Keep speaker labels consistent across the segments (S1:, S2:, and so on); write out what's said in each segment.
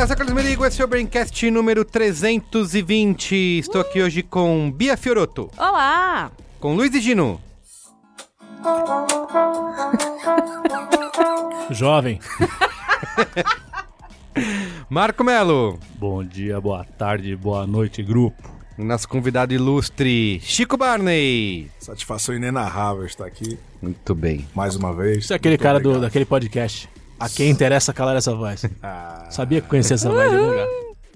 S1: Eu sou Carlos Merigo, esse é o Braincast número 320. Estou aqui hoje com Bia Fioroto,
S2: Olá!
S1: com Luiz e Gino,
S3: Jovem.
S1: Marco Melo,
S3: Bom dia, boa tarde, boa noite, grupo.
S1: nosso convidado ilustre, Chico Barney.
S4: Satisfação inenarrável estar aqui
S1: Muito bem.
S4: mais uma vez.
S3: Isso é aquele
S4: Muito
S3: cara do,
S4: obrigado.
S3: daquele podcast. A quem interessa calar essa voz. Sabia que conhecia essa voz de algum lugar.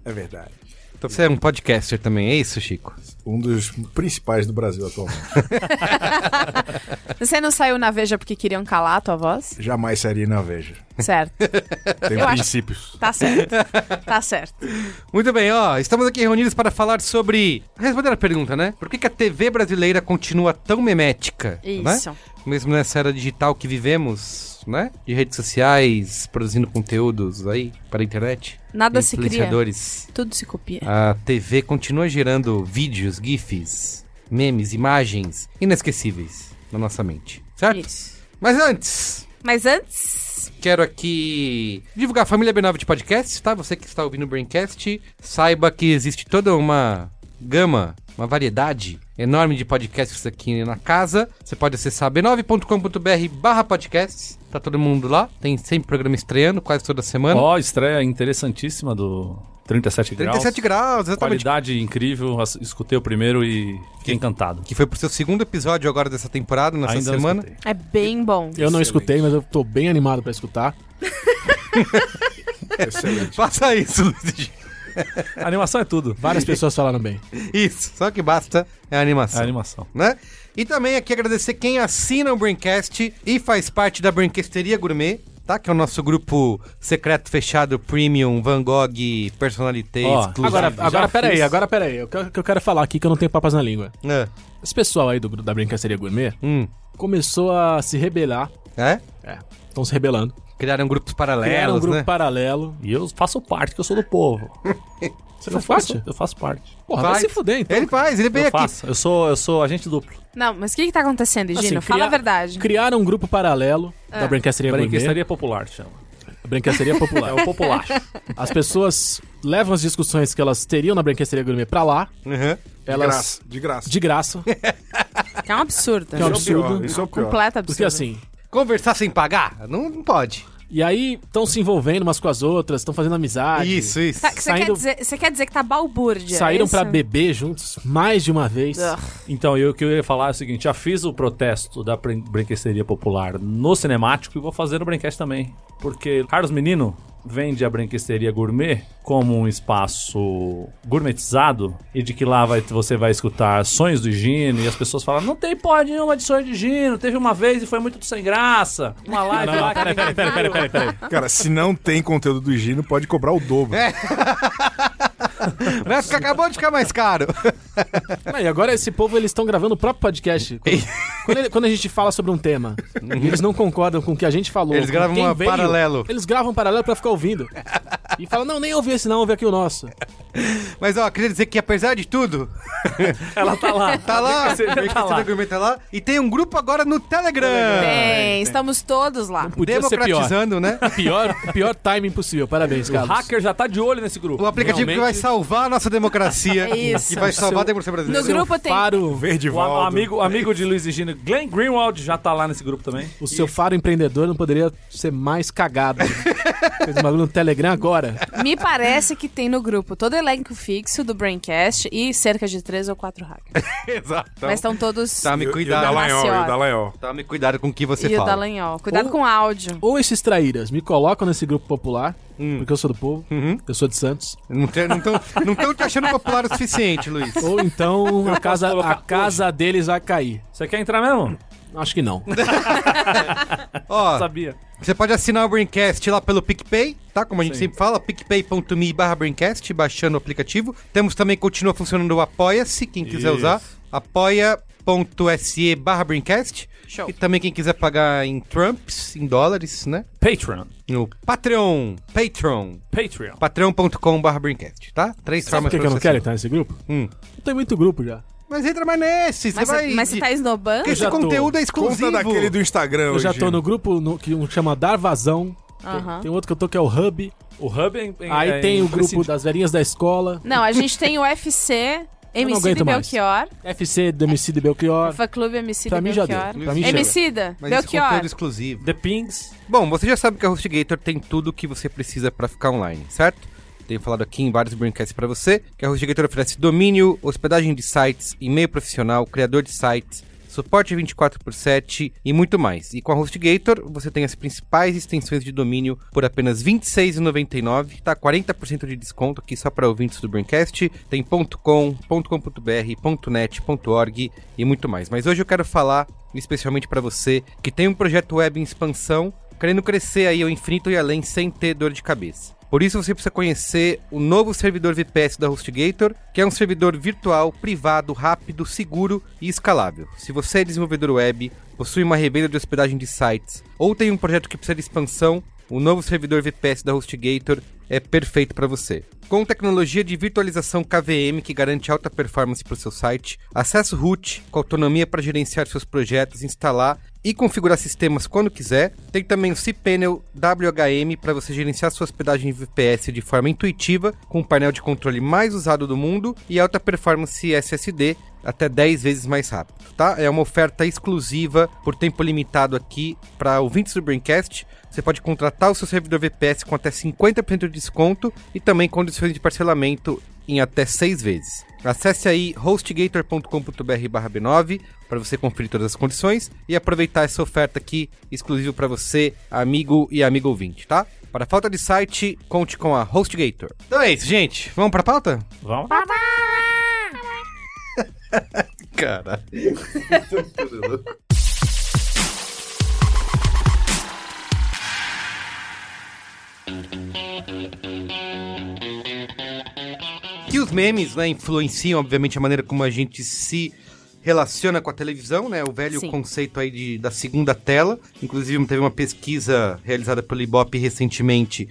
S4: É verdade.
S1: Então você é um podcaster também, é isso, Chico?
S4: Um dos principais do Brasil atualmente.
S2: Você não saiu na Veja porque queriam calar a tua voz?
S4: Jamais seria na Veja.
S2: Certo.
S4: Tem
S2: Eu acho-
S4: princípios.
S2: Tá certo. Tá certo.
S1: Muito bem, ó, estamos aqui reunidos para falar sobre. Responder a pergunta, né? Por que, que a TV brasileira continua tão memética? né?
S2: Isso.
S1: Mesmo nessa era digital que vivemos, né? De redes sociais, produzindo conteúdos aí para a internet.
S2: Nada se cria.
S1: Influenciadores.
S2: Tudo se copia.
S1: A TV continua gerando vídeos, GIFs, memes, imagens inesquecíveis na nossa mente, certo?
S2: Isso.
S1: Mas antes,
S2: Mas antes.
S1: quero aqui divulgar a família B9 de podcast, tá? Você que está ouvindo o Braincast, saiba que existe toda uma gama, uma variedade enorme de podcasts aqui na casa. Você pode acessar b9.com.br barra podcasts, tá todo mundo lá, tem sempre programa estreando, quase toda semana.
S5: Ó, estreia interessantíssima do 37, graus.
S1: 37 graus, exatamente.
S5: Qualidade incrível, as- escutei o primeiro e fiquei encantado.
S1: Que foi pro seu segundo episódio agora dessa temporada, nessa
S5: Ainda não
S1: semana.
S5: escutei.
S2: É bem bom.
S3: Eu não escutei, mas eu tô bem animado pra escutar.
S4: Excelente.
S1: Faça isso, Luiz. Gil.
S5: A animação é tudo.
S3: Várias pessoas falaram bem.
S1: Isso, só que basta é a
S5: A
S1: animação.
S5: animação.
S1: né? E também aqui agradecer quem assina o Braincast e faz parte da Brinquesteria Gourmet, tá? Que é o nosso grupo secreto fechado premium, Van Gogh, personalité,
S3: Ó,
S1: exclusivo.
S3: agora,
S1: Já
S3: agora peraí,
S1: fiz.
S3: agora peraí. O que eu- que eu quero falar aqui que eu não tenho papas na língua.
S1: É.
S3: Esse pessoal aí do, grupo da Brincaceria Gourmet
S1: Hum.
S3: começou a se rebelar.
S1: É?
S3: É, estão se rebelando.
S1: Criaram grupos
S3: Criaram
S1: paralelos,
S3: um grupo
S1: né?
S3: paralelo.
S5: E eu faço parte, que eu sou do povo.
S3: Você não faz?
S5: Eu faço parte.
S3: Porra,
S1: Faz.
S3: vai se fuder então.
S1: ele faz, ele veio
S5: Eu
S1: aqui.
S5: faço. Eu sou, eu sou agente duplo.
S2: Não, mas o que, que tá acontecendo, Gino?
S3: Assim,
S2: Fala
S3: criar-
S2: a verdade. É.
S3: Criaram um grupo paralelo da Brancasteria Gourmet.
S5: Brinquestaria popular, chama.
S3: Brancasteria
S5: É
S3: Popular.
S5: o popular.
S3: As pessoas levam as discussões que elas teriam na Brancasteria Gourmet pra lá.
S1: Uhum.
S4: De
S3: Elas...
S4: graça. De graça.
S3: De graça. Que
S2: Que é um absurdo.
S3: é um
S4: Isso é o pior,
S3: absurdo.
S4: Isso é o pior.
S2: Completo absurdo.
S3: Porque assim...
S1: Conversar sem pagar? Não, não pode.
S3: E aí estão se envolvendo umas com as outras, estão fazendo amizade.
S1: Isso, isso.
S2: Tá, que você, quer
S3: saindo-
S2: dizer, você quer dizer que tá balbúrdia?
S3: Saíram
S2: é
S3: pra
S2: isso?
S3: beber juntos mais de uma vez.
S2: Ugh.
S5: Então, eu, o que eu ia falar é o seguinte: já fiz o protesto da brin- Brinquesteria Popular no Cinemático e vou fazer no Brinquest também. Porque Carlos Menino vende a Brinquesteria Gourmet como um espaço gourmetizado e de que lá vai, você vai escutar sonhos do Gino e as pessoas falam: não tem porra nenhuma de sonho de Gino, teve uma vez e foi muito sem graça. Uma live lá. que ninguém viu."
S4: Cara, se não tem conteúdo do Gino, pode cobrar o dobro. É.
S1: Mas que acabou de ficar mais caro.
S3: Ah, e agora esse povo, eles estão gravando o próprio podcast. Quando, quando ele- quando a gente fala sobre um tema e eles não concordam com o que a gente falou.
S1: Uhum. Eles
S3: com
S1: gravam
S3: quem
S1: uma
S3: veio,
S1: paralelo.
S3: Eles gravam um paralelo pra ficar ouvindo. E falam, não, nem ouvi esse não, ouvi aqui o nosso.
S1: Mas ó, queria dizer que apesar de tudo,
S5: Ela tá lá.
S1: tá lá,
S5: Você tá lá.
S1: Brinquesteria Gourmet tá lá, e tem um grupo agora no
S3: Ah,
S1: Telegram.
S2: Bem, estamos todos lá.
S3: Podia ser pior.
S1: Democratizando, né?
S3: Tá Pior, pior timing possível. Parabéns,
S5: O
S3: Carlos.
S5: hacker já tá de olho nesse grupo.
S1: O aplicativo que vai
S5: Realmente,
S1: salvar a nossa democracia.
S2: É isso.
S1: E vai salvar a democracia
S2: No
S1: brasileira.
S2: grupo tem.
S3: Faro,
S4: Verde
S5: O a- amigo, amigo de Luiz e Gino, Glenn Greenwald, já tá lá nesse grupo também.
S3: o seu faro empreendedor não poderia ser mais cagado. Fez um bagulho no Telegram agora.
S2: Me parece que tem no grupo todo elenco fixo do Braincast e cerca de três ou quatro hackers.
S1: Exato.
S2: Mas estão todos.
S1: Tá, me
S4: E o
S1: cuidado.
S4: Dallagnol, e o
S2: Maciosa.
S4: Dallagnol.
S1: Tá, me cuidado com o que você
S2: e o
S1: fala.
S2: Dallagnol. Cuidado com o áudio.
S3: Ou esses traíras me colocam nesse grupo popular porque eu sou do povo, eu sou de Santos.
S1: Não estão não tão, não tão te achando popular o suficiente, Luiz.
S3: Ou então a casa,
S5: colocar
S3: a casa deles vai cair.
S5: Você quer entrar mesmo?
S3: Acho que não.
S1: Ó,
S5: Sabia.
S1: Você pode assinar o Braincast lá pelo PicPay, tá? Como a gente
S5: Sim.
S1: sempre fala, picpay.me barra Braincast, baixando o aplicativo. Temos também, continua funcionando o Apoia-se, quem quiser
S5: Isso.
S1: usar, apoia.se barra Braincast.
S6: Show.
S1: E também quem quiser pagar em Trumps, em dólares, né?
S5: Patreon.
S1: No Patreon, Patreon,
S5: Patreon.
S1: patreon.com barra Braincast, tá? Três
S3: Sabe
S1: formas
S3: por que, que
S1: pra
S3: eu não
S1: você
S3: quero
S1: assinar.
S3: entrar nesse grupo?
S1: Hum.
S3: Não tem muito grupo já.
S1: Mas entra mais nesse, você
S2: Mas,
S1: vai...
S2: mas você tá esnobando?
S1: Porque esse
S3: já tô.
S1: conteúdo é
S4: Conta
S1: exclusivo.
S4: daquele do Instagram
S3: Eu já tô
S4: Gino.
S3: no grupo no, que um chama Dar Vazão.
S2: Aham.
S3: Tem outro que eu tô que é o Hub.
S5: O Hub é em, em-
S3: Aí
S5: é
S3: tem
S5: em-
S3: o grupo das velhinhas da escola.
S2: Não, a gente tem o UFC, MC
S3: aguento
S2: do
S3: mais.
S2: Belchior,
S3: FC do MC de Belchior.
S2: Fã Clube MC
S3: Pra
S2: do
S3: mim já
S2: Belchior.
S3: deu.
S2: É
S3: Pra mim chega.
S2: Emicida,
S1: Mas esse
S2: Belchior.
S1: conteúdo exclusivo.
S5: The Pings.
S1: Bom, você já sabe que a HostGator tem tudo que você precisa para ficar online, certo? Tenho falado aqui em vários braincasts para você que a HostGator oferece domínio, hospedagem de sites, e-mail profissional, criador de sites, suporte 24 por 7 e muito mais. E com a HostGator você tem as principais extensões de domínio por apenas R$ 26,99, tá? 40% de desconto aqui só para ouvintes do Braincast. Tem .com, .com.br, .net, .org e muito mais. Mas hoje eu quero falar especialmente para você que tem um projeto web em expansão querendo crescer aí ao infinito e além sem ter dor de cabeça. Por isso você precisa conhecer o novo servidor VPS da HostGator, que é um servidor virtual, privado, rápido, seguro e escalável. Se você é desenvolvedor web, possui uma revenda de hospedagem de sites ou tem um projeto que precisa de expansão, o novo servidor VPS da HostGator é perfeito para você. Com tecnologia de virtualização KVM que garante alta performance para o seu site, acesso root com autonomia para gerenciar seus projetos, instalar e configurar sistemas quando quiser. Tem também o cPanel WHM para você gerenciar sua hospedagem VPS de forma intuitiva, com o painel de controle mais usado do mundo e alta performance SSD até 10 vezes mais rápido, tá? É uma oferta exclusiva por tempo limitado aqui para ouvintes do Braincast. Você pode contratar o seu servidor VPS com até 50% de desconto e também condições de parcelamento em até seis vezes. Acesse aí hostgator.com.br B9 para você conferir todas as condições e aproveitar essa oferta aqui exclusiva para você, amigo e amigo ouvinte, tá? Para falta de site, conte com a HostGator. Então é isso, gente. Vamos para pauta?
S5: Vamos?
S1: Cara. Que os memes, né, influenciam, obviamente, a maneira como a gente se relaciona com a televisão, né? O velho
S2: Sim.
S1: conceito aí de, da segunda tela. Inclusive, teve uma pesquisa realizada pelo Ibope recentemente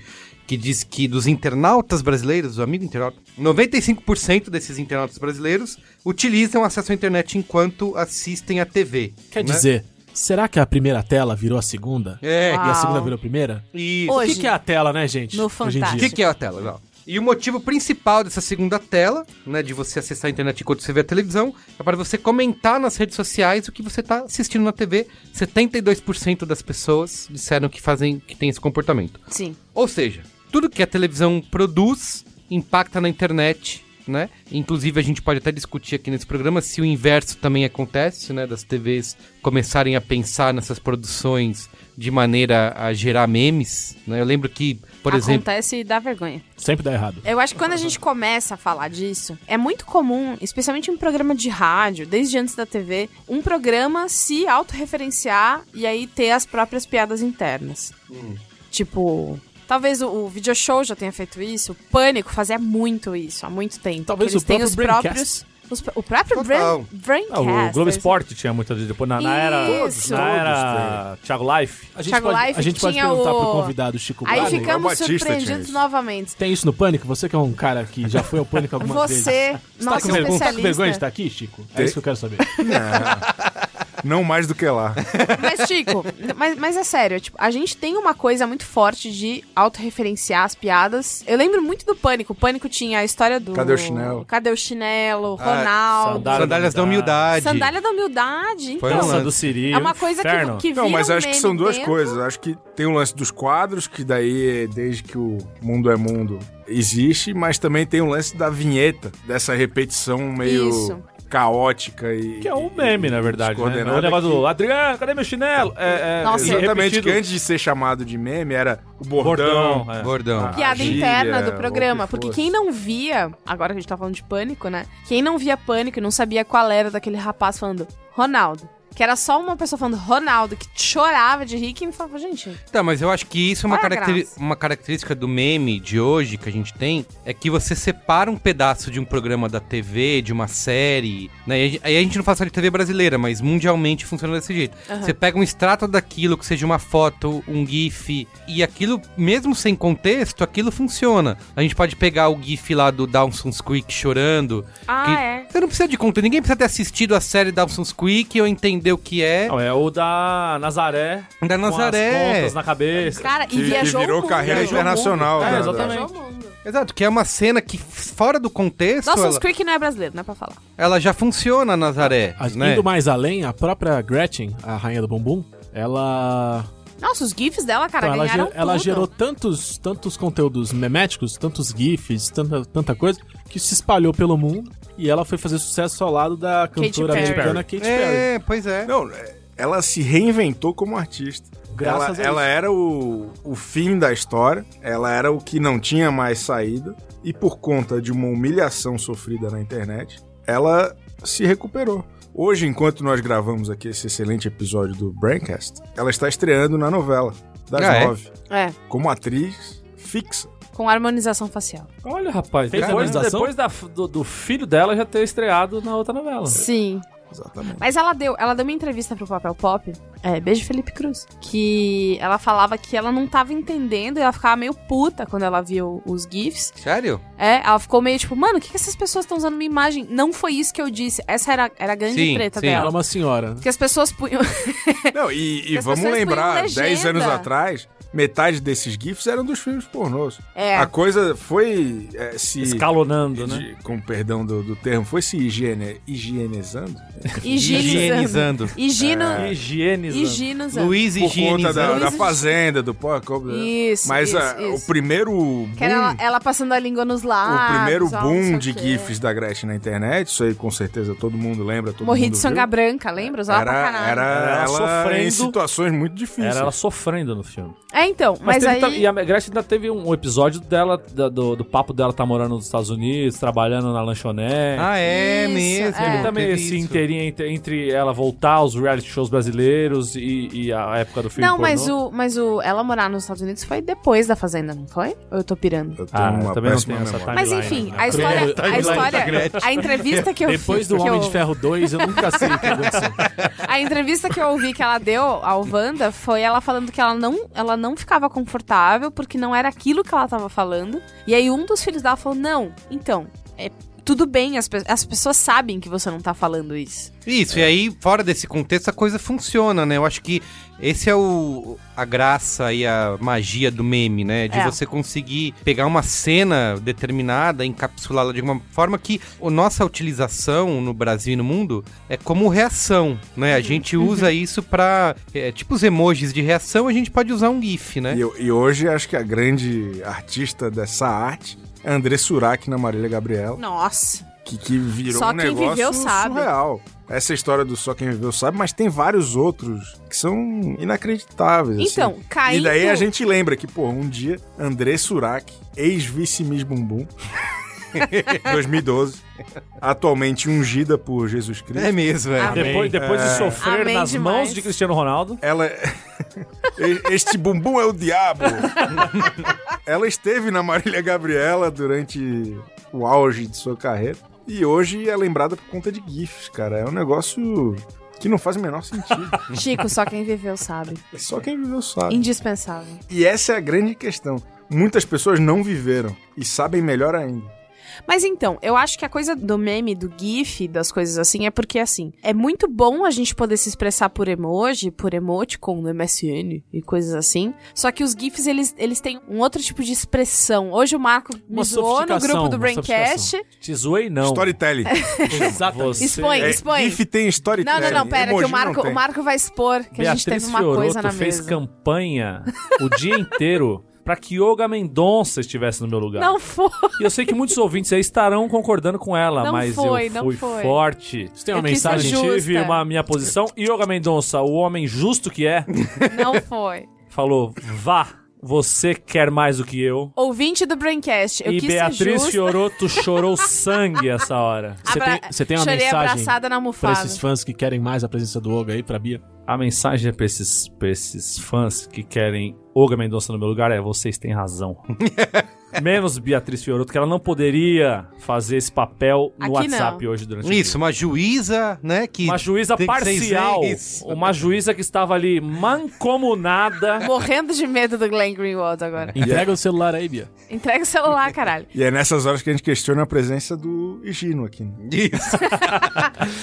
S1: que diz que dos internautas brasileiros, o amigo internauta, 95% desses internautas brasileiros utilizam acesso à internet enquanto assistem à TV.
S3: Quer
S1: né?
S3: dizer, Ah. será que a primeira tela virou a segunda?
S1: É,
S3: E a
S2: Uau.
S3: segunda virou a primeira?
S1: e
S2: Hoje.
S3: O que, que é a tela, né, gente?
S2: No
S3: Hoje em
S1: O
S3: dia.
S1: que,
S2: Fantástico.
S1: que é a tela, Val? E o motivo principal dessa segunda tela, né, de você acessar a internet enquanto você vê a televisão, é para você comentar nas redes sociais o que você está assistindo na TV. 72% das pessoas disseram que fazem, que tem esse comportamento.
S2: Sim.
S1: Ou seja, tudo que a televisão produz impacta na internet, né? Inclusive a gente pode até discutir aqui nesse programa se o inverso também acontece, né? Das TVs começarem a pensar nessas produções de maneira a gerar memes, né? Eu lembro que,
S2: Ah,
S1: por exemplo,
S2: Acontece e dá vergonha.
S3: Sempre dá errado.
S2: Eu acho que quando a gente começa a falar disso, é muito comum, especialmente em programa de rádio, desde antes da TV, um programa se autorreferenciar e aí ter as próprias piadas internas. Tipo. Talvez o, o video show já tenha feito isso, o Pânico fazia muito isso há muito tempo.
S3: Talvez
S2: que eles
S3: o
S2: têm
S3: próprio
S2: os
S3: Braincast.
S2: próprios. os pr- o próprio
S1: Total.
S2: Brain,
S5: Ah, o
S2: Braincast,
S5: Globo
S2: eles-
S5: Esporte tinha muita de depois. Na, na era.
S2: é Isso.
S5: Na era. Thiago Life.
S3: A gente
S2: Thiago
S3: pode,
S2: Life
S3: a gente pode
S2: tinha
S3: perguntar
S2: o-
S3: pro convidado Chico
S2: Aí
S3: Barney.
S4: Léo
S2: ficamos
S4: Batista tinha
S2: surpreendidos
S4: isso.
S2: novamente.
S3: Tem isso no Pânico? Você que é um cara que já foi ao Pânico algumas vezes.
S2: Você, nosso
S3: com vergonha, tá com vergonha de
S2: especialista.
S3: estar aqui, Chico? É isso que eu quero saber.
S4: Não mais do que lá.
S2: Mas, Chico, mas, mas é sério, tipo, a gente tem uma coisa muito forte de autorreferenciar as piadas. Eu lembro muito do Pânico. O Pânico tinha a história do.
S4: Cadê o chinelo?
S2: Cadê o chinelo?
S1: Ah,
S2: Ronaldo.
S5: sandália
S1: sandálias da humildade.
S2: Sandália da humildade.
S1: Foi
S2: então,
S1: um lance.
S5: Dança do Siri.
S2: é uma coisa
S5: inferno.
S2: que, que vira
S4: Não, mas
S2: um
S4: acho que
S2: meme
S4: são duas
S2: dentro.
S4: coisas. Acho que tem o lance dos quadros, que daí, desde que o mundo é mundo, existe, mas também tem o lance da vinheta, dessa repetição meio.
S2: Isso.
S4: caótica e.
S5: Que é um meme, na verdade. Né?
S4: descoordenada
S5: O negócio do Adriano, cadê meu chinelo? É, é,
S2: Nossa,
S5: e
S4: Exatamente,
S5: repetido,
S4: que antes de ser chamado de meme era o bordão.
S5: Bordão. é.
S1: Gordão.
S4: Ah.
S2: piada
S4: gíria,
S2: interna
S4: ou
S2: do
S4: o
S2: programa.
S4: que fosse.
S2: Porque quem não via, agora que a gente tá falando de pânico, né? Quem não via pânico e não sabia qual era daquele rapaz falando Ronaldo. Que era só uma pessoa falando Ronaldo, que chorava de rir, que me falava, gente,
S1: Tá, mas eu acho que isso é uma,
S2: Qual é a
S1: caracteri-
S2: graça?
S1: uma característica do meme de hoje que a gente tem, é que você separa um pedaço de um programa da TV, de uma série, né? E a gen- Aí a gente não fala só de TV brasileira, mas mundialmente funciona desse jeito. Você pega um extrato daquilo, que seja uma foto, um gif, e aquilo, mesmo sem contexto, aquilo funciona. A gente pode pegar o gif lá do Dawson's Creek chorando.
S2: ah,
S1: que-
S2: é.
S1: Você não precisa de conteúdo, ninguém precisa ter assistido a série Dawson's Creek ou entender o que é.
S5: Não, é o da Nazaré.
S1: Da
S5: Com as
S1: Nazaré.
S5: pontas na cabeça.
S2: Cara, e
S4: Que, que
S2: viajou o
S4: virou
S2: mundo.
S4: carreira internacional.
S5: É,
S4: né?
S5: exatamente.
S2: Viajou o mundo.
S1: Exato, que é uma cena que, fora do contexto,
S2: Dawson's
S1: ela,
S2: Creek não é brasileiro, não é pra falar.
S1: ela já funciona,
S4: Ah,
S1: Nazaré.
S3: Mas
S1: né?
S3: Indo mais além, a própria Gretchen, a rainha do bumbum, ela.
S2: Nossa, os gifs dela, cara,
S3: Então, ela,
S2: ganharam
S3: ger- ela
S2: tudo.
S3: gerou tantos, tantos conteúdos meméticos, tantos GIFs, tanta, tanta coisa, que se espalhou pelo mundo e ela foi fazer sucesso ao lado da cantora
S2: Perry.
S3: americana Katy Perry.
S1: É, pois é.
S4: Não, é, ela se reinventou como artista.
S3: Graças
S4: ela,
S3: a
S4: ela
S3: isso.
S4: era o, o fim da história, ela era o que não tinha mais saída, e por conta de uma humilhação sofrida na internet, ela se recuperou. Hoje, enquanto nós gravamos aqui esse excelente episódio do Braincast, ela está estreando na novela das
S1: Ah, é?
S4: nove,
S2: É,
S4: como atriz fixa.
S2: com harmonização facial.
S5: Olha, rapaz,
S3: Fez
S5: depois,
S3: harmonização?
S5: depois da- do, do filho dela já ter estreado na outra novela.
S2: Sim.
S4: Exatamente.
S2: Mas ela deu, ela deu uma entrevista pro Papel Pop, é, beijo Felipe Cruz, que ela falava que ela não tava entendendo e ela ficava meio puta quando ela viu os GIFs.
S1: Sério?
S2: É, ela ficou meio tipo, mano, o que, que essas pessoas estão usando minha imagem? Não foi isso que eu disse. Essa era, era a grande
S1: Sim,
S2: treta
S1: sim.
S3: Ela é
S2: dela.
S3: uma senhora.
S2: Porque as pessoas punham.
S4: Não, e, e
S2: As
S4: vamos
S2: pessoas
S4: lembrar,
S2: punham
S4: 10 anos
S2: legenda.
S4: atrás, metade desses GIFs eram dos filmes pornôs.
S2: É.
S4: A coisa foi é, se...
S5: Escalonando, né?
S4: de- com perdão do, do termo, foi se higiene, higienizando?
S2: higienizando. Higino.
S3: É.
S5: Higienizando.
S2: Higienizando.
S1: Luiz né?
S4: Por conta da,
S1: higienizando.
S4: da fazenda, do pó. co-
S2: Isso,
S4: Mas
S2: isso,
S4: a-
S2: isso.
S4: o primeiro boom,
S2: Que era ela, ela passando a língua nos lábios.
S4: o primeiro
S2: ó, não sei
S4: boom
S2: o
S4: de
S2: quê.
S4: GIFs da Gretchen na internet, isso aí com certeza todo mundo lembra, todo
S2: Morri
S4: mundo
S2: de sanga
S4: viu,
S2: branca, lembra? Usava pra
S4: era,
S2: caralho.
S4: era
S5: Era
S4: ela
S5: ela
S4: em
S5: sofrendo.
S4: situações muito difíceis.
S5: Era ela sofrendo no filme.
S2: É, então, mas,
S5: Mas, teve
S2: aí.
S5: tam- E a Gretchen ainda teve um episódio dela, da- do, do papo dela tá morando nos Estados Unidos, trabalhando na lanchonete.
S1: Ah, é
S2: Isso,
S1: mesmo.
S2: é.
S5: Teve também
S1: teve
S5: esse
S1: isso.
S5: inteirinho entre, entre ela voltar aos reality shows brasileiros e, e a época do filme
S2: Não, mas
S5: pornô.
S2: o, mas o ela morar nos Estados Unidos foi depois da Fazenda, não foi? Ou eu tô pirando?
S4: Eu tenho
S5: Ah, eu
S4: uma
S5: também não
S4: péssima
S5: tenho essa
S4: memória.
S2: Mas
S5: timeline,
S2: enfim,
S5: né?
S2: a história,
S3: Primeiro,
S2: a
S3: timeline
S2: história, a entrevista que eu
S3: Depois
S2: fiz,
S3: do
S2: que
S3: Homem
S2: eu-
S3: de Ferro 2, eu nunca sei o que aconteceu.
S2: A entrevista que eu ouvi que ela deu ao Wanda foi ela falando que ela não, ela não ficava confortável porque não era aquilo que ela tava falando. E aí um dos filhos dela falou: "Não, então, é tudo bem, as, pe- as pessoas sabem que você não tá falando isso.
S1: Isso, e aí, fora desse contexto, a coisa funciona, né? Eu acho que esse é o a graça e a magia do meme, né? De
S2: É.
S1: você conseguir pegar uma cena determinada, encapsulá-la de alguma forma que a nossa utilização no Brasil e no mundo é como reação, né? A gente usa isso pra. é, tipo os emojis de reação, a gente pode usar um GIF, né?
S4: E, eu- e hoje acho que a grande artista dessa arte é André Surak na Marília Gabriela,
S2: Nossa.
S4: que, que virou
S2: Só
S4: um
S2: quem
S4: negócio
S2: viveu sabe.
S4: surreal. Essa história do Só Quem Viveu Sabe, mas tem vários outros que são inacreditáveis. assim.
S2: Então, caindo
S4: E daí a gente lembra que, pô, um dia, André Surak, ex-vice Miss Bumbum, 2012, atualmente ungida por Jesus Cristo.
S1: É mesmo, é.
S2: Ah,
S5: Depois, depois de sofrer
S2: Amém
S5: nas
S2: demais.
S5: mãos de Cristiano Ronaldo.
S4: Ela. E- este bumbum é o diabo. Ela esteve na Marília Gabriela durante o auge de sua carreira. E hoje é lembrada por conta de GIFs, cara. É um negócio que não faz o menor sentido. É
S2: Chico, só quem viveu sabe.
S4: Só quem viveu sabe.
S2: Indispensável.
S4: E essa é a grande questão. Muitas pessoas não viveram e sabem melhor ainda.
S2: Mas então, eu acho que a coisa do meme, do GIF, das coisas assim, é porque, assim, é muito bom a gente poder se expressar por emoji, por emoticon no MSN e coisas assim. Só que os GIFs, eles, eles têm um outro tipo de expressão. Hoje o Marco me
S3: Uma
S2: zoou no
S3: sofisticação,
S2: grupo do
S3: uma
S2: Braincast.
S5: Te zoei, não.
S4: Storytelling.
S3: Exatamente.
S2: Expõe,
S4: É,
S2: expõe.
S4: GIF tem
S2: Não,
S4: storytelling.
S2: não, não,
S3: É,
S2: pera,
S4: Emoji
S2: que
S4: não
S2: o Marco,
S4: tem.
S2: o Marco vai expor que a gente
S5: Beatriz
S2: teve uma
S5: Fiorotto
S2: coisa na
S5: fez
S2: mesa.
S5: campanha o dia inteiro pra que Yoga Mendonça estivesse no meu lugar.
S2: Não foi.
S5: E eu sei que muitos ouvintes aí estarão concordando com ela,
S2: Não
S5: mas
S2: foi,
S5: eu
S2: não
S5: fui
S2: foi.
S5: forte.
S3: Isso tem uma
S2: Eu quis ser
S3: mensagem.
S2: justa.
S5: Tive uma minha posição. Yoga Mendonça, o homem justo que é,
S2: Não foi.
S5: falou: vá, você quer mais do que eu.
S2: Ouvinte do Braincast, eu
S5: e
S2: quis ser
S5: Beatriz
S2: justa.
S5: Fioroto chorou sangue essa hora.
S3: Você
S2: Abra-
S3: tem- você tem uma
S2: Chorei
S3: mensagem
S2: abraçada
S3: Pra
S2: na almofada.
S3: esses fãs que querem mais a presença do Olga aí, pra Bia.
S5: A mensagem pra esses, pra esses fãs que querem Olga Mendonça no meu lugar é: vocês têm razão. Menos Beatriz Fioroto, que ela não poderia fazer esse papel no
S2: Aqui
S5: WhatsApp hoje durante o
S1: Isso, uma juíza, né? Que
S5: Uma juíza
S1: tem que ser
S5: parcial.
S1: isento.
S5: Uma juíza que estava ali mancomunada.
S2: Morrendo de medo do Glenn Greenwald agora.
S3: Entrega o celular aí, Bia.
S2: Entrega o celular, caralho.
S4: E é nessas horas que a gente questiona a presença do Higino aqui. né?
S1: Isso.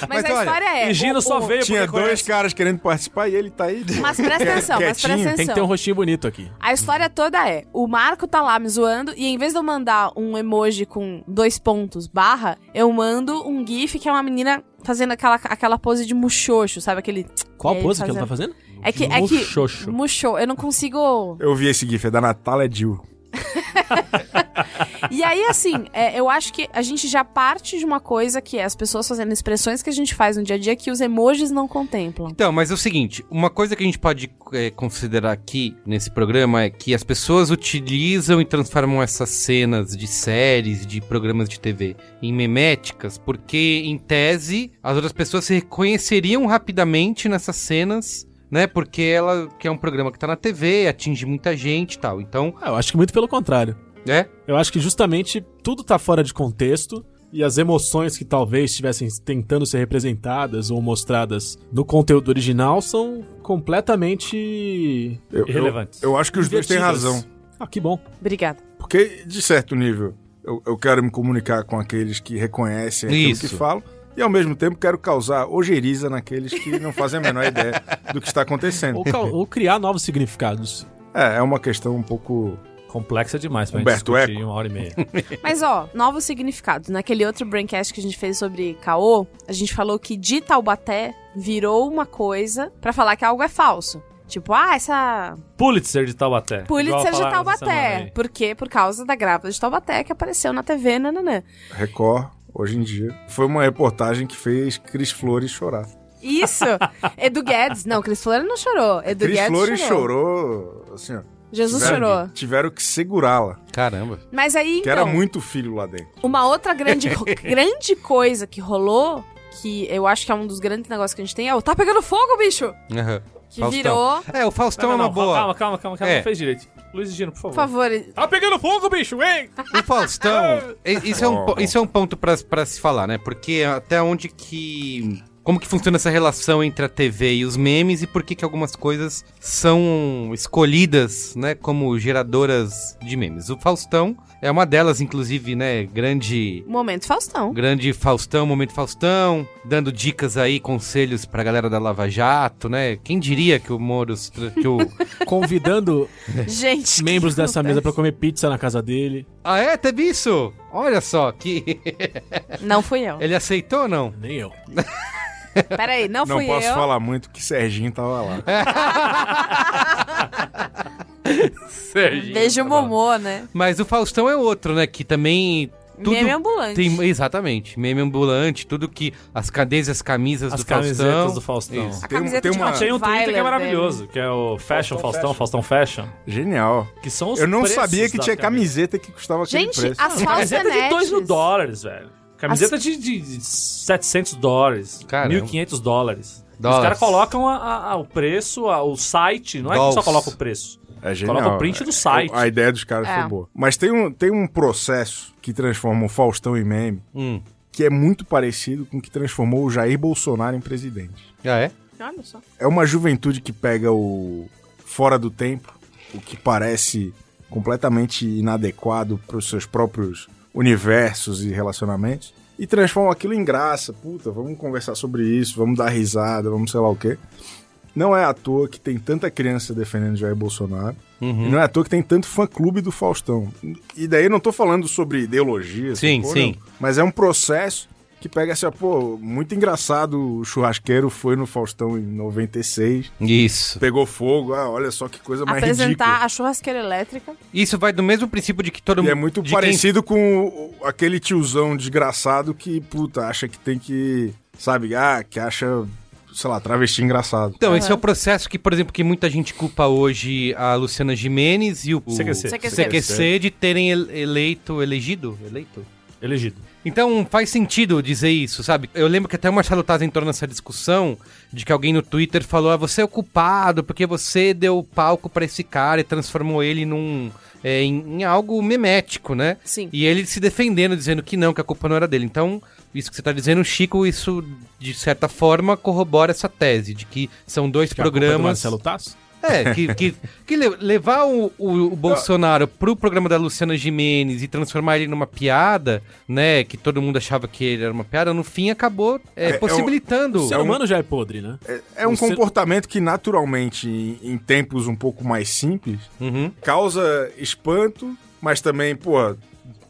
S2: Mas,
S1: Mas
S2: a
S1: olha,
S2: história é.
S5: e Gino
S2: o-
S5: só
S2: o-
S5: veio porque
S4: Tinha dois
S5: conhece-
S4: caras querendo participar e ele tá aí.
S2: Mas presta atenção, mas presta
S4: Quietinho.
S2: atenção.
S3: Tem que ter um rostinho bonito aqui.
S2: A história toda é: o Marco tá lá me zoando, e em vez de eu mandar um emoji com dois pontos barra, eu mando um GIF que é uma menina fazendo aquela, aquela pose de muxoxo, sabe? Aquele.
S3: Qual
S2: E aí,
S3: pose que ela tá fazendo?
S2: É que. É que
S5: Muxoxo.
S2: muxo, eu não consigo.
S4: Eu vi esse GIF, é da Natália Dill.
S2: E aí, assim, é, eu acho que a gente já parte de uma coisa que é as pessoas fazendo expressões que a gente faz no dia a dia que os emojis não contemplam.
S1: Então, mas é o seguinte, uma coisa que a gente pode é, considerar aqui nesse programa é que as pessoas utilizam e transformam essas cenas de séries, de programas de TV em meméticas, porque em tese as outras pessoas se reconheceriam rapidamente nessas cenas, né? Porque ela que é um programa que tá na TV, atinge muita gente e tal. Então,
S3: Ah, eu acho que muito pelo contrário.
S1: é,
S3: Eu acho que justamente tudo tá fora de contexto e as emoções que talvez estivessem tentando ser representadas ou mostradas no conteúdo original são completamente.
S4: Eu, eu-
S5: Irrelevantes.
S4: Eu, acho que os dois têm
S3: invertidas.
S4: razão.
S3: Ah, que bom.
S2: Obrigada.
S4: Porque, de certo nível, eu, eu quero me comunicar com aqueles que reconhecem aquilo
S1: Isso.
S4: que falam. E ao mesmo tempo quero causar ojeriza naqueles que não fazem a menor ideia do que está acontecendo.
S3: Ou, ca- ou criar novos significados.
S4: É, é uma questão um pouco.
S5: Complexa demais pra
S4: Humberto
S5: gente discutir
S4: Eco.
S5: em uma hora e meia.
S2: Mas ó, novos significados. Naquele outro braincast que a gente fez sobre caô, a gente falou que de Taubaté virou uma coisa pra falar que algo é falso. Tipo, ah, essa
S5: Pulitzer de Taubaté.
S2: Pulitzer
S5: Igual
S2: de
S5: falaram essa semana
S2: Taubaté.
S5: aí.
S2: Por quê? Por causa da grávida de Taubaté que apareceu na TV, nananã.
S4: Record, hoje em dia. Foi uma reportagem que fez Cris Flores chorar.
S2: Isso! Edu Guedes. Não, Cris Flores não chorou. Edu
S4: É, Cris
S2: Guedes
S4: Flores
S2: chorou.
S4: chorou. assim, ó.
S2: Jesus
S4: tiveram,
S2: chorou.
S4: Tiveram que segurá-la,
S1: caramba.
S2: Mas aí,
S4: que era
S2: então,
S4: muito filho lá dentro.
S2: uma outra grande, grande coisa que rolou, que eu acho que é um dos grandes negócios que a gente tem, é o tá pegando fogo, bicho!
S1: Aham.
S2: Que
S1: Faustão.
S2: virou...
S1: É, o Faustão
S5: Não, não,
S1: é uma boa.
S5: Calma, calma, calma, calma.
S1: É.
S5: Não fez direito. Luiz e Gino, por favor.
S2: Por favor,
S5: Tá pegando fogo, bicho, hein?
S1: O Faustão, e- isso é um, po- isso é um ponto pra, pra se falar, né? Porque até onde que. Como que funciona essa relação entre a TV e os memes e por que, que algumas coisas são escolhidas, né, como geradoras de memes. O Faustão é uma delas, inclusive, né, grande
S2: Momento Faustão.
S1: grande Faustão, momento Faustão, dando dicas aí, conselhos pra galera da Lava Jato, né? Quem diria que o Moro se tra- que o
S3: Convidando
S2: Gente.
S3: membros
S2: que
S3: dessa mesa pra comer pizza na casa dele.
S1: Ah, é, teve isso. Olha só que
S2: acontece. Não fui eu.
S1: ele aceitou ou não?
S3: Nem eu.
S2: Peraí, não,
S4: Não
S2: fui
S4: posso
S2: eu.
S4: falar muito que Serginho tava lá.
S2: Beijo Momô, né?
S1: Mas o Faustão é outro, né? Que também. Tudo
S2: Meme ambulante.
S1: Tem, exatamente. Meme ambulante, tudo que. As cadeias e as camisas
S5: As
S1: do Faustão.
S5: camisetas do Faustão.
S1: Isso.
S2: A
S4: Tem um-
S2: camiseta
S4: tem
S2: de
S4: uma-
S2: Rottweiler
S5: Tem um Twitter que é
S2: dele.
S5: maravilhoso, que é o Fashion Faustão, Faustão Fashion.
S4: Genial.
S5: Que são os
S4: Eu não
S5: preços
S4: sabia que
S5: da
S4: tinha camiseta que custava aquele
S2: Gente,
S4: preço.
S2: as
S5: Camiseta de 2 mil
S2: falsonetes.
S5: dólares, velho. Camiseta de, de- de 700 dólares,
S1: Caramba.
S5: 1.500 dólares. Os
S1: Dólares.
S5: caras colocam a- a- a- o preço, a- o site, não é que
S1: Dólares.
S5: só coloca o preço.
S4: É genial.
S5: Coloca o print do site.
S4: A ideia dos caras
S2: É.
S4: foi boa. Mas tem um, tem um processo que transforma o Faustão em meme
S1: Hum.
S4: que é muito parecido com o que transformou o Jair Bolsonaro em presidente.
S1: Ah, é?
S2: Olha só.
S4: É uma juventude que pega o fora do tempo, o que parece completamente inadequado para os seus próprios universos e relacionamentos, e transforma aquilo em graça. Puta, vamos conversar sobre isso, vamos dar risada, vamos sei lá o quê. Não é à toa que tem tanta criança defendendo Jair Bolsonaro.
S1: Uhum.
S4: E não é à toa que tem tanto fã-clube do Faustão. E daí eu não tô falando sobre ideologia.
S1: Sim,
S4: essa porra,
S1: sim.
S4: não. Mas é um processo que pega assim, ó, pô, muito engraçado, o churrasqueiro foi no Faustão em 96,
S1: Isso.
S4: pegou fogo, ah, olha só que coisa mais
S2: Apresentar
S4: ridícula.
S2: a churrasqueira elétrica.
S1: Isso vai do mesmo princípio de que todo
S4: E
S1: mundo.
S4: é muito
S1: um de quem-
S4: parecido com o- o- aquele tiozão desgraçado que, puta, acha que tem que, sabe, ah, que acha, sei lá, travesti engraçado.
S1: Então, esse é o processo que, por exemplo, que muita gente culpa hoje a Luciana Jimenez e o o
S5: CQC.
S2: CQC.
S1: CQC de terem ele- eleito, elegido, eleito.
S5: Elegido.
S1: Então faz sentido dizer isso, sabe? Eu lembro que até o Marcelo Taz entrou nessa discussão de que alguém no Twitter falou: ah, você é o culpado porque você deu palco pra esse cara e transformou ele num. é, em, em algo memético, né?
S2: Sim.
S1: E ele se defendendo, dizendo que não, que a culpa não era dele. Então, isso que você tá dizendo, Chico, isso de certa forma corrobora essa tese de que são dois
S3: Que é a culpa do
S1: programas.
S3: Marcelo Tasso?
S1: É, que, que, que le- levar o, o- o Bolsonaro pro programa da Luciana Jimenez e transformar ele numa piada, né? Que todo mundo achava que ele era uma piada, no fim acabou é,
S4: É, é um-
S1: possibilitando.
S3: O ser humano já é podre, né?
S4: É um
S3: Você-
S4: comportamento que, naturalmente, em, em tempos um pouco mais simples,
S1: Uhum.
S4: causa espanto, mas também, porra,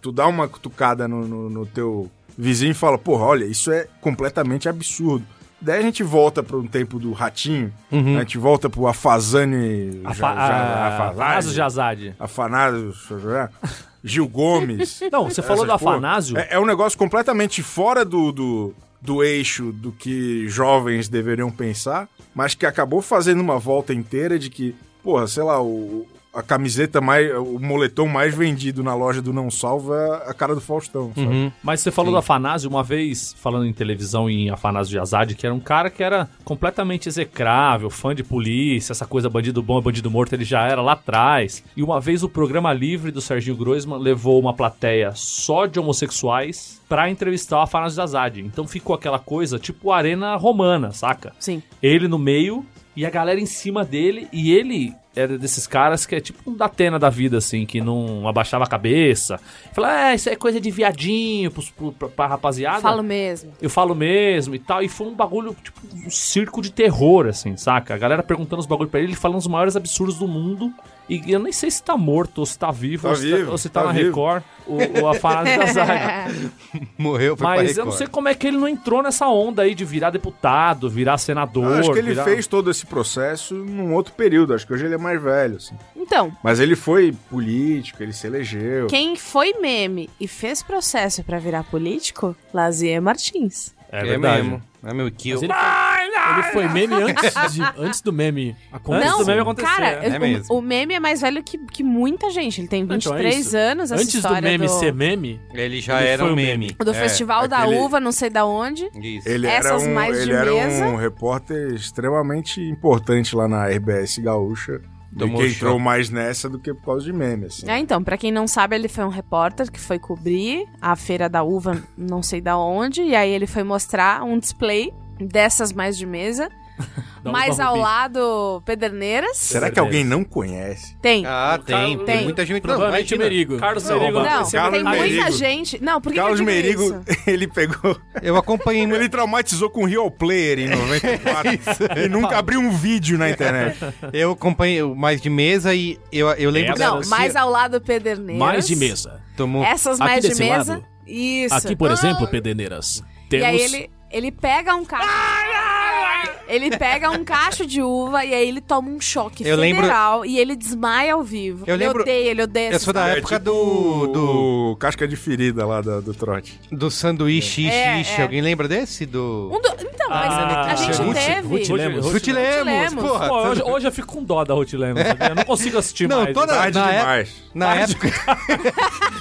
S4: tu dá uma cutucada no, no- no teu vizinho e fala, porra, olha, isso é completamente absurdo. Daí a gente volta para um tempo do ratinho,
S1: Uhum.
S4: a gente volta pro Afazane...
S5: A
S4: Ja- Ja-
S5: fa- a-
S4: Afazane-
S5: Afanásio Jazade.
S4: Afanásio... Ja- né? Gil Gomes...
S5: Não, você falou do
S4: Essas porra.
S5: Afanásio.
S4: É, é um negócio completamente fora do, do, do eixo do que jovens deveriam pensar, mas que acabou fazendo uma volta inteira de que, porra, sei lá, o, a camiseta mais. o moletom mais vendido na loja do Não Salva é a cara do Faustão. sabe?
S5: Mas você falou do Afanásio uma vez, falando em televisão em Afanásio de Azade, que era um cara que era completamente execrável, fã de polícia, essa coisa bandido bom é bandido morto, ele já era lá atrás. E uma vez o programa livre do Serginho Groisman levou uma plateia só de homossexuais pra entrevistar o Afanásio de Azade. Então ficou aquela coisa tipo arena romana, saca?
S2: Sim.
S5: Ele no meio e a galera em cima dele. E ele era desses caras que é tipo um Datena da vida, assim, que não abaixava a cabeça. Fala, ah, isso é coisa de viadinho pros, pro, pra, pra rapaziada.
S2: Falo mesmo.
S5: Eu falo mesmo e tal. E foi um bagulho, tipo, um circo de terror, assim, saca? A galera perguntando os bagulhos pra ele, ele falando os maiores absurdos do mundo. E eu nem sei se tá morto, ou se tá vivo,
S4: Tá
S5: ou, se
S4: vivo,
S5: tá, ou se tá,
S4: tá
S5: na
S4: vivo.
S5: Record, ou, ou a Fanásio da Zaga.
S1: Morreu, foi pra
S5: Mas eu não
S1: Record.
S5: sei como é que ele não entrou nessa onda aí de virar deputado, virar senador.
S4: Eu acho que ele
S5: virar-
S4: fez todo esse processo num outro período, acho que hoje ele é mais velho. assim.
S2: Então,
S4: Mas ele foi político, ele se elegeu.
S2: quem foi meme e fez processo pra virar político? Lazier Martins.
S5: É,
S1: É,
S5: verdade.
S1: mesmo. É meu kill.
S5: Mas ele foi-
S3: Ele foi meme antes, de- antes do meme acontecer.
S5: Antes
S2: Ah! não,
S5: do meme acontecer,
S2: cara,
S5: é
S2: eu- o-
S1: mesmo.
S2: o, meme é mais velho que, que muita gente. Ele tem
S3: Então é
S2: 23
S3: isso.
S2: anos, essa
S3: Antes do
S2: história
S3: meme
S2: do,
S3: ser meme,
S1: Ele já
S3: Ele
S1: era
S3: foi
S1: um
S3: o
S1: meme.
S2: do
S1: É,
S2: Festival da
S4: aquele-
S2: Uva, não sei da onde.
S1: Isso.
S4: Ele era,
S2: Essas
S4: um,
S2: mais
S4: ele
S2: de
S4: era
S2: mesa.
S4: um repórter extremamente importante lá na RBS Gaúcha. E
S1: Tomou
S4: que
S1: choque.
S4: entrou mais nessa do que por causa de meme, assim.
S2: É, então, pra quem não sabe, ele foi um repórter que foi cobrir a feira da uva, não sei da onde, e aí ele foi mostrar um display dessas mais de mesa,
S3: Da
S2: mais
S3: uva
S2: ao
S3: rubi.
S2: lado pederneiras.
S4: Será que alguém não conhece?
S2: Tem.
S1: Ah, tem.
S5: Carlos-
S1: Tem
S2: tem.
S1: muita gente. Não,
S3: provavelmente o
S1: imagina.
S3: Merigo.
S5: Carlos
S3: Não,
S5: Merigo
S3: mas-
S2: Não,
S4: Carlos
S2: tem
S4: Merigo.
S2: muita gente. Não, por que
S4: Carlos
S2: que eu digo
S4: Merigo,
S2: isso?
S4: ele pegou.
S1: Eu acompanhei muito.
S4: Ele traumatizou com o Real Player
S1: É.
S4: em 94 e nunca abriu um vídeo na internet.
S1: Eu acompanhei o mais de mesa e eu, eu lembro
S5: É,
S1: que
S2: Não,
S1: você
S2: mais ao lado pederneiras.
S3: mais de mesa.
S1: tomou.
S2: Essas
S3: Aqui
S2: mais de
S3: desse
S2: mesa.
S3: lado?
S2: Isso.
S3: Aqui, por exemplo, Pedeneiras,
S2: E
S3: temos
S2: aí ele, ele pega um cacho. Ele pega um cacho de uva e aí ele toma um choque
S1: Eu lembro-
S2: federal e ele desmaia ao vivo.
S1: Eu lembro-
S2: Ele odeia, ele odeia.
S1: Eu
S2: essa
S1: sou da
S4: É
S1: época
S4: tipo
S1: do, do,
S4: o Casca de ferida lá da- do, trote.
S1: do sanduíche,
S2: É,
S1: ishi, ishi.
S2: é.
S1: Alguém lembra desse? Do...
S2: Um do- Então, mas
S5: Ah,
S2: a gente
S1: Ruth-
S2: teve.
S3: Ruth
S5: Hoje-
S3: Lemos.
S5: hoje-
S1: Ruth Lemos,
S2: Lemos.
S1: porra.
S5: Pô, hoje, hoje eu fico com dó da Ruth Lemos, sabia? Eu não consigo assistir
S1: Não,
S5: mais.
S1: toda-
S5: Tá-
S4: Tarde
S1: na é-
S4: demais.
S1: Na época.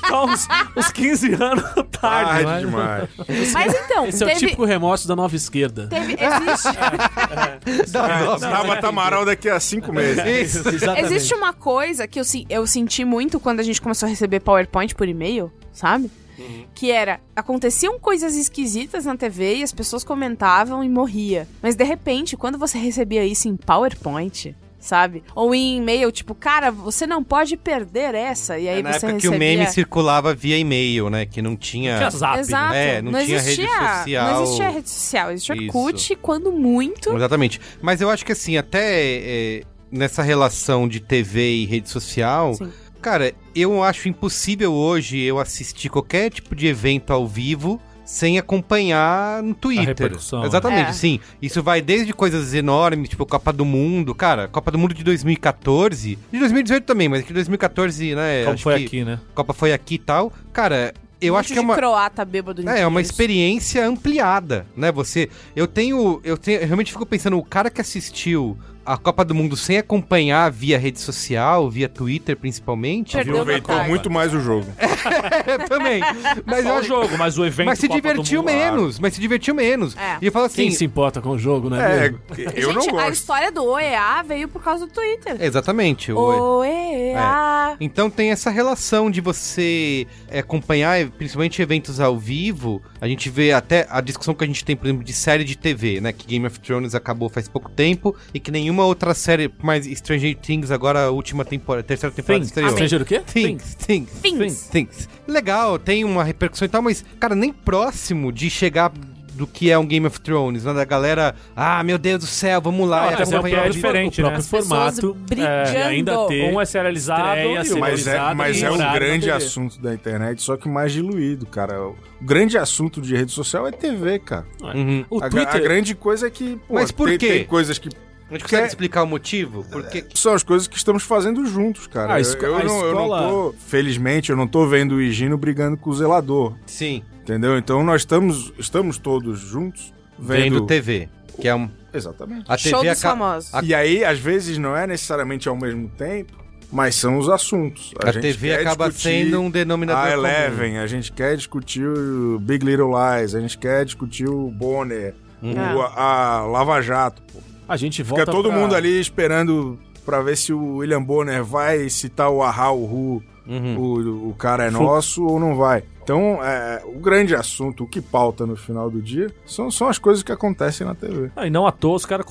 S5: Tá uns, uns 15 anos tá tarde.
S4: Tarde demais.
S2: Mas então,
S3: Esse é o
S2: teve.
S1: tipo-
S3: típico remorso da nova esquerda.
S2: teve- existe,
S1: da nova.
S4: Estava Tamaral daqui a cinco meses.
S1: Isso.
S3: Exatamente.
S2: existe uma coisa que eu, se- eu senti muito quando a gente começou a receber PowerPoint por e-mail, sabe?
S1: Uhum.
S2: Que era, aconteciam coisas esquisitas na TV e as pessoas comentavam e morria. Mas de repente, quando você recebia isso em PowerPoint, sabe? Ou em e-mail, tipo, cara, você não pode perder essa. E aí
S1: É na
S2: você
S1: época que
S2: recebia...
S1: o meme circulava via e-mail, né? Que não tinha.
S5: Tinha zap,
S2: Exato.
S5: né?
S1: É, não tinha rede
S2: existia,
S1: social.
S2: Não existia rede social. Existia
S1: Isso.
S2: Orkut, quando muito.
S1: Exatamente. Mas eu acho que assim, até é, nessa relação de TV e rede social.
S2: Sim.
S1: Cara, eu acho impossível hoje eu assistir qualquer tipo de evento ao vivo sem acompanhar no Twitter.
S5: repercussão, né?
S1: Exatamente,
S2: É.
S1: sim. Isso vai desde coisas enormes, tipo Copa do Mundo, cara, Copa do Mundo de 2014, de 2018 também, mas que 2014, né?
S5: Como
S1: acho
S5: foi
S1: que
S5: aqui, né?
S1: Copa foi aqui e tal. Cara, eu
S2: Um
S1: acho
S2: monte
S1: que é
S2: de
S1: uma
S2: croata bêbado em
S1: é, é uma
S2: Pinheiros.
S1: experiência ampliada, né? Você. Eu tenho. Eu tenho. Eu realmente fico pensando, o cara que assistiu a Copa do Mundo sem acompanhar via rede social, via Twitter principalmente.
S2: Perdeu
S4: Aproveitou
S2: detalhe.
S4: muito mais o jogo.
S1: É, também. Mas
S5: Só
S1: eu
S5: o
S1: acho.
S5: jogo, mas o evento
S1: Mas se
S5: Copa do
S1: divertiu
S5: Mundo, claro.
S1: menos, mas se divertiu menos.
S2: É.
S1: E eu falo assim.
S3: Quem se importa com o jogo, né?
S4: É,
S3: mesmo?
S4: eu
S2: Gente,
S4: não
S2: a
S4: gosto.
S2: história do OEA veio por causa do Twitter.
S1: Exatamente. o-
S4: É.
S2: OEA.
S1: Então tem essa relação de você é, acompanhar, eh, principalmente eventos ao vivo. A gente vê até a discussão que a gente tem, por exemplo, de série de TV, né? Que Game of Thrones acabou faz pouco tempo e que nenhuma outra série, mais Stranger Things agora a última temporada, terceira temporada
S5: Things.
S1: estreou.
S3: Stranger o quê?
S1: Things, things,
S2: Things.
S1: things, things. Legal, tem uma repercussão e tal, mas, cara, nem próximo de chegar do que é um Game of Thrones, né? Da galera, ah, meu Deus do céu, vamos lá.
S5: Não,
S1: e
S5: até porque
S1: acompanhar
S5: é
S1: o-
S5: diferente,
S3: o próprio
S5: né?
S3: formato.
S2: Pessoas brigando.
S3: e ainda ter
S5: Um é serializado
S3: estreia,
S5: e o
S4: Mas é,
S3: Polarizado
S4: mas
S3: e
S4: é um
S3: horário na
S4: grande
S3: TV.
S4: assunto da internet, só que mais diluído, cara. O grande assunto de rede social é TV, cara.
S1: Uhum.
S3: O
S4: a, gra- a
S3: Twitter,
S4: grande coisa é que. pô,
S1: Mas por
S4: tem,
S1: quê?
S4: tem coisas que.
S1: A gente consegue
S4: É.
S1: explicar o motivo? Porque
S4: São as coisas que estamos fazendo juntos, cara.
S3: A
S4: Eu-
S3: esco-
S4: eu,
S3: a
S4: não, eu não
S3: escola-
S4: tô. Felizmente, eu não tô vendo o Higino brigando com o zelador.
S1: sim,
S4: Entendeu? Então nós estamos, estamos todos juntos vendo.
S1: vendo TV, que é um
S4: Exatamente.
S1: A
S2: Show
S1: TV
S2: dos
S1: aca-
S2: famosos.
S1: A-
S4: E aí, às vezes, não é necessariamente ao mesmo tempo, mas são os assuntos.
S1: A, TV
S4: quer
S1: acaba
S4: discutir Ah, é
S1: sendo um denominador
S4: A
S1: comum.
S4: Eleven, a gente quer discutir o Big Little Lies, a gente quer discutir o Bonner, o- a, a Lava Jato. Pô.
S3: a gente volta
S4: Fica todo
S3: pra-
S4: mundo ali esperando pra ver se o William Bonner vai citar o Ahá, o Hu,
S1: Uhum.
S4: o, o cara é nosso ou não vai. Então, é, o grande assunto, o que pauta no final do dia, são, são as coisas que acontecem na TV.
S5: Ah, e não à toa, os caras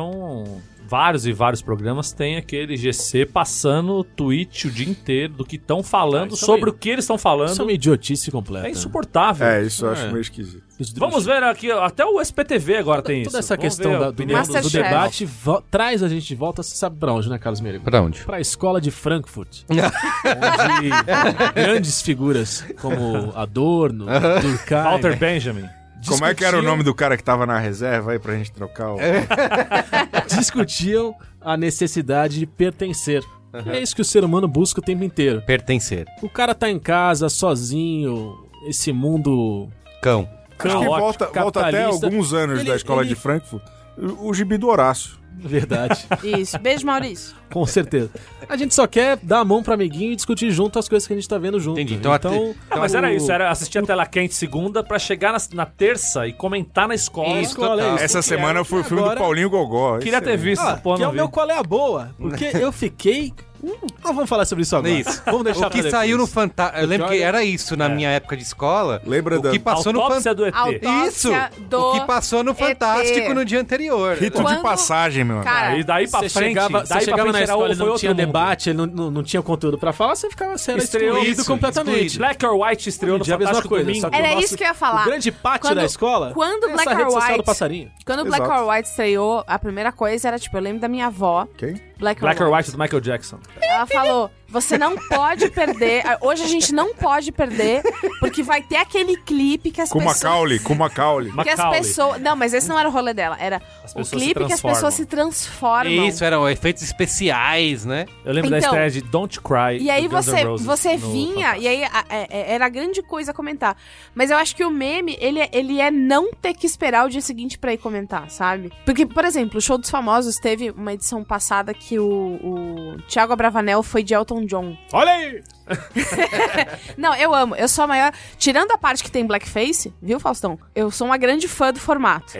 S5: colocaram vários e vários programas. Tem aquele GC passando o tweet o dia inteiro do que estão falando,
S3: Ah, isso é
S5: sobre
S3: meio-
S5: o que eles estão falando.
S3: Isso é uma idiotice completa.
S5: É insuportável.
S4: É, isso eu acho
S3: É.
S4: meio esquisito.
S3: Isso-
S5: Vamos ver aqui, ó, até o SPTV agora tem isso.
S3: Toda essa
S5: Vamos
S3: questão
S5: ver a
S3: da- do,
S5: opinião
S3: do-
S5: dos-
S3: do
S2: Masterchef.
S3: debate vo- traz a gente de volta, você sabe pra onde, né, Carlos Meire?
S1: Pra onde?
S3: Pra escola de Frankfurt. onde
S5: É.
S3: grandes figuras como Adorno, Durkheim...
S5: Walter Benjamin.
S4: Como é que era o
S3: discutiam-
S4: nome do cara que tava na reserva aí pra gente trocar o...
S3: Discutiam a necessidade de pertencer. É isso que o ser humano busca o tempo inteiro.
S1: Pertencer.
S3: O cara tá em casa, sozinho, esse mundo
S1: Cão.
S4: Acho que
S3: Caótico,
S4: volta, volta até
S3: capitalista.
S4: alguns anos
S3: Ele-
S4: da escola
S3: ele-
S4: de Frankfurt. O, o gibi do Horácio.
S3: Verdade,
S2: Isso. Beijo, Maurício.
S3: com certeza. A gente só quer dar a mão pro amiguinho e discutir junto as coisas que a gente tá vendo junto.
S1: Entendi, então até-
S5: Ah, mas era
S3: o-
S5: isso, era assistir a tela quente segunda pra chegar na, na terça e comentar na escola.
S1: Isso,
S3: Escola,
S1: total.
S3: é isso.
S4: Essa
S3: Porque
S4: semana
S3: é-
S4: foi o filme
S3: agora-
S4: do Paulinho Gogó.
S5: Queria ter
S4: Excelente.
S5: visto,
S3: Ah,
S5: pô,
S3: que é
S5: não
S3: o
S5: vi.
S3: meu qual é a boa, porque eu fiquei... Hum, não vamos falar sobre isso agora.
S1: Isso.
S3: Vamos deixar
S1: O que
S3: pra
S1: saiu no
S3: depois.
S1: Fantástico. Eu lembro que
S3: Joga-
S1: era isso na minha época de escola.
S4: Lembra
S1: o
S4: da-
S1: que passou no
S5: Autópsia
S1: Fantástico.
S5: do ET.
S2: Auto-
S1: Isso!
S2: Autópsia do
S1: O que passou no
S2: ET.
S1: Fantástico no dia anterior.
S4: é Rito
S2: Quando-
S4: de passagem, meu amigo.
S2: Cara,
S5: Aí daí pra
S3: Você
S5: frente,
S3: chegava, você
S5: daí pra
S3: chegava
S5: frente
S3: na
S5: era
S3: escola e
S5: ou foi
S3: não
S5: outro
S3: tinha
S5: mundo.
S3: debate, não, não, não tinha conteúdo pra falar, você ficava sendo
S5: Estreou
S3: excluído
S1: isso,
S3: completamente.
S1: excluído.
S5: Black or White
S3: Hoje
S5: estreou
S3: em
S5: no
S3: dia é a mesma
S5: Fantástico
S3: coisa,
S5: Domingo.
S3: só que
S2: Era
S3: o nosso-
S2: isso que eu ia falar.
S3: O grande pátio
S2: Quando-
S3: da escola
S2: quando
S3: tem essa
S2: Black
S3: rede
S2: or
S3: social do
S2: White-
S3: passarinho.
S2: Quando o Black
S4: Exato.
S2: or White estreou, a primeira coisa era, tipo, eu lembro da minha avó,
S4: Quem?
S2: Black,
S5: Black or White do Michael Jackson.
S2: Ela falou: você não pode perder. Ah, Hoje a gente não pode perder, porque vai ter aquele clipe que as
S4: Com
S2: pessoas.
S4: Macaulay, com Macaulay.
S2: Que as
S5: Macaulay.
S2: pessoas. Não, mas esse não era o rolê dela. Era
S5: As
S2: o
S5: pessoas se
S2: clipe que as
S5: transformam.
S2: pessoas se transformam.
S1: Isso, eram efeitos especiais, né?
S5: Eu lembro da
S2: Então,
S5: estreia de Don't Cry.
S2: E aí
S5: do Guns N'
S2: você,
S5: Roses
S2: você
S5: no
S2: vinha,
S5: Fantástico.
S2: e aí a- é- é- era grande coisa comentar. Mas eu acho que o meme, ele, é- ele é não ter que esperar o dia seguinte pra ir comentar, sabe? Porque, por exemplo, o Show dos Famosos teve uma edição passada que o, o Thiago Abravanel foi de Elton John.
S5: Olha aí!
S2: Não, eu amo. Eu sou a maior... Tirando a parte que tem blackface, viu, Faustão? Eu sou uma grande fã do formato.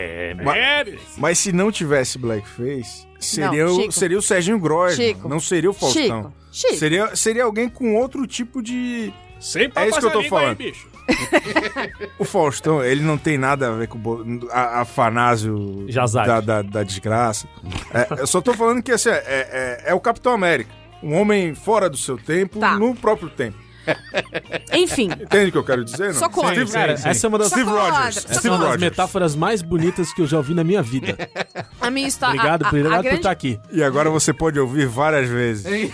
S4: Mas se não tivesse blackface, seria,
S2: Não,
S4: o,
S2: Chico.
S4: seria o Serginho Gross.
S2: Chico.
S4: Não seria o Faustão.
S2: Chico, Chico.
S4: Seria, seria alguém com outro tipo de.
S3: Sempre
S4: É isso que eu tô falando. O Faustão, ele não tem nada a ver com o Bo- a, a Fanásio
S5: Jazade.
S4: da, da, da desgraça. É, eu só tô falando que assim, é, é- é o Capitão América. Um homem fora do seu tempo,
S2: Tá.
S4: no próprio tempo.
S2: Enfim,
S4: Entende o que eu quero dizer? Não?
S2: só contra.
S4: Steve,
S3: Cara,
S5: sim.
S3: essa é uma das,
S2: Só
S4: Steve
S2: quadra,
S4: Rogers.
S2: só
S4: Steve
S3: essa é uma das
S4: Rogers.
S3: metáforas mais bonitas que eu já ouvi na minha vida.
S2: A minha história.
S3: Obrigado,
S2: a, a,
S3: por- obrigado
S2: a
S3: por
S2: grande...
S3: estar tá aqui.
S4: E agora você pode ouvir várias vezes.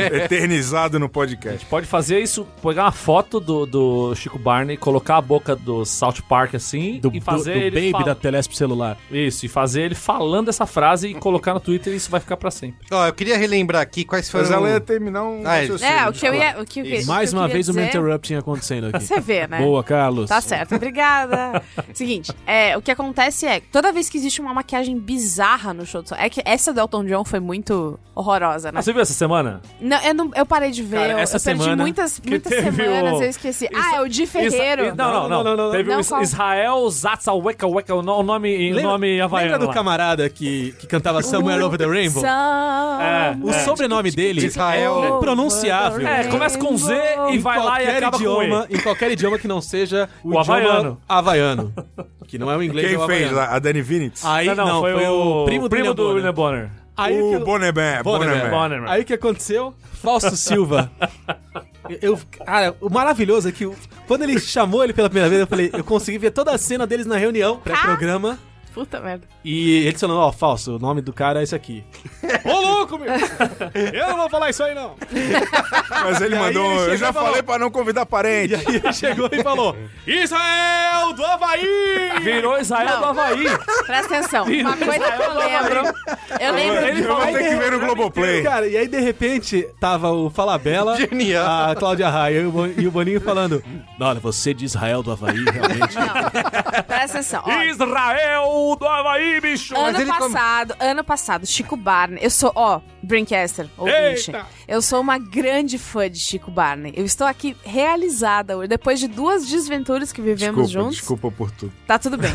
S4: Eternizado no podcast.
S5: Pode fazer isso, pegar uma foto do, do Chico Barney, colocar a boca do South Park assim
S3: Do,
S5: e fazer
S3: do- do
S5: ele
S3: baby
S5: fal-
S3: da Telesp celular.
S5: Isso, e fazer ele falando essa frase e colocar no Twitter e isso vai ficar pra sempre.
S1: Ó, eu queria relembrar aqui quais foram...
S4: Mas ela ia terminar um.
S1: Ah, é.
S4: raciocínio,
S2: É, o que eu
S4: desculpa.
S2: ia. O que, o que,
S3: Mais
S2: o que eu
S3: uma
S2: queria
S3: vez uma
S2: dizer- é
S3: interrupting acontecendo aqui.
S2: Você vê, né?
S3: Boa, Carlos.
S2: Tá certo, obrigada. Seguinte, é, o que acontece é, toda vez que existe uma maquiagem bizarra no show do South- É que essa do Elton John foi muito horrorosa, né?
S5: Ah, você viu essa semana?
S2: Não, eu, não- eu parei de ver,
S5: Cara,
S2: eu,
S5: essa
S2: eu perdi
S5: semana
S2: muitas,
S5: que
S2: muitas
S5: teve
S2: semanas,
S5: o-
S2: eu esqueci.
S5: Isa-
S2: Ah, é o Di Ferreiro.
S5: Isa- não, não, não,
S3: Não, não, não.
S5: Teve
S2: Não,
S5: o Is-
S2: qual?
S5: Israel Zatzaweka, Weka, o no- o nome, o um nome havaiano.
S3: lembra do
S5: lá.
S3: camarada que, que cantava Somewhere Over the Rainbow?
S2: Sam-
S5: É.
S3: O sobrenome dele
S1: Israel.
S3: é impronunciável.
S5: É, começa com Z e
S3: Em
S5: vai lá e
S3: qualquer
S5: acaba com
S3: idioma,
S5: E.
S3: Em qualquer idioma que não seja o,
S5: O
S3: idioma
S5: havaiano.
S3: havaiano. Que não é o inglês, é o
S4: Quem fez?
S3: havaiano.
S4: A a Dani Vinitz?
S3: Aí, não, foi, o primo, do, William
S5: William
S3: Bonner.
S5: Bonner.
S3: Aí
S4: o
S3: que-
S4: Bonnemé. Bonnemé.
S5: Bonnemé.
S3: Aí o que aconteceu? Falso Silva. Eu, cara, o maravilhoso é que o- quando ele chamou ele pela primeira vez, eu falei, eu consegui ver toda a cena deles na reunião, pré-programa.
S2: Puta merda.
S3: E ele falando, ó, falso, o nome do cara é esse aqui. Ô, louco, meu! Eu não vou falar isso aí, não!
S4: Mas ele
S3: E aí
S4: mandou. um-
S3: ele
S4: eu
S3: chegou
S4: já
S3: e falou-
S4: falei pra não convidar
S3: E
S4: parente.
S3: aí ele chegou e falou, Israel do Havaí!
S5: Virou Israel
S2: Não.
S5: do Havaí.
S2: Presta atenção, uma coisa que eu lembro. Eu
S4: Eu
S2: lembro.
S4: vou
S5: falou-
S4: ter que ver no Globoplay.
S3: Cara, e aí de repente tava o Falabella,
S1: Genial.
S3: a Cláudia Raia e o Bo- e o Boninho falando: Olha, você é de Israel do Havaí, realmente.
S2: Não, presta atenção. ó.
S5: Israel do Havaí, bicho!
S1: Mas ele
S2: Ano
S1: come-
S2: passado, ano passado, Chico Barney. Eu sou, ó, Brincaster, ouvinte.
S5: Eita!
S2: Eu sou uma grande fã de Chico Barney. Eu estou aqui realizada hoje, depois de duas desventuras que vivemos
S4: Desculpa,
S2: juntos.
S4: desculpa por tudo.
S2: Tá tudo bem.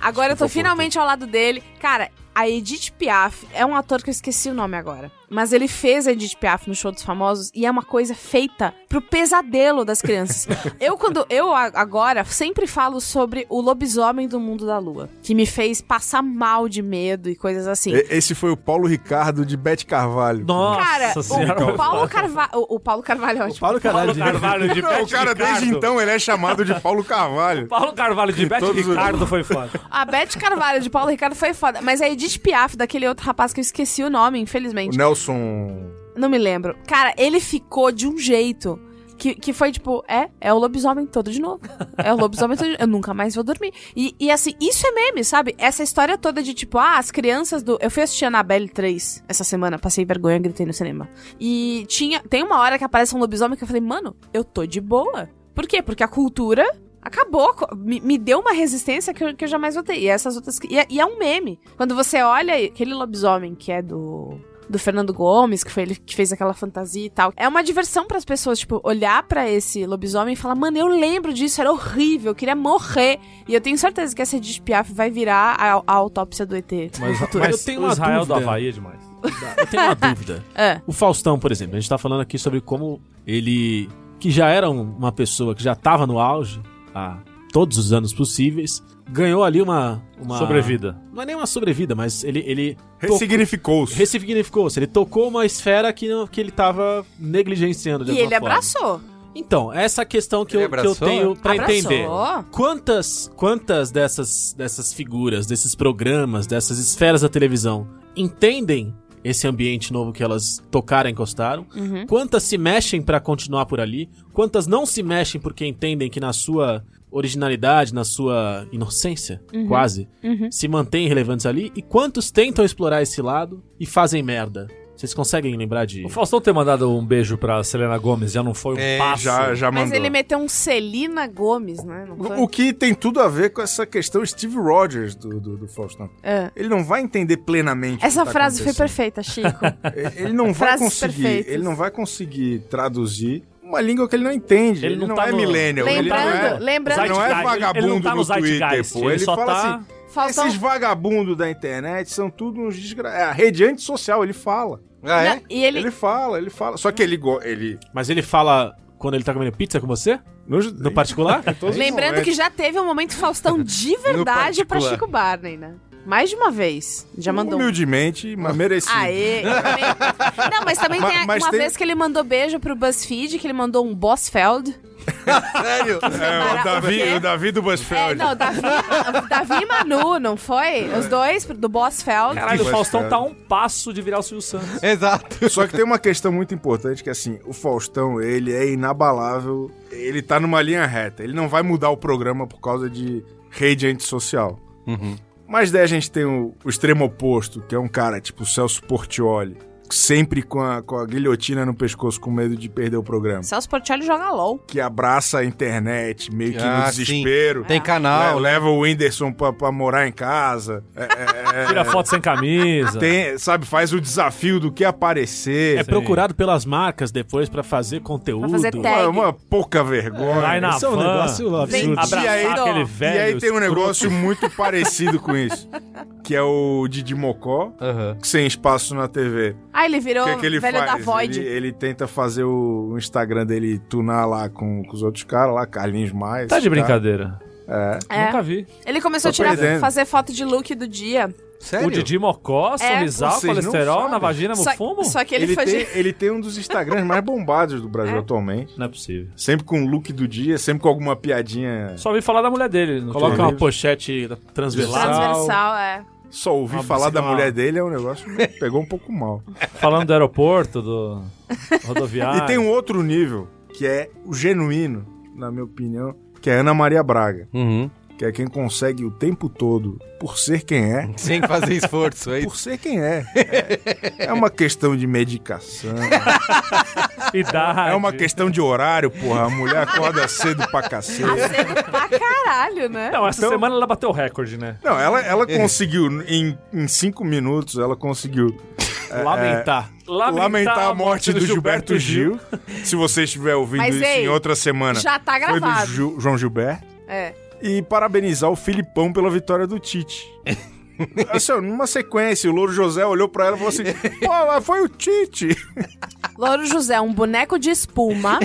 S2: Agora eu tô finalmente ao lado dele. Cara, a Edith Piaf é um ator que eu esqueci o nome agora. Mas ele fez a Edith Piaf no Show dos Famosos e é uma coisa feita pro pesadelo das crianças. eu quando eu a- agora sempre falo sobre o lobisomem do mundo da lua, que me fez passar mal de medo e coisas assim.
S4: E- Esse foi o Paulo Ricardo de Bete Carvalho.
S5: Nossa
S2: Cara,
S5: senhora.
S2: o Paulo Carvalho, o, o Paulo Carvalho é
S3: O
S2: ótimo.
S3: Paulo Carvalho de
S5: Carvalho de
S4: Não, o
S5: Bete
S4: cara desde
S5: Ricardo.
S4: então ele é chamado de Paulo Carvalho.
S5: Paulo Carvalho de Bete
S4: todos os-
S5: Ricardo foi foda.
S2: A Beth Carvalho de Paulo Ricardo foi foda, mas a Edith Piaf daquele outro rapaz que eu esqueci o nome, infelizmente.
S4: O Nelson.
S2: Não me lembro. Cara, ele ficou de um jeito. Que, que foi tipo, é, é o lobisomem todo de novo. É o lobisomem todo de Eu nunca mais vou dormir. E, e assim, isso é meme, sabe? Essa história toda de tipo, ah, as crianças do. Eu fui assistir Annabelle 3 essa semana, passei vergonha, gritei no cinema. E tinha. Tem uma hora que aparece um lobisomem que eu falei, mano, eu tô de boa. Por quê? Porque a cultura acabou. co- Me, me deu uma resistência que eu, que eu jamais vou ter. E essas outras. que- E é, e é um meme. Quando você olha aquele lobisomem que é do do Fernando Gomes, que foi ele que fez aquela fantasia e tal. É uma diversão pras pessoas, tipo, olhar pra esse lobisomem e falar: "Mano, eu lembro disso, era horrível, eu queria morrer". E eu tenho certeza que essa Edith Piaf vai virar a, a autópsia do ET.
S5: Mas,
S3: mas eu tenho uma
S5: o Israel
S3: dúvida.
S5: do Havaí é demais.
S3: Eu tenho uma dúvida.
S2: É.
S3: O Faustão, por exemplo, a gente tá falando aqui sobre como ele, que já era um- uma pessoa que já tava no auge há todos os anos possíveis, ganhou ali uma. uma
S5: Sobrevida.
S3: Não é nem uma sobrevida, mas ele, ele tocou-
S4: Ressignificou-se.
S3: ressignificou-se. Ele tocou uma esfera que, não- que ele tava negligenciando de
S2: E
S3: alguma
S2: ele
S3: forma.
S2: abraçou.
S3: Então, essa é a questão que,
S1: Ele
S3: eu, que eu
S1: abraçou?
S3: tenho pra
S2: Abraçou.
S3: entender. Quantas, quantas dessas, dessas figuras, desses programas, dessas esferas da televisão entendem esse ambiente novo que elas tocaram, e encostaram? Quantas se mexem pra continuar por ali? Quantas não se mexem porque entendem que na sua originalidade, na sua inocência, quase, se mantêm relevantes ali? E quantos tentam explorar esse lado e fazem merda? Vocês conseguem lembrar de...
S5: O Faustão ter mandado um beijo pra Selena Gomes já não foi um
S1: É,
S5: passo.
S4: Já, já mandou.
S2: Mas ele meteu um Celina Gomes, né? Não foi?
S4: O que tem tudo a ver com essa questão Steve Rogers do, do, do Faustão.
S2: É.
S4: Ele não vai entender plenamente. o que
S2: Essa
S4: tá
S2: frase foi
S4: acontecendo.
S2: perfeita, Chico.
S4: Ele não vai
S2: Frases
S4: conseguir.
S2: perfeitas.
S4: Ele não vai conseguir traduzir uma língua que ele não entende. Ele,
S5: Ele
S4: não,
S5: não tá
S4: é
S5: no-
S4: millennial.
S2: Lembrando-
S4: ele não é,
S2: lembrando-
S4: ele não é
S5: Zeitgeist, ele-
S4: vagabundo
S5: ele não tá no
S4: no Twitter,
S5: Zeitgeist,
S4: pô.
S5: ele
S4: Ele,
S5: só
S4: fala
S5: tá-
S4: assim.
S2: Faustão.
S4: Esses vagabundos da internet são tudo uns desgraçados. É a rede antissocial, ele fala.
S1: Ah, é?
S2: Não, e ele,
S4: Ele fala, ele fala. Só que ele. go- ele...
S3: Mas ele fala quando ele tá comendo pizza com você?
S4: No,
S3: No particular?
S4: Todos os
S2: Lembrando
S4: momentos.
S2: que já teve um momento Faustão de verdade pra
S1: particular.
S2: Chico Barney, né? Mais de uma vez. Já mandou. um.
S4: Humildemente, mas merecido.
S2: Aê, e também... Não, mas também
S4: Ma-
S2: tem a-
S4: mas
S2: uma
S4: tem-
S2: vez que ele mandou beijo pro BuzzFeed, que ele mandou um Bossfeld.
S1: Sério?
S4: É, o
S2: Para- o
S4: Davi,
S2: quê?
S4: o Davi do BuzzFeed.
S2: É, não, Davi, Davi e Manu, não foi? Os dois do Bossfeld.
S5: Caralho, o
S4: Que
S5: Faustão tá
S4: bastardo.
S5: a um passo de virar o Silvio Santos.
S1: Exato.
S4: Só que tem uma questão muito importante que assim, o Faustão, ele é inabalável, ele tá numa linha reta, ele não vai mudar o programa por causa de rede antissocial.
S1: Uhum.
S4: Mas daí a gente tem o, o extremo oposto, que é um cara tipo o Celso Portioli, sempre com a, com a guilhotina no pescoço com medo de perder o programa,
S2: Celso Portioli joga LOL.
S4: que abraça a internet meio que
S1: Ah,
S4: no
S1: sim.
S4: desespero.
S1: Tem
S4: Le-
S1: canal. né?
S4: Leva o Whindersson pra, pra morar em casa. É, é, é.
S5: Tira foto sem
S1: Tá.
S5: camisa.
S4: Tem, sabe, faz o desafio do que aparecer.
S3: É procurado pelas marcas depois pra fazer conteúdo.
S2: Pra fazer tag.
S4: Uma, uma pouca vergonha.
S5: Vai na
S3: Isso é um
S5: van,
S3: negócio absurdo.
S5: Abraçar
S4: E aí-
S5: aquele
S4: E
S5: velho.
S4: aí tem um
S5: escroto.
S4: negócio muito parecido com isso, que é o Didi Mocó,
S1: Aham.
S4: sem espaço na TV.
S2: Ah, ele
S4: O
S2: virou
S4: que, é que ele
S2: velho
S4: faz?
S2: da Void.
S4: Ele, ele tenta fazer o, o Instagram dele tunar lá com, com os outros caras, lá, Carlinhos Mais.
S5: Tá de
S4: cara.
S5: brincadeira.
S2: É.
S5: Nunca vi.
S2: Ele
S4: Tô
S2: começou a tirar,
S4: perdendo.
S2: fazer foto de look do dia.
S1: Sério?
S5: O Didi Mocó, sorrisal,
S4: vocês não
S5: colesterol
S4: sabem.
S5: na vagina, no
S2: É. Só,
S5: fumo?
S2: só que ele,
S4: Ele,
S2: foi
S4: tem,
S2: de-
S4: ele tem um dos Instagrams mais bombados do Brasil atualmente.
S5: Não é possível.
S4: Sempre com o look do dia, sempre com alguma piadinha.
S5: Só vi falar da mulher dele. no
S3: Coloca
S5: Twitter.
S3: uma pochete transversal.
S2: transversal, é.
S4: Só ouvir
S3: Uma
S4: falar da
S3: bicicleta.
S4: mulher dele é um negócio que pegou um pouco mal.
S5: Falando do aeroporto, do rodoviário.
S4: E tem um outro nível, que é o genuíno, na minha opinião, que é a Ana Maria Braga,
S1: Uhum.
S4: que é quem consegue o tempo todo, por ser quem é,
S1: Sem fazer esforço, é isso.
S4: por ser quem é. É, é uma questão de medicação,
S5: Idade.
S4: é uma questão de horário, porra. A mulher acorda cedo pra cacete.
S2: Cedo pra caralho, né?
S5: Não, essa
S4: Então-
S5: semana ela bateu o recorde, né?
S4: Não, ela, ela conseguiu, em, em cinco minutos, ela conseguiu
S3: Lamentar.
S4: lamentar, a morte do Gilberto, Gil. Se você estiver ouvindo
S2: Mas,
S4: isso
S2: ei,
S4: em outra semana,
S2: Já tá
S4: foi do
S2: gravado.
S4: Ju- João Gilberto.
S2: É.
S4: e parabenizar o Filipão pela vitória do Tite. Assim, ó, numa sequência, o Louro José olhou pra ela e falou assim: Pô, mas foi o Tite.
S2: Louro José, um boneco de espuma,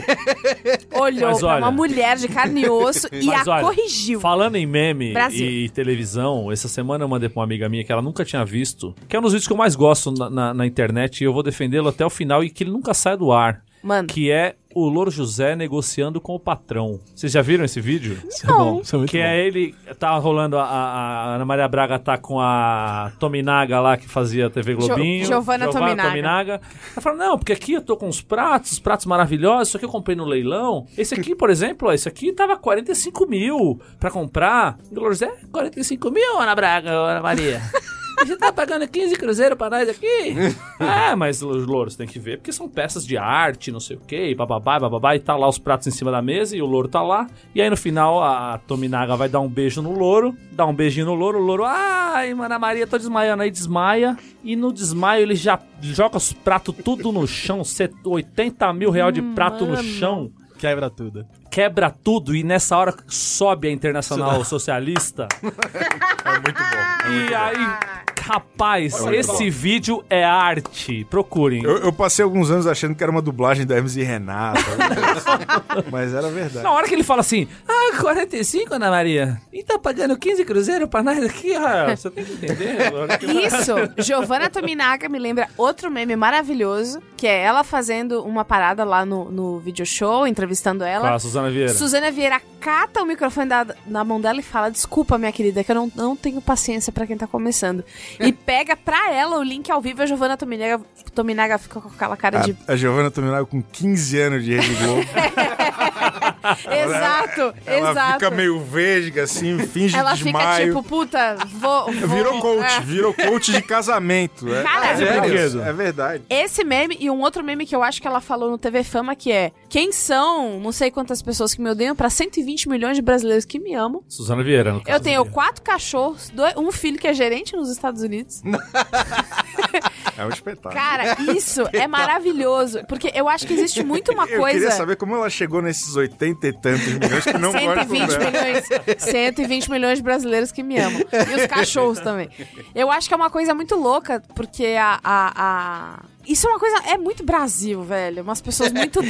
S2: olhou
S5: Mas
S2: pra
S5: olha-
S2: uma mulher de carne e osso e a
S5: Mas olha,
S2: corrigiu.
S5: Falando em meme
S2: Brasil.
S5: e televisão, essa semana eu mandei pra uma amiga minha que ela nunca tinha visto, que é um dos vídeos que eu mais gosto na, na- na internet e eu vou defendê-lo até o final e que ele nunca sai do ar.
S2: Mano,
S5: Que é o Louro José negociando com o patrão. Vocês já viram esse vídeo?
S3: Isso
S4: Tá
S3: é bom, isso é muito
S5: Que é ele, tá rolando, a, a- a Ana Maria Braga tá com a Tominaga lá, que fazia a TV Globinho.
S2: Giovanna Tominaga.
S5: Ela fala, não, porque aqui eu tô com uns pratos, uns pratos maravilhosos, isso aqui eu comprei no leilão. Esse aqui, por exemplo, ó, esse aqui tava 45 mil pra comprar. E o Louro José, 45 mil, Ana Braga, Ana Maria. E Você tá pagando 15 cruzeiro pra nós aqui? é, mas, Louro, você tem que ver, porque são peças de arte, não sei o quê, e bababá, e bababá, e tá lá os pratos em cima da mesa, e o Louro tá lá. E aí, no final, a Tominaga vai dar um beijo no Louro, dá um beijinho no Louro, o Louro, ai, Ana Maria, tô desmaiando. Aí desmaia, e no desmaio ele já joga os pratos tudo no chão, set- 80 mil real de prato no chão
S3: Quebra tudo.
S5: quebra tudo e nessa hora sobe a Internacional Socialista. É muito bom. É e aí, rapaz, esse vídeo é arte. Procurem.
S4: Eu, eu passei alguns anos achando que era uma dublagem da Hermes e Renata. mas era verdade.
S5: Na hora que ele fala assim, ah, 45, Ana Maria, e tá pagando 15 cruzeiro pra nós aqui, ó. Você tem que entender. mano, que-
S2: Isso, Giovanna Tominaga me lembra outro meme maravilhoso, que é ela fazendo uma parada lá no, no video show, entrevistando
S5: Com a
S2: ela.
S5: Suzana Vieira.
S2: Suzana Vieira cata o microfone da- na mão dela e fala: Desculpa, minha querida, que eu não, não tenho paciência pra quem tá começando. E pega pra ela o link ao vivo e a Giovanna Tominaga, Tominaga fica com aquela cara de.
S4: A, a Giovanna Tominaga com 15 anos de Rede Globo.
S2: Exato,
S4: ela
S2: É, exato.
S4: fica meio vesga, assim, finge
S2: Ela fica
S4: desmaio.
S2: tipo, puta, vou. vou-
S4: Virou coach,
S2: É.
S4: virou coach de casamento. É,
S2: Cara,
S4: é, verdade.
S3: brinquedo.
S4: é verdade.
S2: Esse meme e um outro meme que eu acho que ela falou no TV Fama, que é Quem são não sei quantas pessoas que me odeiam pra 120 milhões de brasileiros que me amam.
S5: Suzana Vieira, no caso.
S2: Eu tenho quatro cachorros, dois- um filho que é gerente nos Estados Unidos.
S4: É um espetáculo.
S2: Cara, isso é maravilhoso. Porque eu acho que existe muito uma
S4: eu queria
S2: coisa.
S4: saber como ela chegou nesses 80 e tantos milhões que não gosta
S2: 120
S4: dela.
S2: milhões, 120 milhões de brasileiros que me amam. E os cachorros também. Eu acho que é uma coisa muito louca, porque a. a- a- Isso é uma coisa. É muito Brasil, velho. Umas pessoas muito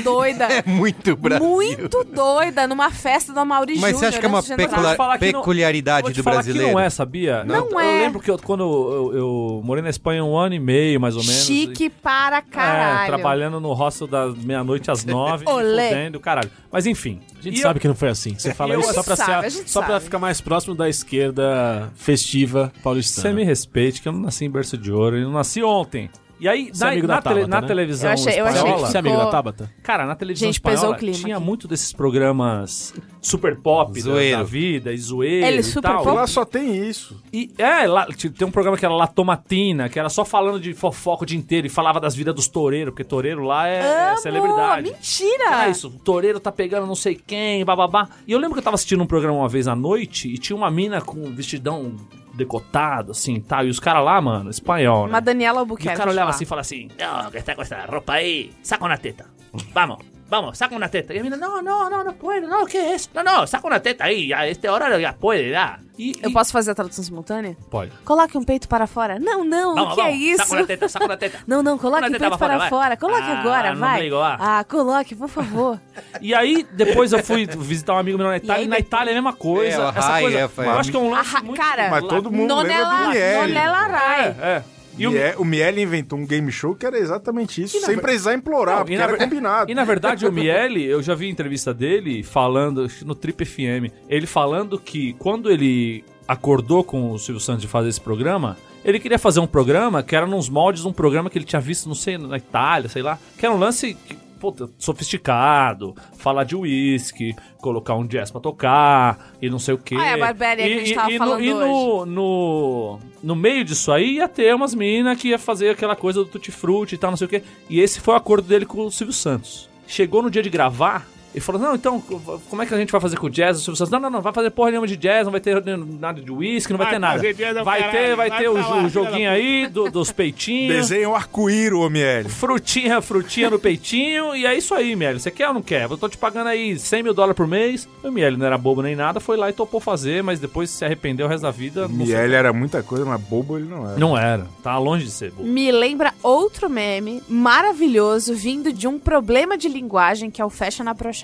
S2: doidas.
S1: É muito Brasil.
S2: Muito doida numa festa da Mauri
S1: Mas
S2: Júnior,
S1: você acha que é
S2: né,
S1: uma
S2: assistindo
S1: pecula-
S5: Vou te falar que não-
S1: peculiaridade
S5: Vou te
S1: do
S5: falar
S1: brasileiro?
S5: Que não é, sabia?
S2: Não
S5: eu,
S2: é.
S5: Eu lembro que eu- quando eu, eu morei na Espanha um ano e meio, mais ou menos.
S2: Chique para
S5: e-
S2: caralho.
S5: É, trabalhando no hostel das meia-noite às nove.
S2: Olé.
S5: Fudendo, caralho. Mas enfim.
S3: A gente
S5: E
S3: sabe que não foi assim. Você fala
S2: Eu-
S3: isso só pra,
S2: sabe,
S3: ser a-
S2: a gente
S3: só pra
S2: sabe.
S3: ficar mais próximo da esquerda festiva paulistana.
S5: Você me respeite, que eu não nasci em berço de ouro, eu não nasci ontem. E aí,
S3: Você é
S5: na,
S3: amigo da
S5: na, tele-
S3: Tabata,
S5: na
S3: né?
S5: televisão
S2: Eu achei- eu achei
S5: espanhola,
S2: que
S3: Você é amigo da
S2: ficou-
S3: Tabata?
S5: cara, na televisão
S2: Gente, pesou
S5: espanhola
S2: o clima
S5: tinha
S2: aqui.
S5: muito desses programas super pop da- da,
S1: Zoeiro.
S5: vida, e zoeiro
S2: Ele é
S5: e
S2: super
S5: tal.
S2: pop?
S4: Lá Ah, só tem isso.
S5: E é, lá, tipo, tem um programa que era La Tomatina, que era só falando de fofoca o dia inteiro e falava das vidas dos toureiros, porque toureiro lá é, é
S2: Amo!
S5: celebridade.
S2: Mentira!
S5: É isso, o toureiro tá pegando não sei quem, bababá. E eu lembro que eu tava assistindo um programa uma vez à noite e tinha uma mina com um vestidão decotado, assim, tal. E os caras lá, mano, espanhol, né?
S2: Uma Daniela
S5: E
S2: Albuquerque.
S5: o cara olhava
S2: lá.
S5: assim e falava assim: Não, que está com essa roupa aí, saca uma teta. Vamos, vamos, saca uma teta. E a menina: Não, não, não, não puedo, não, que é isso? Não, não, saca uma teta aí, a este horário já pode, já. E,
S2: Eu
S5: e-
S2: posso fazer a tradução simultânea?
S5: Pode.
S2: Coloque um peito para fora. Não, não, o
S5: Vamos,
S2: que é
S5: vamos,
S2: isso?
S5: Saca uma teta, saca uma teta.
S2: Não, não, coloque
S5: Saca
S2: o
S5: uma
S2: peito
S5: teta
S2: para
S5: vai.
S2: fora. Coloque
S5: Ah,
S2: agora,
S5: não
S2: vai.
S5: brigou, ah.
S2: Ah, coloque, por favor.
S5: E aí, depois eu fui visitar um amigo meu na Itália, e,
S2: aí
S5: na
S2: depois-
S5: Itália é a mesma coisa.
S1: É, o
S5: essa
S1: Rai,
S5: coisa,
S1: é, foi-
S5: eu acho que é um
S2: Ah,
S5: lance muito...
S2: cara,
S4: Mas todo mundo lembra do
S2: Nonela,
S4: Miele.
S2: Nonela Rai.
S5: É, é. E o-
S4: Miele- o Miele inventou um game show que era exatamente isso, sem precisar implorar,
S5: Não,
S4: porque
S5: e na
S4: era
S5: ver-
S4: combinado.
S5: E na verdade, o Miele, eu já vi entrevista dele falando acho que no Trip FM, ele falando que quando ele acordou com o Silvio Santos de fazer esse programa, ele queria fazer um programa que era nos moldes de um programa que ele tinha visto, não sei, na Itália, sei lá, que era um lance que, puta, sofisticado, falar de uísque, colocar um jazz pra tocar e não sei o quê.
S2: Ah, é a barbárie que a gente tava
S5: e
S2: falando
S5: no, e no, no, no meio disso aí ia ter umas meninas que ia fazer aquela coisa do tutti-frutti e tal, não sei o quê. E esse foi o acordo dele com o Silvio Santos. Chegou no dia de gravar e falou, não, então, como é que a gente vai fazer com o jazz? O Silvio Santos, não, não, não, vai fazer porra nenhuma de jazz, não vai ter nada de uísque, não vai, ter nada. Vai ter, vai ter o, jo- joguinho aí do- dos peitinhos.
S4: Desenha o arco-íro, ô Miele.
S5: Frutinha, frutinha no peitinho, e é isso aí, Miele. Você quer ou não quer? Eu tô te pagando aí 100 mil dólares por mês. O Miele não era bobo nem nada, foi lá e topou fazer, mas depois se arrependeu o resto da vida. não sei.
S4: Miele era muita coisa, mas bobo ele não era.
S5: Não era, tá longe de ser bobo.
S2: Me lembra outro meme maravilhoso vindo de um problema de linguagem que é o fecha na prochasca.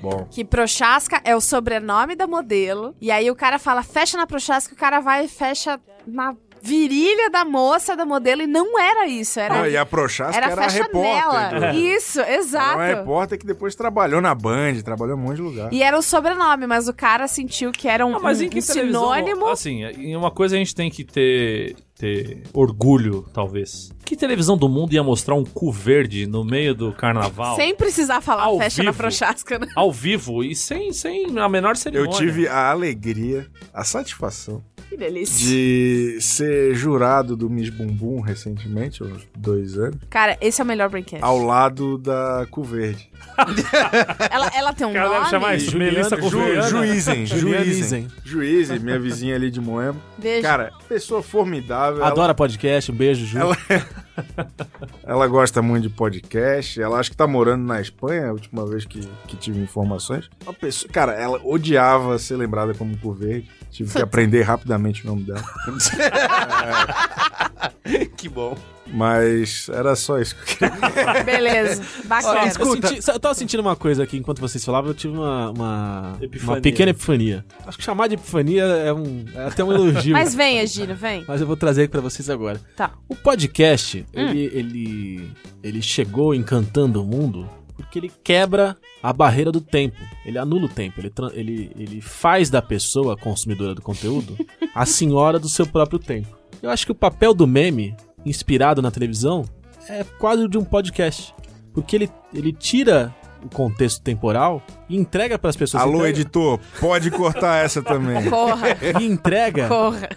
S4: Bom.
S2: Que Prochaska é o sobrenome da modelo. E aí o cara fala fecha na Prochaska, o cara vai e fecha na virilha da moça da modelo. E não era isso, era.
S4: Não, e a Prochaska
S2: Era,
S4: era, a
S2: fecha
S4: repórter.
S2: nela.
S4: do-
S2: Isso,
S4: Era uma
S2: exato.
S4: repórter que depois trabalhou na Band, trabalhou em um monte de lugar.
S2: E era o sobrenome, mas o cara sentiu que era um,
S5: Ah, mas
S2: um-
S5: em que
S2: um
S5: televisão,
S2: sinônimo.
S5: Assim, em uma coisa a gente tem que ter, ter orgulho, talvez. Que televisão do mundo ia mostrar um cu verde no meio do carnaval?
S2: Sem precisar falar
S5: Ao
S2: fecha na
S5: vivo.
S2: Prochaska, né?
S5: Ao vivo e sem, sem a menor cerimônia.
S4: Eu tive a alegria, a satisfação
S2: Que delícia.
S4: de ser jurado do Miss Bumbum recentemente, uns dois anos,
S2: Cara, esse é o melhor brinquedo.
S4: ao lado da Cu Verde.
S2: Ela, ela tem um
S5: Cara, deve
S2: nome?
S5: chamar isso. Melissa
S4: Ju,
S5: Juliana.
S4: juízem,
S3: Juliana
S4: juízem.
S3: Isen.
S4: Juízem, minha vizinha ali de Moema.
S2: Beijo.
S4: Cara, pessoa formidável. ela-
S3: Adora podcast, um beijo, Ju.
S4: Ela gosta muito de podcast. Ela acho que tá morando na Espanha, a última vez que, que tive informações. Uma pessoa, cara, ela odiava ser lembrada como Cu Verde. Tive que aprender rapidamente o nome dela.
S1: Que bom.
S4: Mas era só isso que eu queria.
S2: Beleza. Bacana.
S3: Eu, senti- sa- eu tava sentindo uma coisa aqui enquanto vocês falavam, eu tive uma, uma,
S5: Epifania.
S3: uma pequena epifania. Acho que chamar de epifania é, um, é até um elogio.
S2: Mas vem, Egílio, vem.
S3: Mas eu vou trazer aqui pra vocês agora.
S2: Tá.
S3: O podcast, ele, ele, ele chegou encantando o mundo porque ele quebra a barreira do tempo. Ele anula o tempo. Ele, tran- ele, ele faz da pessoa, consumidora do conteúdo, a senhora do seu próprio tempo. Eu acho que o papel do meme, inspirado na televisão, é quase o de um podcast. Porque ele, ele tira o contexto temporal e entrega pras pessoas.
S4: Alô,
S3: entrega,
S4: editor, pode cortar essa também.
S2: Corra,
S3: e entrega
S2: corra.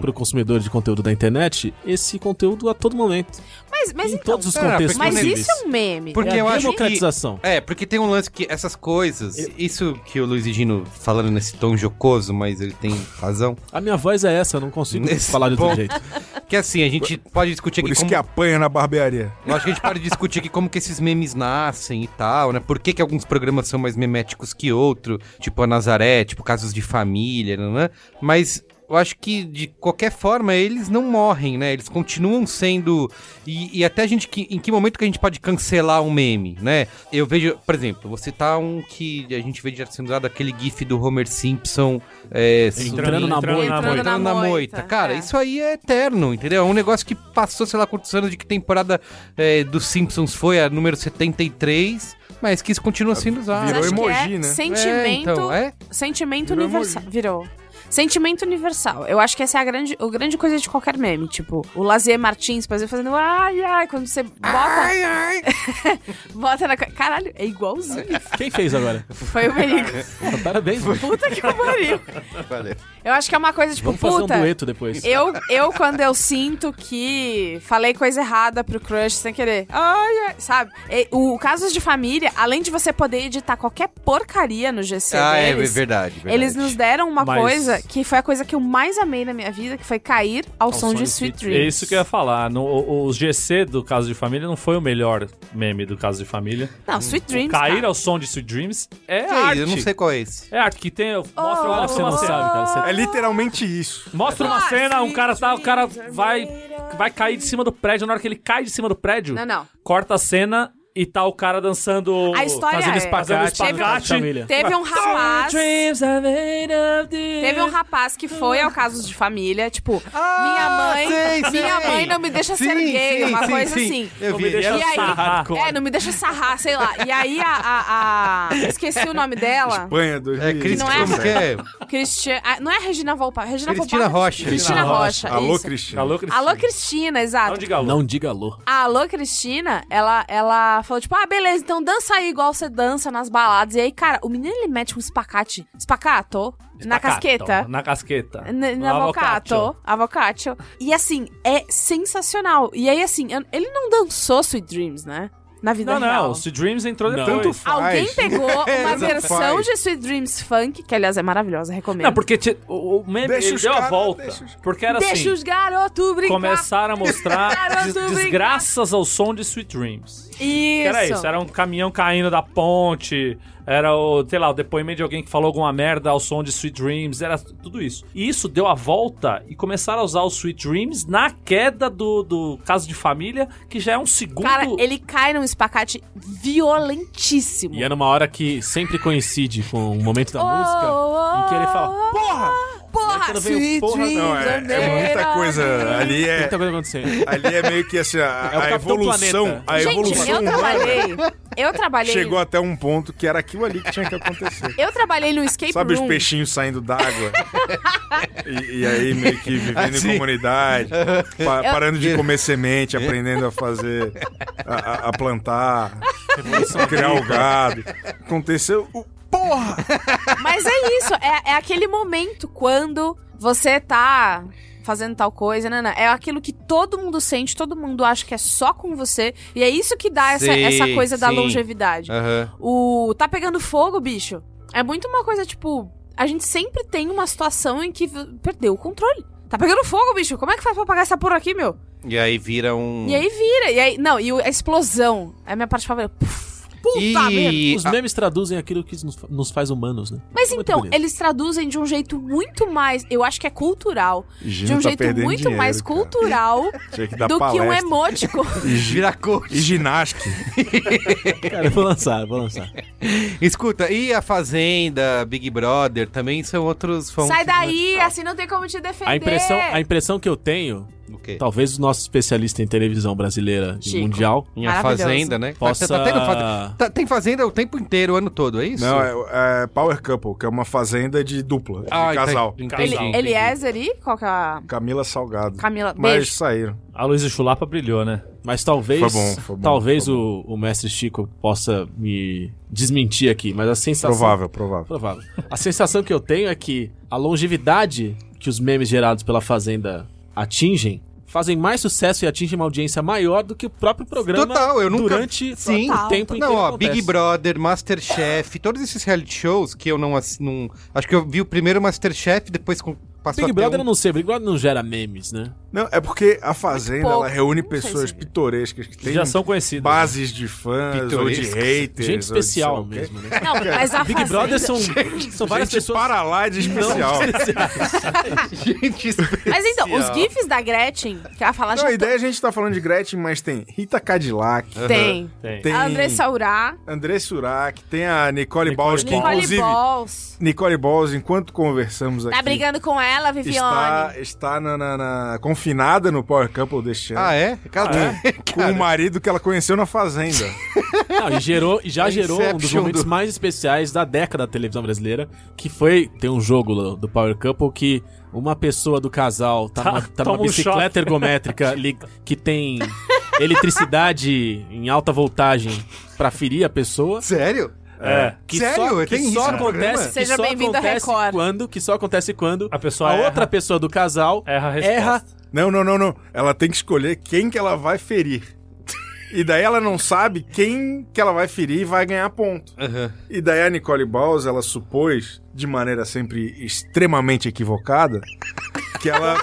S3: pro consumidor de conteúdo da internet esse conteúdo a todo momento.
S2: Mas, mas
S3: em
S2: então,
S3: todos os
S1: pera,
S3: contextos
S2: mas
S1: Porque-
S3: possíveis.
S2: isso é um meme.
S1: Porque
S3: é a
S1: eu acho que
S3: democratização.
S1: É, porque tem um lance que essas coisas. Isso que o Luiz Gino falando nesse tom jocoso, mas ele tem razão.
S3: A minha voz é essa, eu não consigo
S1: Nesse
S3: falar de outro
S1: ponto.
S3: jeito.
S1: Que assim, a gente pode discutir
S4: Por
S1: aqui
S4: isso
S1: como.
S4: que apanha na barbearia.
S1: Eu acho que a gente pode discutir aqui como que esses memes nascem e tal, né? Por que, que alguns programas são mais meméticos que outro, tipo a Nazaré, tipo casos de família, né? Mas. eu acho que de qualquer forma eles não morrem, né? Eles continuam sendo. E, e até a gente. que- Em que momento que a gente pode cancelar um meme, né? Eu vejo, por exemplo, vou citar um que a gente vê já sendo usado aquele GIF do Homer Simpson é,
S3: Entrando na moita.
S2: Entrando
S1: Entrando na moita. Cara,
S2: é.
S1: isso aí é eterno, entendeu? É um negócio que passou, sei lá quantos anos de que temporada é, dos Simpsons foi a número 73, mas que isso continua sendo usado.
S4: Virou
S2: Mas acho que
S4: emoji,
S2: é
S4: né?
S2: Sentimento,
S1: É, então, é?
S2: sentimento
S4: Virou
S2: universal. Virou. Sentimento universal. Eu acho que essa é a grande, o grande coisa de qualquer meme. Tipo, o Lazier Martins, por exemplo, fazendo ai, ai, quando você bota. bota na. ca- Caralho, é igualzinho.
S3: Quem fez agora?
S2: Foi o perigo.
S3: Parabéns. mano.
S2: Puta que pariu.
S7: Valeu.
S2: Eu acho que é uma coisa, tipo,
S3: Vamos fazer um
S2: puta.
S3: dueto depois.
S2: Eu, eu, quando eu sinto que falei coisa errada pro crush sem querer. Ai, ai, sabe? E o Casos de Família, além de você poder editar qualquer porcaria no GC
S1: Ah, é
S2: deles,
S1: verdade, verdade.
S2: eles nos deram uma
S3: Mas-
S2: coisa que foi a coisa que eu mais amei na minha vida, que foi cair ao, som, de Sweet
S3: Sweet
S5: É
S2: Dreams.
S5: isso que eu ia falar. No, o, o GC do Caso de Família não foi o melhor meme do Caso de Família.
S2: Não, Sweet
S5: O
S2: Dreams,
S5: Cair
S2: cara.
S5: ao som de Sweet Dreams é
S1: Que
S5: arte.
S1: isso? Eu não sei qual é esse.
S5: É arte que tem. Mostra,
S2: Oh,
S5: mostra
S3: Você não
S5: uma cena.
S3: sabe, cara. Você-
S4: É literalmente isso.
S5: Mostra uma
S2: Ah,
S5: cena, um
S2: Sweet
S5: cara tá, o cara
S2: Dreams
S5: vai
S2: are made
S5: vai cair de cima do prédio, na hora que ele cai de cima do prédio,
S2: Não, não.
S5: corta a cena e tá o cara dançando,
S2: A história
S5: fazendo
S2: é-
S5: espagate,
S3: Fazendo espagate.
S5: Família.
S2: Teve um rapaz.
S5: Dreams are made of this.
S2: Teve um rapaz que foi ao Casos de Família, tipo, minha mãe.
S1: sei, sei.
S2: Minha mãe não me deixa ser
S1: Ah, Sim,
S2: gay,
S1: sim,
S2: uma
S1: sim,
S2: coisa
S1: sim.
S2: assim.
S1: Eu vi.
S5: Me deixa
S2: E aí?
S5: sarrar.
S2: É, não me deixa sarrar, sei lá. E aí a. a- a- Esqueci o nome dela.
S4: Espanha
S1: É
S4: 2000.
S1: Cristi,
S2: Não é-
S1: como que é?
S2: Cristi... ah, Não é Regina Volpa. Regina
S1: Cristina
S2: Volpato?
S1: Rocha.
S2: Cristina Rocha.
S4: Alô,
S2: Tá, isso.
S4: Cristina.
S5: É. Alô, Cristina.
S2: Alô, Cristina, exato.
S5: Não diga alô.
S3: Não diga alô.
S2: A Alô Cristina, ela, ela falou, tipo, ah, beleza, então dança aí igual você dança nas baladas. E aí, cara, o menino ele mete um espacate. Espacato? Na
S5: Staccato,
S2: casqueta.
S5: Na casqueta.
S2: N-
S5: No
S2: Na avocado.
S5: avocado.
S2: Avocado. E assim, é sensacional. E aí, assim, eu- ele não dançou Sweet Dreams, né? Na vida
S5: Não,
S2: real.
S5: não. O Sweet Dreams entrou
S3: Não.
S5: depois.
S4: Tanto faz.
S2: Alguém pegou uma
S4: Tanto
S2: versão
S4: faz.
S2: de Sweet Dreams Funk, que aliás é maravilhosa, recomendo.
S5: Não, porque ti- o, o meme
S4: Deixa
S5: ele
S4: os
S5: deu a
S4: cara-
S5: volta.
S4: deixa os-
S5: Porque era
S2: Deixa os
S5: assim.
S2: garotos brincar.
S5: Começaram a mostrar
S2: Garoto
S5: des-
S2: brincar.
S5: desgraças ao som de Sweet Dreams.
S2: Isso.
S5: Que Era isso, era um caminhão caindo da ponte, era o, sei lá, o depoimento de alguém que falou alguma merda ao som de Sweet Dreams, era tudo isso. E isso deu a volta e começaram a usar o Sweet Dreams na queda do, do caso de família, que já é um segundo.
S2: Cara, ele cai num espacate violentíssimo.
S3: E é numa hora que sempre coincide com o momento da música. em que ele fala,
S2: porra! Porra!
S3: Quando vem o porra,
S4: Não, é, é muita coisa. Ali é,
S3: Muita
S5: Então,
S3: coisa acontecendo.
S4: ali é meio que assim, a,
S3: É o
S4: a
S3: Capitão
S4: evolução.
S3: Planeta.
S4: A
S2: Gente,
S4: evolução
S2: eu
S4: humana
S2: trabalhei. Eu trabalhei.
S4: chegou até um ponto que era aquilo ali que tinha que acontecer.
S2: Eu trabalhei no escape
S4: Sabe os
S2: room.
S4: peixinhos saindo d'água? e, e aí meio que vivendo
S1: Assim.
S4: em comunidade, pa-
S2: Eu-
S4: parando de comer semente, aprendendo a fazer, a, a- a plantar, a criar o gado. Aconteceu o
S2: Mas é isso, é, é aquele momento quando você tá fazendo tal coisa, né? né? É aquilo que todo mundo sente, todo mundo acha que é só com você. E é isso que dá essa,
S1: Sim,
S2: essa coisa da
S1: sim.
S2: longevidade.
S1: Aham.
S2: O tá pegando fogo, bicho. É muito uma coisa tipo, a gente sempre tem uma situação em que v- perdeu o controle. Tá pegando fogo, bicho. Como é que faz pra apagar essa porra aqui, meu?
S1: E aí vira um...
S2: E aí vira. E aí, não, e o- a explosão. É a minha parte favorita. Puf, puta merda.
S1: e...
S3: Os memes traduzem aquilo que nos, nos faz humanos, né?
S2: Mas
S3: Muito
S2: então,
S3: bonito.
S2: eles traduzem de um jeito muito mais, eu acho que é cultural,
S4: Gino
S2: de um
S4: tá
S2: jeito
S4: perdendo
S2: muito
S4: dinheiro,
S2: mais
S4: cara.
S2: cultural
S4: Tinha que dar
S2: do que um
S4: palestra.
S2: emoticon.
S4: e, gi-
S1: Vira coach.
S4: e ginástica.
S3: Cara, eu vou lançar, eu vou lançar.
S1: Escuta, e a Fazenda, Big Brother, também são outros... né? são
S2: Sai
S1: outros-
S2: daí, assim não tem como te defender.
S3: A impressão, a impressão que eu tenho,
S1: O quê?
S3: talvez o nosso especialista em televisão brasileira e
S2: Chico.
S3: mundial,
S1: Minha
S2: Maravilhoso.
S1: Fazenda, né?
S3: Possa-
S1: Tá, tendo fazenda. Tá- tem Fazenda o tempo inteiro, o ano todo, é isso?
S4: Não, é, é Power Couple, que é uma fazenda de dupla, de
S1: Ah,
S4: casal.
S1: entendi,
S2: Ele,
S1: entendi.
S2: Eliezer e qual que é a
S4: Camila Salgado.
S2: Camila?
S4: Mas
S2: Beijo.
S4: saíram.
S5: A Luísa Chulapa brilhou, né?
S3: mas talvez,
S4: Foi bom, foi bom,
S3: talvez
S4: foi
S3: o, o mestre Chico possa me desmentir aqui, mas a sensação
S4: Provável, provável.
S3: Provável. A sensação que eu tenho é que a longevidade que os memes gerados pela Fazenda atingem fazem mais sucesso e atingem uma audiência maior do que o próprio programa
S1: Total, eu nunca-
S3: durante
S1: Sim.
S3: o tempo
S1: Não,
S3: inteiro
S1: ó,
S3: acontece.
S1: Big Brother, Masterchef, todos esses reality shows que eu não, ass- não- Acho que eu vi o primeiro Masterchef, depois com- passou
S3: Big
S1: a ter
S3: Brother
S1: um-
S3: eu não sei, Big Brother não gera memes, né?
S4: Não, é porque a Fazenda
S2: pouco.
S4: ela reúne
S2: Não sei
S4: pessoas
S2: se-
S4: pitorescas que têm
S5: já são conhecidas.
S4: bases de fãs ou de
S1: Pitorescas.
S4: haters.
S3: Gente
S4: ou de
S3: especial
S4: sei lá o quê.
S3: mesmo, né?
S2: Não, mas a
S3: Big
S2: Fazenda-
S3: Brother são, são várias
S4: Gente
S3: pessoas
S4: para lá de especial.
S1: Gente,
S2: Mas então, os gifs da Gretchen, que ela fala,
S4: Não,
S2: já
S4: a ideia é a gente tá falando de Gretchen, mas tem Rita Cadillac,
S2: tem.
S5: Tem.
S4: tem
S2: A Andressa Urá,
S4: André Surak, tem a Nicole, Balls, que
S2: Nicole
S4: inclusive...
S2: Balls.
S4: Nicole Balls, enquanto conversamos aqui...
S2: Tá brigando com ela, Viviane.
S4: Está, está na, na- na- confinada no Power Couple deste ano.
S1: Ah, é? Cadê?
S4: Com o marido que ela conheceu na Fazenda.
S3: Não, e gerou, e já gerou um dos
S1: É Inception
S3: momentos
S1: do-
S3: mais especiais da década da televisão brasileira, que foi tem um jogo lá do Power Couple que uma pessoa do casal tá,
S5: Tá-
S3: numa, tá
S5: toma
S3: numa
S5: um
S3: bicicleta
S5: choque.
S3: ergométrica li- que tem eletricidade em alta voltagem pra ferir a pessoa.
S1: Sério?
S5: É.
S3: Que
S1: Sério?
S3: só, que
S1: Tem isso
S3: só
S1: no programa?
S3: acontece, que
S2: Seja
S3: só
S2: bem-vindo à
S3: acontece
S2: Record.
S3: quando, que só acontece quando
S5: A pessoa erra.
S3: outra pessoa do casal
S5: Erra a resposta.
S4: não, não, não, não. Ela tem que escolher quem que ela vai ferir. E daí ela não sabe quem que ela vai ferir e vai ganhar ponto. E daí a Nicole Balls, ela supôs, de maneira sempre extremamente equivocada, que ela,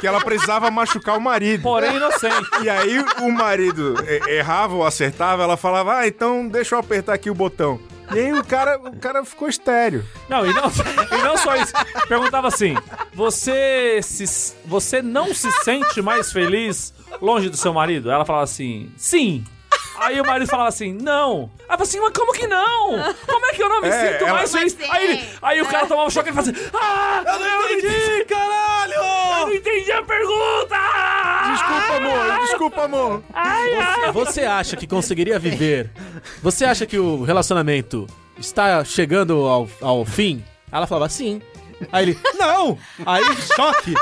S4: que ela precisava machucar o marido.
S5: Porém inocente.
S4: E aí o marido e- errava ou acertava, ela falava, ah, então deixa eu apertar aqui o botão. E aí o cara, o cara ficou estéreo.
S5: Não, e não, e não só isso. Perguntava assim: você, se, você não se sente mais feliz longe do seu marido? Ela falava assim: sim. Aí o marido falava assim, não. Aí falava assim, mas como que não? Como é que eu não me
S4: É,
S5: sinto
S4: ela-
S5: mais feliz?
S6: Mas
S5: Aí,
S6: tem.
S5: ele- aí o cara tomava um choque e ele falava assim, ah, eu não entendi, caralho! Eu não entendi a pergunta!
S4: Desculpa, amor, desculpa, amor.
S3: Você acha que conseguiria viver? Você acha que o relacionamento está chegando ao, ao fim? Ela falava sim. Aí ele, não! Aí choque!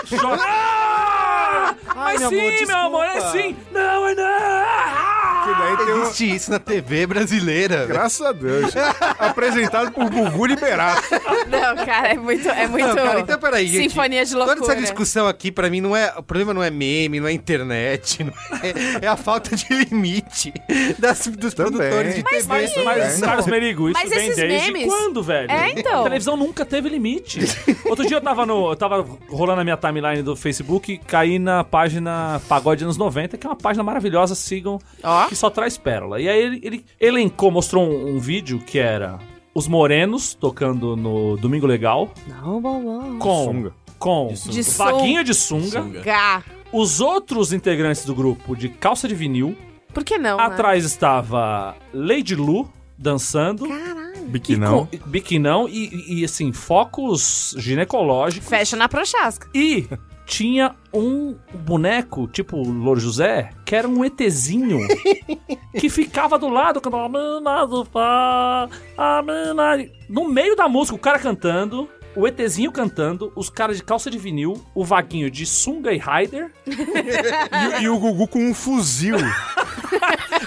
S5: Ah! Mas
S3: meu
S5: sim,
S3: amor,
S5: meu amor, é
S3: desculpa.
S5: sim! Não, Ah! é não!
S4: E daí tem um...
S1: Existe isso na TV brasileira. velho.
S4: Graças a Deus. Apresentado por Gugu Liberato.
S2: Não, cara, é muito. É muito
S1: Não, cara, então peraí, gente.
S2: Sinfonia de loucura.
S1: Toda essa discussão aqui, pra mim, não é. O problema não é meme, não é internet. não é, é a falta de limite das- dos
S4: Também.
S1: produtores de
S4: Mas
S1: TV.
S5: Mas,
S4: Não.
S5: Carlos Merigo, isso
S2: Mas
S5: vem
S2: esses
S5: desde
S2: memes-
S5: quando, velho?
S2: É, então.
S5: A televisão nunca teve limite. Outro dia eu tava, no, eu tava rolando a minha timeline do Facebook e caí na página Pagode Anos 90, que é uma página maravilhosa, sigam,
S2: Ó.
S5: que só traz pérola. E aí ele, ele elencou, mostrou um, um vídeo que era os morenos tocando no Domingo Legal
S2: Não, bom, bom.
S5: com...
S4: Sunga.
S5: Com
S2: De sunga.
S5: vaguinha de sunga,
S2: Gá.
S5: os outros integrantes do grupo de calça de vinil.
S2: Por que não? né?
S5: Atrás estava Lady Lu dançando.
S4: Biquinão.
S5: E com- biquinão e, e, assim, focos ginecológicos.
S2: Fecha na prochasca.
S5: E tinha um boneco, tipo o Louro José, que era um ETzinho que ficava do lado cantando. "A mina do pá, a mina-" No meio da música, o cara cantando. O ETzinho cantando, os caras de calça de vinil, o vaguinho de sunga e rider.
S4: E, e o Gugu com um fuzil.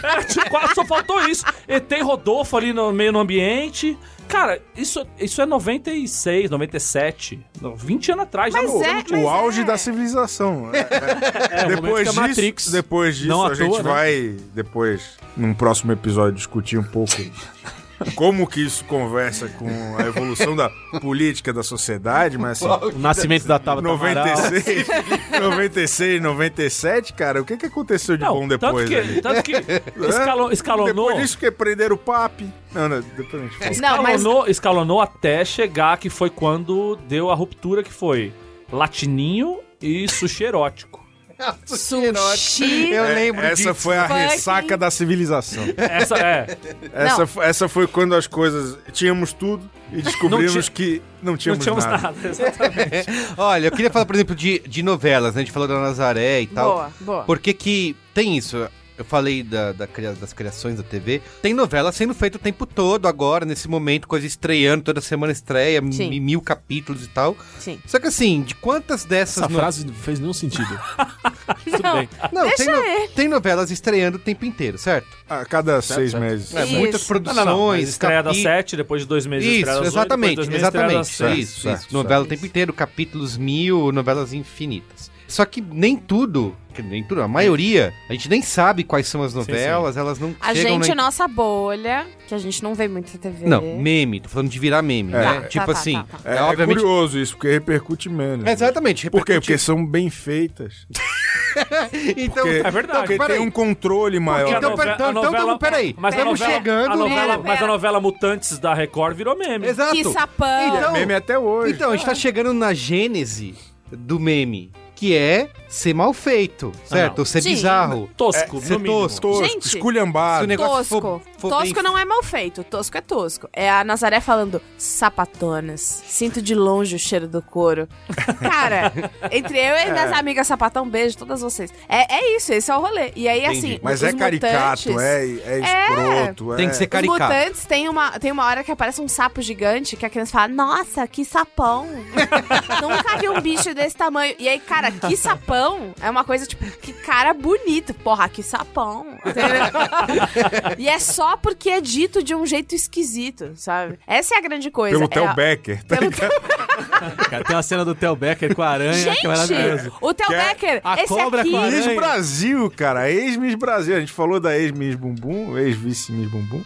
S5: Era tipo, quase só faltou isso. ET e Rodolfo ali no meio no ambiente. Cara, isso, isso é 96, 97. não, 20 anos atrás.
S1: Tá
S2: Mas
S5: já
S2: é,
S5: não-
S4: o auge
S2: é.
S4: da civilização. É, é.
S3: o momento que
S4: depois,
S3: a
S4: disso,
S3: Matrix-
S4: depois disso,
S3: não à
S4: a gente
S3: toa, né?
S4: vai, depois, num próximo episódio, discutir um pouco como que isso conversa com a evolução da política da sociedade, mas assim,
S3: O nascimento da Tabata Amaral.
S4: 96, 96, 97, cara, o que que aconteceu de
S5: Não,
S4: bom depois?
S5: tanto que,
S4: ali?
S5: tanto que escalo-
S4: Hã?
S5: escalonou,
S4: Depois disso que prenderam o papi. Não, não, depois a gente fala.
S2: Não, mas.
S5: escalonou, escalonou até chegar que foi quando deu a ruptura que foi latininho e sushi erótico. um
S2: Sushi.
S1: Eu lembro
S4: É, Essa
S1: disso.
S4: foi a
S2: Fucking-
S4: ressaca da civilização.
S5: Essa é.
S4: Essa, fo- essa foi quando as coisas. Tínhamos tudo e descobrimos
S5: Não ti-
S4: que não
S5: não
S4: tínhamos,
S5: tínhamos
S4: nada.
S5: nada. exatamente.
S1: Olha, eu queria falar, por exemplo, de, de novelas, né? A gente falou da Nazaré e tal.
S2: Boa, boa.
S1: Tá Por que que tem isso? Eu falei da, da cria- das criações da TV. Tem novela sendo feita o tempo todo agora, nesse momento, coisa estreando, toda semana estreia,
S2: Sim.
S1: mi- mil capítulos e tal.
S2: Sim.
S1: Só que assim, de quantas dessas...
S3: Essa
S1: no-
S3: frase não fez nenhum sentido.
S2: Não.
S3: bem.
S1: Não, tem,
S2: Deixa
S1: no-
S2: ele.
S1: tem novelas estreando o tempo inteiro, certo?
S4: A cada seis meses.
S2: É, Isso.
S1: Muitas
S5: Não,
S1: produções,
S5: não, não. Mas Estreia das
S1: capi-
S5: 7, depois de dois meses estreia
S1: Isso,
S5: das 8,
S1: exatamente,
S5: depois de dois meses estreia das
S1: exatamente.
S5: seis.
S1: isso,
S4: Certo,
S1: isso.
S4: certo.
S1: Novela o tempo inteiro, capítulos mil, novelas infinitas. Só que nem tudo que nem tudo, a maioria, a gente nem sabe quais são as novelas, elas não
S2: A
S1: chegam
S2: gente,
S1: nem...
S2: nossa bolha, que a gente não vê muito na TV.
S1: Não, meme, tô falando de virar meme, né?
S2: Tá,
S1: tipo
S2: tá,
S1: assim,
S2: tá, tá.
S4: É,
S1: é,
S4: é
S1: obviamente...
S4: curioso isso, porque repercute menos. né?
S1: Exatamente.
S4: Por quê? Porque
S1: repercute-
S4: são bem feitas.
S1: Então,
S4: Porque-
S5: É verdade.
S4: Porque
S1: peraí.
S4: tem um controle maior.
S1: Então,
S5: A
S1: pera-
S5: nove-
S1: então-
S5: a
S1: então tamo-
S5: novela-
S1: peraí,
S5: Mas a
S1: tamo
S5: novela-
S1: chegando-
S5: a novela-
S2: Pera,
S5: Mas a
S2: pera.
S5: novela Mutantes da Record virou meme.
S1: tá, Exato.
S2: Que Ah. sapão.
S1: Então-
S4: É Meme até hoje.
S1: Então, a gente tá chegando na gênese do meme, que é ser mal feito, certo?
S5: não.
S1: Ou ser
S2: Ah, Sim.
S1: bizarro.
S5: Tosco,
S1: ser
S5: no mínimo.
S1: tosco.
S4: tosco,
S2: Gente,
S1: Se o
S4: esculhambado.
S1: negócio-
S2: tosco.
S1: for- for
S2: tosco
S1: bem-
S2: não é mal feito, tosco é tosco. É a Nazaré falando sapatonas. Sinto de longe o cheiro do couro. Cara, entre eu e
S1: É.
S2: minhas amigas sapatão, beijo todas vocês. É, é isso, esse é o rolê. E aí, assim.
S4: Mas é
S2: os
S4: caricato,
S2: mutantes-
S4: é, é escroto.
S1: Tem
S4: é-
S1: que ser
S2: Os
S1: caricato.
S2: mutantes tem uma, tem uma hora que aparece um sapo gigante que a criança fala: Nossa, que sapão! Nunca vi um bicho desse tamanho. E aí, cara, que sapão é uma coisa tipo, que cara bonito. Porra, que sapão. Entendeu? e é só porque é dito de um jeito esquisito, sabe? Essa é a grande coisa.
S4: Pelo
S2: é
S4: Theo
S2: a-
S4: Becker. tá
S2: pelo
S4: ligado?
S3: Cara, tem uma cena do Theo Becker com a
S4: né?
S3: aranha que é maravilhosa.
S2: Gente, o Theo
S4: Que é
S2: Becker,
S3: a
S2: esse
S3: cobra
S2: aqui.
S3: com a aranha.
S4: Miss Brasil, cara. Ex-Miss Brasil. A gente falou da ex-Miss Bumbum, ex-vice-Miss Bumbum.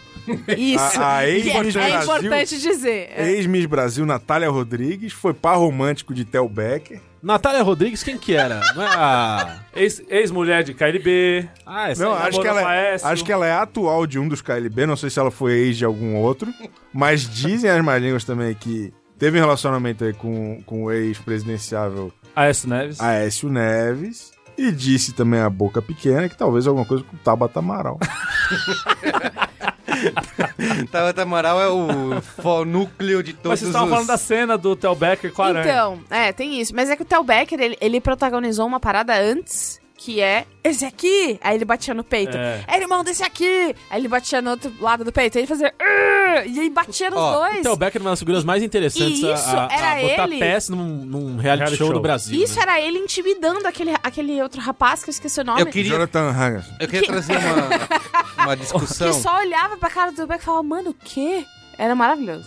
S2: Isso.
S4: A- a ex-
S2: que é,
S4: Brasil.
S2: é importante dizer. É.
S4: Ex-Miss Brasil, Natália Rodrigues. Foi par romântico de Theo Becker.
S3: Natália Rodrigues, quem que era? Não é a...
S5: Ex- Ex-mulher de KLB.
S3: Ah, essa
S4: Não,
S3: aí.
S4: acho
S5: namorou
S4: que, ela, é-
S5: Faécio.
S4: acho que ela é atual de um dos KLB. Não sei se ela foi ex de algum outro. Mas dizem as mais línguas também que teve um relacionamento aí com, com o ex-presidenciável
S5: Aécio Neves.
S4: Aécio Neves. E disse também a boca pequena que talvez alguma coisa com o Tabata Amaral.
S1: Tabata Amaral é o fo- núcleo de todos
S5: Mas vocês estavam
S1: os...
S5: falando da cena do Theo Becker com a aranha.
S2: Então, é, tem isso. Mas é que o Tel Becker, ele, ele protagonizou uma parada antes, que é esse aqui. Aí ele batia no peito.
S5: É.
S2: É, irmão desse aqui. Aí ele batia no outro lado do peito. Aí ele fazia. "Ur", E aí batia nos
S1: Ó,
S2: dois.
S3: O Theo Becker é uma das figuras mais interessantes
S2: E
S3: a-
S2: isso
S3: a, a
S2: era
S3: botar
S2: ele?
S3: pés num, num reality,
S5: Reality
S3: show,
S5: show.
S3: do Brasil.
S2: Isso
S3: né?
S2: era ele intimidando aquele, aquele outro rapaz que eu esqueci o nome.
S1: Eu queria,
S4: Jonathan Hagas.
S1: eu queria trazer uma, uma
S2: Que
S1: discussão.
S2: só olhava pra cara do Tel Becker e falava, mano, o quê? Era maravilhoso.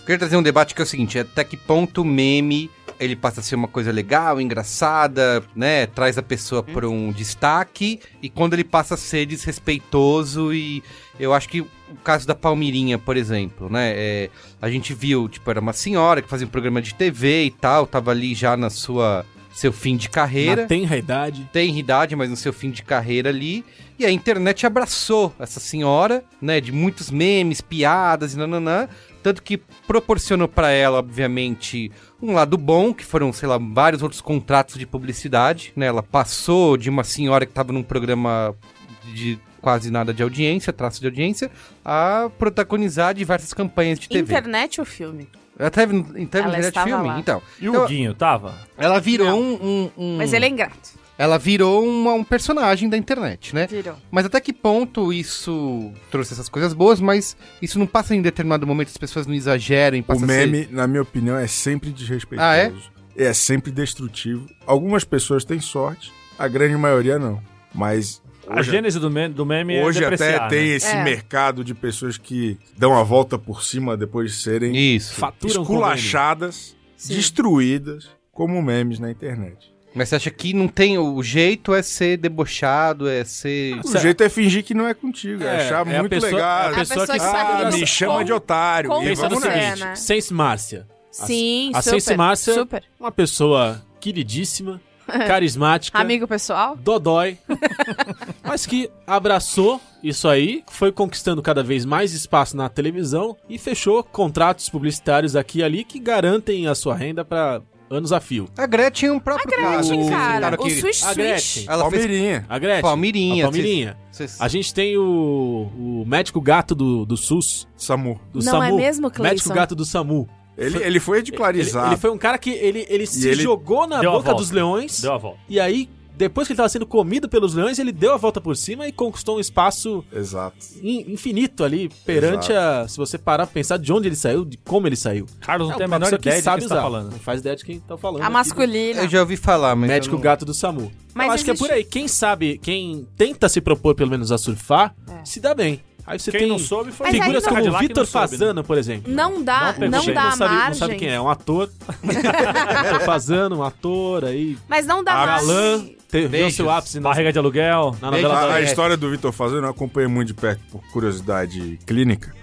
S1: Eu queria trazer um debate que é o seguinte, é até que ponto o meme ele passa a ser uma coisa legal, engraçada, né? Traz a pessoa para um destaque e quando ele passa a ser desrespeitoso e eu acho que o caso da Palmirinha, por exemplo, né? é, a gente viu, tipo, era uma senhora que fazia um programa de TV e tal, tava ali já na sua seu fim de
S2: é
S1: carreira
S3: Na tenra idade.
S1: tem idade, mas no seu fim de carreira ali. E a internet abraçou essa senhora, né? De muitos memes, piadas e nananã. Tanto que proporcionou pra ela, obviamente, um lado bom, que foram, sei lá, vários outros contratos de publicidade, né? Ela passou de uma senhora que tava num programa de quase nada de audiência, traço de audiência, a protagonizar diversas campanhas de TV.
S2: Internet ou filme?
S1: Ela teve, teve
S2: Ela
S1: internet
S2: estava
S1: filme,
S2: lá.
S1: então.
S5: E o
S1: Então,
S5: Guinho, tava?
S1: ela virou
S2: Não.
S1: um, um- um-
S2: Mas ele é ingrato.
S1: Ela virou uma- um personagem da internet, né?
S2: Virou.
S1: Mas até que ponto isso trouxe essas coisas boas, mas isso não passa em determinado momento, as pessoas não exageram e
S4: O
S1: passa a ser-
S4: meme, na minha opinião, é sempre desrespeitoso.
S1: Ah, é?
S4: É sempre destrutivo. Algumas pessoas têm sorte, a grande maioria não. Mas
S5: a
S4: hoje,
S5: gênese do meme, do meme é
S4: hoje até
S5: depreciar,
S4: tem
S5: né?
S4: esse
S2: É.
S4: mercado de pessoas que dão a volta por cima depois de serem
S1: Isso.
S3: Faturam com ele.
S4: esculachadas,
S2: Sim.
S4: destruídas como memes na internet.
S1: Mas você acha que não tem. O jeito é ser debochado, é ser.
S4: O
S3: Cê-
S4: jeito é fingir que não é contigo, é,
S3: É,
S4: achar
S3: é a
S4: muito
S3: pessoa-
S4: legal.
S3: é a pessoa
S2: A pessoa
S3: que
S2: que sabe
S4: ah,
S2: dançar.
S4: me chama
S2: Com-
S4: de otário.
S2: com-
S4: E
S3: Pensa
S4: vamos
S3: no
S2: Você,
S4: nessa.
S3: seguinte,
S2: né?
S3: Sense Márcia.
S2: Sim,
S3: a
S2: super.
S3: Sense Márcia-
S2: Super.
S3: Uma pessoa queridíssima, carismática,
S2: É. Amigo pessoal?
S3: dodói, mas que abraçou isso aí, foi conquistando cada vez mais espaço na televisão e fechou contratos publicitários aqui e ali que garantem a sua renda para anos a fio.
S1: A Gretchen é um próprio caso.
S2: Gretchen,
S1: Vocês
S2: cara.
S1: citaram
S2: Ah, O
S1: aqui-
S2: Swish
S3: A Gretchen.
S2: Swish.
S1: Ela fez.
S4: Palmeirinha.
S3: A Gretchen.
S1: Palmirinha.
S3: A Palmirinha.
S1: Vocês-
S3: A gente tem o, o médico gato do, do SUS,
S4: Samu.
S3: do
S2: Não
S3: SAMU.
S2: é mesmo, Cleison?
S3: Médico gato do SAMU.
S4: Ele, ele foi
S3: Ele,
S4: ridicularizado.
S3: ele foi um cara que ele, ele se
S4: ele
S3: jogou na
S5: deu a
S3: boca
S5: volta.
S3: dos leões.
S5: Deu a volta.
S3: E aí, depois que ele tava sendo comido pelos leões, ele deu a volta por cima e conquistou um espaço
S4: Exato.
S3: in- infinito ali perante a. Se você parar pra pensar de onde ele saiu, de como ele saiu.
S5: Carlos não
S3: É
S5: tem a
S3: uma
S5: menor
S3: pessoa que
S5: ideia do
S3: sabe
S5: que você
S3: usar.
S5: tá falando.
S3: Não faz ideia de quem tá falando.
S2: A
S3: aqui.
S2: masculina.
S1: Eu já ouvi falar, mas.
S3: Médico
S1: eu não-
S3: gato do SAMU.
S2: Mas
S3: eu acho que é
S2: existe-
S3: por aí. Quem sabe, quem tenta se propor pelo menos a surfar,
S2: É.
S3: se dá bem. Aí você
S5: Quem
S3: tem
S5: não soube foi
S2: Mas aí
S3: figuras
S2: não-
S3: como o
S5: Cadillac
S3: Vitor
S5: não soube, né?
S3: Fazano, por exemplo.
S2: Não dá,
S5: pegou
S2: Ah, não
S5: jeito.
S2: dá
S3: não sabe, é
S2: margem.
S3: não sabe quem é, é um ator. Vitor Fazano, um ator aí.
S2: Mas não dá
S3: A
S2: margem.
S3: galã. teve viu
S1: Beijos.
S3: seu ápice na,
S5: Barriga de aluguel.
S3: na
S1: Beijos.
S3: novela
S4: A,
S3: da
S4: a
S1: É.
S4: história do Vitor Fazenda eu acompanhei muito de perto por curiosidade clínica.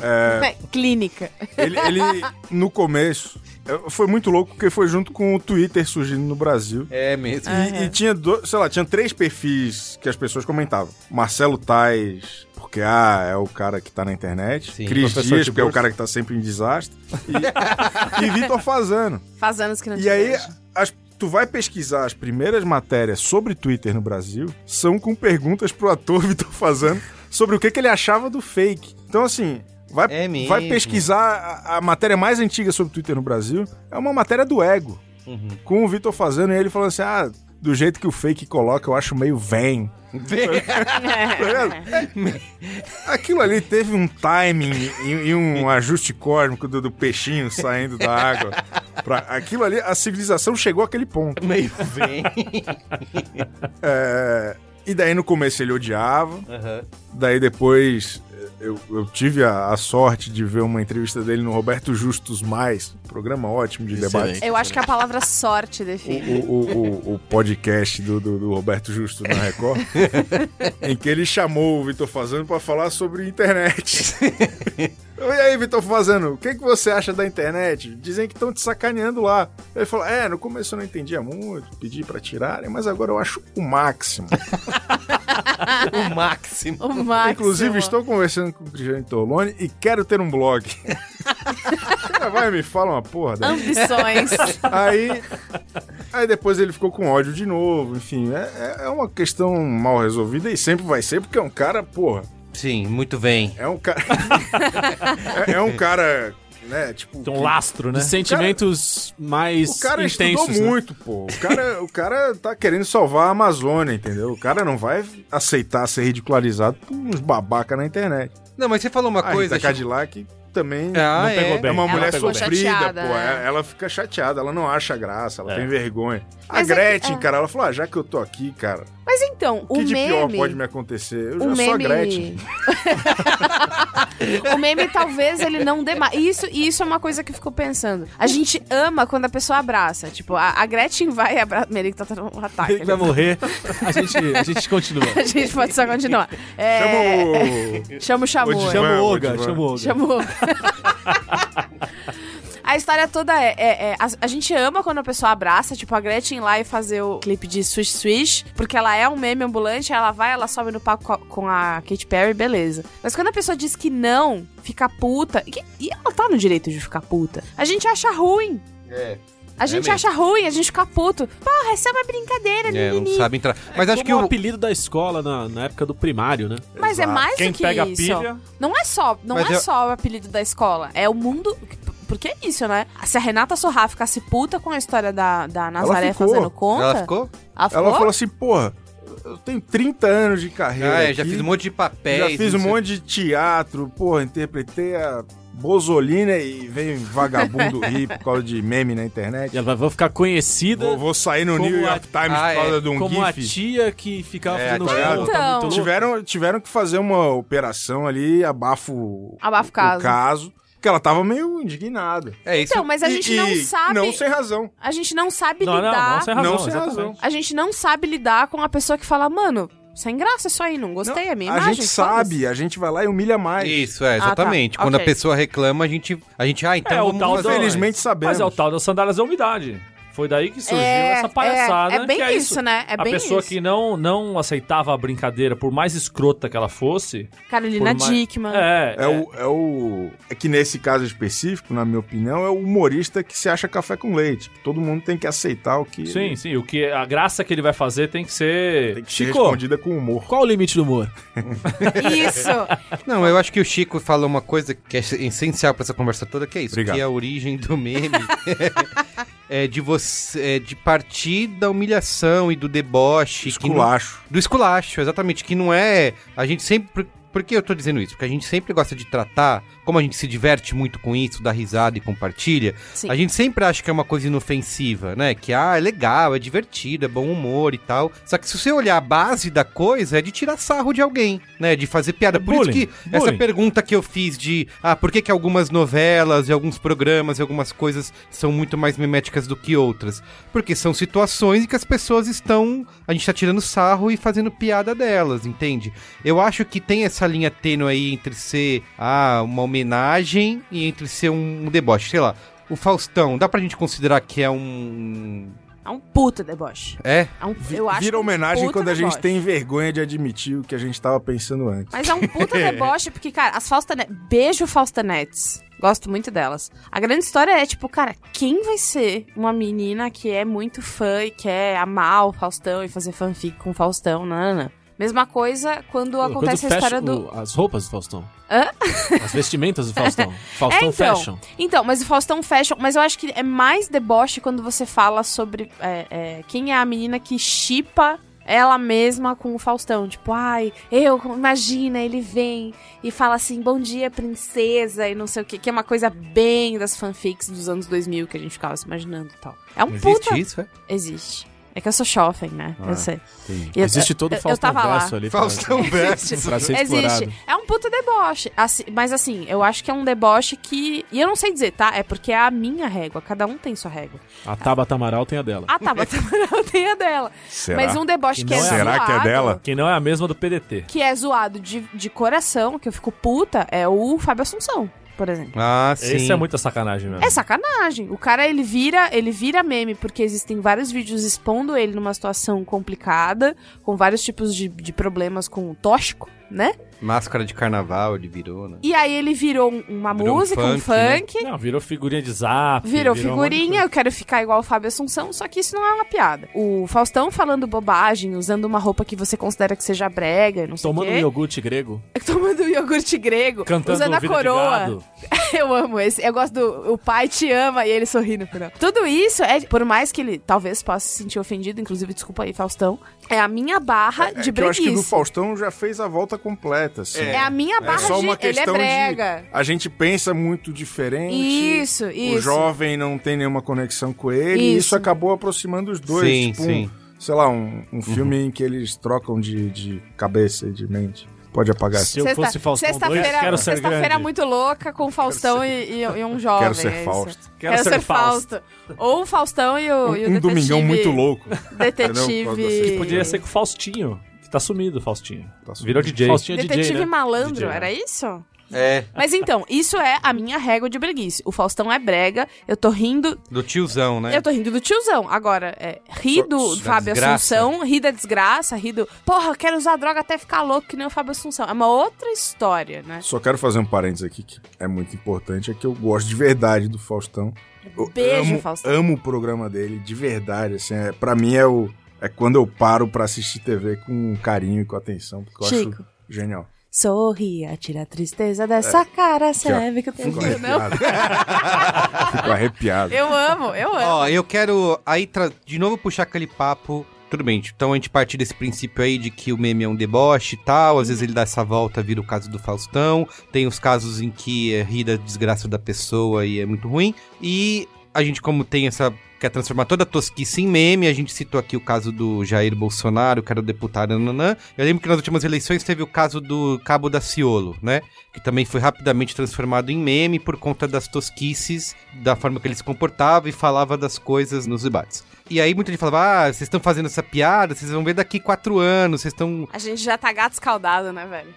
S4: É,
S2: É, Clínica.
S4: ele, ele, no começo, é, foi muito louco porque foi junto com o Twitter surgindo no Brasil.
S1: É mesmo.
S4: E, e tinha, do- sei lá, tinha três perfis que as pessoas comentavam. Marcelo Tais, porque ah, é o cara que tá na internet.
S1: Sim.
S4: Cris
S1: Professor
S4: Dias, porque é o
S1: Tiburcio.
S4: cara que tá sempre em desastre. E, e Vitor Fazano.
S2: Faz anos que não
S4: E
S2: te
S4: aí,
S2: vejo.
S4: as- tu vai pesquisar as primeiras matérias sobre Twitter no Brasil, são com perguntas pro ator Vitor Fazano sobre o que, que ele achava do fake. Então, assim. Vai,
S1: É mesmo.
S4: vai pesquisar a, a matéria mais antiga sobre Twitter no Brasil. É uma matéria do ego.
S1: Uhum.
S4: Com o Vitor Fazano e ele falando assim: ah, do jeito que o fake coloca, eu acho meio vem. Tá ligado? Aquilo ali teve um timing e, e um ajuste cósmico do, do peixinho saindo da água. Pra, aquilo ali, a civilização chegou àquele ponto.
S1: Meio bem.
S4: É, e daí no começo ele odiava, daí depois eh, eu, eu tive a, a sorte de ver uma entrevista dele no Roberto Justus Mais, um programa ótimo de debate.
S2: Eu acho que a palavra sorte
S4: O,
S2: define.
S4: o- o- o podcast do, do- do Roberto Justo na Record, em que ele chamou o Vitor Fazano pra falar sobre internet. e aí, Vitor Fazano, o que, que você acha da internet? Dizem que estão te sacaneando lá. Ele falou: É, no começo eu não entendia muito, pedi pra tirarem, mas agora eu acho o máximo.
S1: o máximo.
S2: O máximo.
S4: Inclusive, estou conversando com o Cristiano Torlone e quero ter um blog. Cara, Vai, me fala uma porra. dessa.
S2: Ambições.
S4: Aí, aí depois ele ficou com ódio de novo, enfim. É, é- é uma questão mal resolvida e sempre vai ser, porque é um cara, porra,
S1: Sim, muito bem.
S4: é um cara. é, é um cara, né, tipo.
S5: Tem
S4: que-
S5: um lastro, né?
S3: de sentimentos mais
S4: o cara
S3: intensos.
S4: estudou
S3: né?
S4: muito, pô. O cara, o cara tá querendo salvar a Amazônia, entendeu? O cara não vai aceitar ser ridicularizado por uns babaca na internet.
S1: Não, mas você falou uma
S4: A
S1: coisa.
S4: Rita Cadillac também
S1: Ah,
S5: não
S1: é.
S5: pegou
S4: tipo É
S5: bem.
S4: uma
S5: Ela
S4: mulher
S5: pegou
S2: bem.
S4: sofrida,
S2: Chateada,
S4: pô.
S2: né?
S4: é- Ela fica chateada, ela não acha graça, ela
S5: É.
S4: tem vergonha. A
S2: Mas é que-
S4: Gretchen,
S2: é.
S4: cara, ela falou: ah, já que eu tô aqui, cara,
S2: Mas então,
S4: o que
S2: o
S4: de pior
S2: meme.
S4: pode me acontecer? Eu
S2: o
S4: já sou a Gretchen.
S2: meme. o meme talvez ele não dê mais. Isso, isso é uma coisa que eu fico pensando. A gente ama quando a pessoa abraça. Tipo, a, a Gretchen vai abraçar. Merik tá tendo um ataque.
S3: Ele vai
S2: ali.
S3: morrer. A gente, a gente continua.
S2: A gente pode só continuar.
S4: Chama
S2: É...
S4: o.
S2: Chama o Chamor.
S4: Odivan.
S3: Chama o Olga,
S4: Odivan.
S3: chama o Olga.
S2: Chamou. A história toda é, é- é- a, a gente ama quando a pessoa abraça, tipo a Gretchen lá e fazer o clipe de Swish Swish, porque ela é um meme ambulante, ela vai, ela sobe no palco com a, com a Katy Perry, beleza. Mas quando a pessoa diz que não, fica puta, e, que- e ela tá no direito de ficar puta, a gente acha ruim.
S1: É.
S2: A gente
S1: mesmo.
S2: acha ruim, a gente fica puto. Porra, essa é uma brincadeira,
S1: É, não
S2: mimimi.
S1: sabe entrar. Mas acho
S3: Como
S1: que
S3: o
S1: o.
S3: apelido da escola na, na época do primário, né?
S2: Mas é
S4: Exato.
S2: mais
S5: Quem
S2: do que
S5: pega a
S2: isso.
S5: pilha.
S2: Não é só, não
S1: Mas
S2: é
S1: eu-
S2: só o apelido da escola, é o mundo. Porque é isso, né? Se a Renata Sorrá ficasse puta com a história da, da Nazaré
S4: ficou.
S2: fazendo conta.
S1: Ela ficou?
S2: Ela
S4: Ela
S2: ficou?
S4: falou assim: porra, eu tenho 30 anos de carreira.
S1: Ah, é, já
S4: aqui,
S1: fiz um monte de papéis.
S4: Já fiz
S1: não
S4: um
S1: sei-
S4: monte de teatro, porra, interpretei a Bozolina e vem vagabundo rir por causa de meme na
S3: E
S4: internet.
S3: ela vai vou ficar conhecida
S4: Vou, vou sair no
S3: Como
S4: New
S3: a-
S4: York Times
S1: Ah,
S4: por
S1: é,
S4: causa de um
S3: como a
S4: GIF.
S3: tia que ficava
S4: É,
S3: fazendo
S4: tá ligado?
S3: conta,
S2: Então.
S3: muito louco.
S4: Tiveram, tiveram que fazer uma operação ali, abafo,
S2: Abafa o
S4: o
S2: caso.
S4: caso, porque ela tava meio indignada.
S1: É isso.
S2: Então, mas a
S4: E-
S2: gente
S4: e
S2: não sabe.
S4: Não sem razão.
S2: A gente não sabe
S5: Não, não,
S2: lidar.
S5: não, sem razão.
S4: não sem
S5: exatamente.
S4: razão.
S2: A gente não sabe lidar com a pessoa que fala, mano, sem graça isso aí, não gostei, é minha
S4: a
S2: imagem.
S4: gente
S2: foda-se."
S4: sabe, a gente vai lá e humilha mais.
S1: Isso, é,
S2: tá.
S1: exatamente. Quando
S2: Ok.
S1: a pessoa reclama, a gente. A gente, ah, então
S5: É, o
S1: vamos
S5: tal
S1: fazer
S5: do-
S1: isso.
S4: Felizmente sabemos.
S5: Mas é o tal das sandálias da umidade. Foi daí que surgiu
S2: É,
S5: essa palhaçada.
S2: é, é bem
S5: que é
S2: isso, né? É
S5: a
S2: bem
S5: pessoa
S2: isso.
S5: que não, não aceitava a brincadeira, por mais escrota que ela fosse.
S2: Carolina
S5: por mais-
S2: Dickman.
S5: É,
S4: É o, é o. É que nesse caso específico, na minha opinião, é o humorista que se acha café com leite. Todo mundo tem que aceitar o que.
S5: é, Sim, sim. O que, a graça que ele vai fazer tem que ser.
S4: Tem que ser
S3: Chico.
S4: respondida com humor.
S3: Qual o limite do humor?
S2: Isso.
S1: Não, eu acho que o Chico falou uma coisa que é essencial pra essa conversa toda, que é isso,
S4: Obrigado.
S1: que é a origem do meme. é de você, é de partir da humilhação e do deboche, que não-
S4: Esculacho.
S1: do esculacho, exatamente, que não é, a gente sempre Por que eu tô dizendo isso? Porque a gente sempre gosta de tratar, como a gente se diverte muito com isso, dá risada e compartilha,
S2: Sim.
S1: a gente sempre acha que é uma coisa inofensiva, né? Que, ah, é legal, é divertido, é bom humor e tal. Só que se você olhar a base da coisa, é de tirar sarro de alguém, né? De fazer piada. Por
S5: É Bullying,
S1: isso que essa
S5: bullying.
S1: pergunta que eu fiz de, ah, por que que algumas novelas e alguns programas e algumas coisas são muito mais miméticas do que outras? Porque são situações em que as pessoas estão. A gente tá tirando sarro e fazendo piada delas, entende? Eu acho que tem essa linha tênue aí entre ser ah, uma homenagem e entre ser um deboche. Sei lá, o Faustão, dá pra gente considerar que é um.
S2: É um puta deboche.
S1: É?
S2: É um, eu acho
S4: Vira
S2: um
S4: homenagem
S2: puta
S4: quando a gente
S2: deboche.
S4: tem vergonha de admitir o que a gente tava pensando antes.
S2: Mas é um puta deboche, porque, cara, as Faustanetes. Beijo, Faustanetes. Gosto muito delas. A grande história é, tipo, cara, quem vai ser uma menina que é muito fã e quer amar o Faustão e fazer fanfic com o Faustão, nana? Mesma coisa quando acontece a
S3: Quando fecha
S2: história do.
S3: o- As roupas do Faustão.
S2: Hã?
S3: As vestimentas do Faustão. Faustão
S2: É, então.
S3: Fashion.
S2: Então, mas o Faustão Fashion. Mas eu acho que é mais deboche quando você fala sobre é, é, quem é a menina que chipa ela mesma com o Faustão. Tipo, ai, eu, imagina, ele vem e fala assim, bom dia, princesa, e não sei o que, que é uma coisa bem das fanfics dos anos 2000 que a gente ficava se imaginando e tal. É um
S1: Existe
S2: puta.
S1: isso? Ah, É?
S2: Existe. É que eu sou jovem, né? eu sei. E eu-
S3: Existe todo o
S2: eu- eu
S3: Faustão
S2: tava lá.
S3: verso ali. pra-
S1: Faustão Verso.
S3: Pra ser explorado.
S2: Existe. É um puta deboche. Assim, mas assim, eu acho que é um deboche que. E eu não sei dizer, tá? É porque é a minha régua. Cada um tem sua régua.
S3: A Tabata Amaral tem a dela.
S2: Ah, tá, mas Amaral tem a dela.
S4: Será?
S2: Mas um deboche que,
S3: Que
S2: é
S3: não é-
S2: zoado.
S4: Será que é
S1: Ah.
S4: dela?
S5: Que não é a mesma do PDT.
S2: Que é zoado de, de coração, que eu fico puta, é o Fábio Assunção, por exemplo.
S1: Ah, sim.
S5: Isso é muita sacanagem mesmo.
S2: É sacanagem. O cara ele vira, ele vira meme porque existem vários vídeos expondo ele numa situação complicada, com vários tipos de, de problemas com o tóxico, né?
S1: Máscara de carnaval, ele virou, né?
S2: E aí ele virou um- uma
S1: Virou um
S2: música, um
S1: funk, né?
S2: funk,
S5: Não, virou figurinha de zap.
S2: Virou
S5: um monte de
S2: figurinha, eu quero ficar igual o Fábio Assunção, só que isso não é uma piada. O Faustão falando bobagem, usando uma roupa que você considera que seja brega, não sei o
S3: Tomando um
S2: quê.
S3: iogurte grego.
S2: Tomando um iogurte grego,
S5: Cantando
S2: usando a
S5: Vida de
S2: coroa.
S5: Gado.
S2: eu amo esse. Eu gosto do o pai te ama e ele sorri no final. Tudo isso é, por mais que ele talvez possa se sentir ofendido, inclusive, desculpa aí, Faustão, é a minha barra
S4: É
S2: de
S4: que eu acho que do
S2: breguice.
S4: Faustão já fez a volta completa, assim.
S2: É a minha barra
S4: só uma
S2: de ele é
S4: questão
S2: brega.
S4: de a gente pensa muito diferente.
S2: Isso,
S4: O
S2: isso.
S4: jovem não tem nenhuma conexão com ele. E
S2: Isso.
S4: isso acabou aproximando os dois.
S1: Sim,
S4: tipo,
S1: sim. Uhum.
S4: Um, sei lá, um, um filme em que eles trocam de, de cabeça e de mente. Pode apagar.
S3: Se eu fosse Faustão
S2: sexta-feira,
S3: 2, quero ser
S2: Sexta-feira é
S3: grande.
S2: muito louca com o Faustão e, e- e um jovem.
S4: Quero ser
S2: é isso.
S4: Fausto.
S2: Quero, ser, Fausto. Ou o Faustão e o,
S4: Um,
S2: e o
S4: um
S2: detetive.
S4: domingão muito louco. Entendeu? Por causa dessas
S2: Detetive.
S4: coisas.
S5: Poderia ser com o Faustinho. Que tá sumido, Faustinho.
S4: Tá sumido.
S5: Virou DJ.
S3: Faustinho é
S2: Detetive
S3: DJ, né?
S2: malandro,
S5: DJ, né?
S2: era isso?
S1: É,
S2: Mas então, isso é a minha régua de breguice. O Faustão é brega, eu tô rindo.
S1: do tiozão,
S4: É.
S1: né?
S2: Eu tô rindo do tiozão. Agora, é, ri do
S1: da
S2: Fábio
S1: desgraça.
S2: Assunção, ri da desgraça, ri do. Porra, eu quero usar droga até ficar louco que nem o Fábio Assunção. É uma outra história, né?
S4: Só quero fazer um parênteses aqui que é muito importante, é que eu gosto de verdade do Faustão. Eu
S2: Beijo,
S4: amo,
S2: Faustão.
S4: Amo o programa dele, de verdade, assim, é, pra mim é o é quando eu paro pra assistir TV com carinho e com atenção, porque eu
S2: Chico.
S4: acho genial.
S2: Sorria, tira a tristeza
S1: É.
S2: dessa cara, sabe que eu tenho
S4: Fico
S2: que não.
S4: arrepiado. Fico arrepiado.
S2: Eu amo, eu amo.
S1: Ó, eu quero aí tra- de novo puxar aquele papo. Tudo bem, então a gente parte desse princípio aí de que o meme é um deboche e tal, às vezes ele dá essa volta, vira o caso do Faustão, tem os casos em que é, ri da desgraça da pessoa e é muito ruim, e a gente como tem essa, quer transformar toda a tosquice em meme, a gente citou aqui o caso do Jair Bolsonaro, que era o deputado, nananã. eu lembro que nas últimas eleições teve o caso do Cabo da Ciolo, né, que também foi rapidamente transformado em meme por conta das tosquices, da forma que ele se comportava e falava das coisas nos debates. E aí muita gente falava, ah, vocês estão fazendo essa piada, vocês vão ver daqui quatro anos, vocês estão...
S2: A gente já tá gato escaldado, né, velho?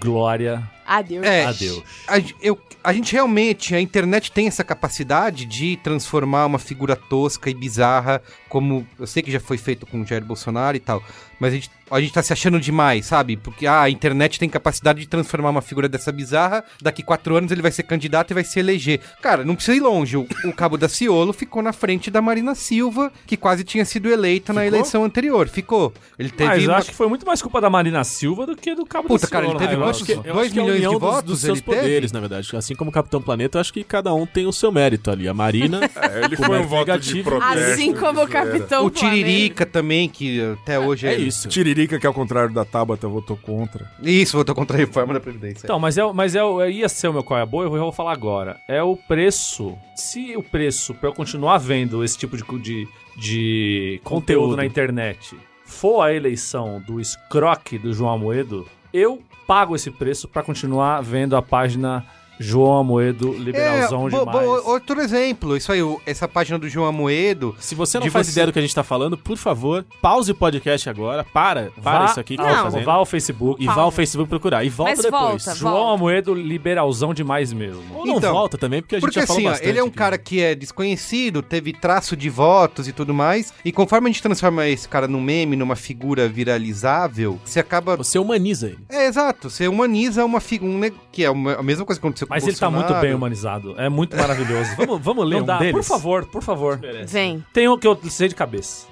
S5: Glória
S2: Adeus.
S1: É,
S5: a Deus.
S1: A, gen- eu- a gente realmente, a internet tem essa capacidade de transformar uma figura tosca e bizarra, como eu sei que já foi feito com o Jair Bolsonaro e tal, mas a gente, a gente tá se achando demais, sabe? Porque ah, a internet tem capacidade de transformar uma figura dessa bizarra, daqui quatro anos ele vai ser candidato e vai se eleger. Cara, não precisa ir longe, o, o Cabo da Ciolo ficou na frente da Marina Silva, que quase tinha sido eleita na
S5: Ficou?
S1: eleição anterior, ficou. Ele teve
S5: Mas eu
S1: uma-
S5: acho que foi muito mais culpa da Marina Silva do que do Cabo
S1: Puta,
S5: da
S1: cara, ele
S5: Ciolo,
S1: teve
S5: né? Eu
S1: quantos?
S3: Ah,
S5: acho que- eu
S1: Dois
S5: acho que a
S1: milhões milhões de
S3: é união dos,
S1: votos
S3: dos
S1: ele
S3: seus
S1: teve?
S3: poderes, na verdade. Assim como o Capitão Planeta, eu acho que cada um tem o seu mérito ali. A Marina,
S4: É, ele
S3: com
S4: foi um
S3: mérito
S4: voto de
S3: negativo.
S4: protesto.
S1: é,
S2: Assim como o
S4: isso era.
S2: Capitão
S1: o
S2: Planeta.
S1: Tiririca também, que até hoje
S3: é isso.
S4: Tiririca, que ao contrário da Tabata, votou contra.
S1: Isso, votou contra a reforma da Previdência.
S5: Então, mas, é, o- mas é, o- ia ser o meu qual é a boa, eu vou- eu vou falar agora. É o preço. Se o preço pra eu continuar vendo esse tipo de, co- de, de conteúdo.
S3: Conteúdo.
S5: na internet for a eleição do escroque do João Amoedo, eu pago esse preço pra continuar vendo a página João Amoedo Liberalzão
S1: É, bo-
S5: demais.
S1: bo- outro exemplo, isso aí, o- essa página do João Amoedo.
S3: se você não
S1: De
S3: faz
S1: você-
S3: ideia do que a gente tá falando, por favor, pause o podcast agora, para, para isso aqui que
S5: ao,
S3: tá
S2: Não.
S3: fazendo.
S5: vá ao Facebook
S3: E vá ao Facebook procurar. E volta
S2: Mas
S3: depois.
S2: volta.
S5: João Amoedo Liberalzão demais mesmo.
S3: Ou não
S1: Então,
S3: volta também, porque a gente
S1: Porque
S3: já falou
S1: assim, ó,
S3: bastante.
S1: ele é um
S3: aqui.
S1: cara que é desconhecido, teve traço de votos e tudo mais. E conforme a gente transforma esse cara num meme, numa figura viralizável, você acaba.
S3: Você humaniza ele.
S1: É exato, você humaniza uma figura. Um, neg- que é uma- a mesma coisa que aconteceu com
S5: Mas
S1: o
S5: ele tá muito
S1: Bolsonaro.
S5: bem humanizado. É muito maravilhoso. vamos, vamos ler
S3: Não
S5: um
S3: dá, por
S5: deles?
S3: favor,
S5: por favor.
S2: Vem,
S5: Tem um que eu sei de cabeça.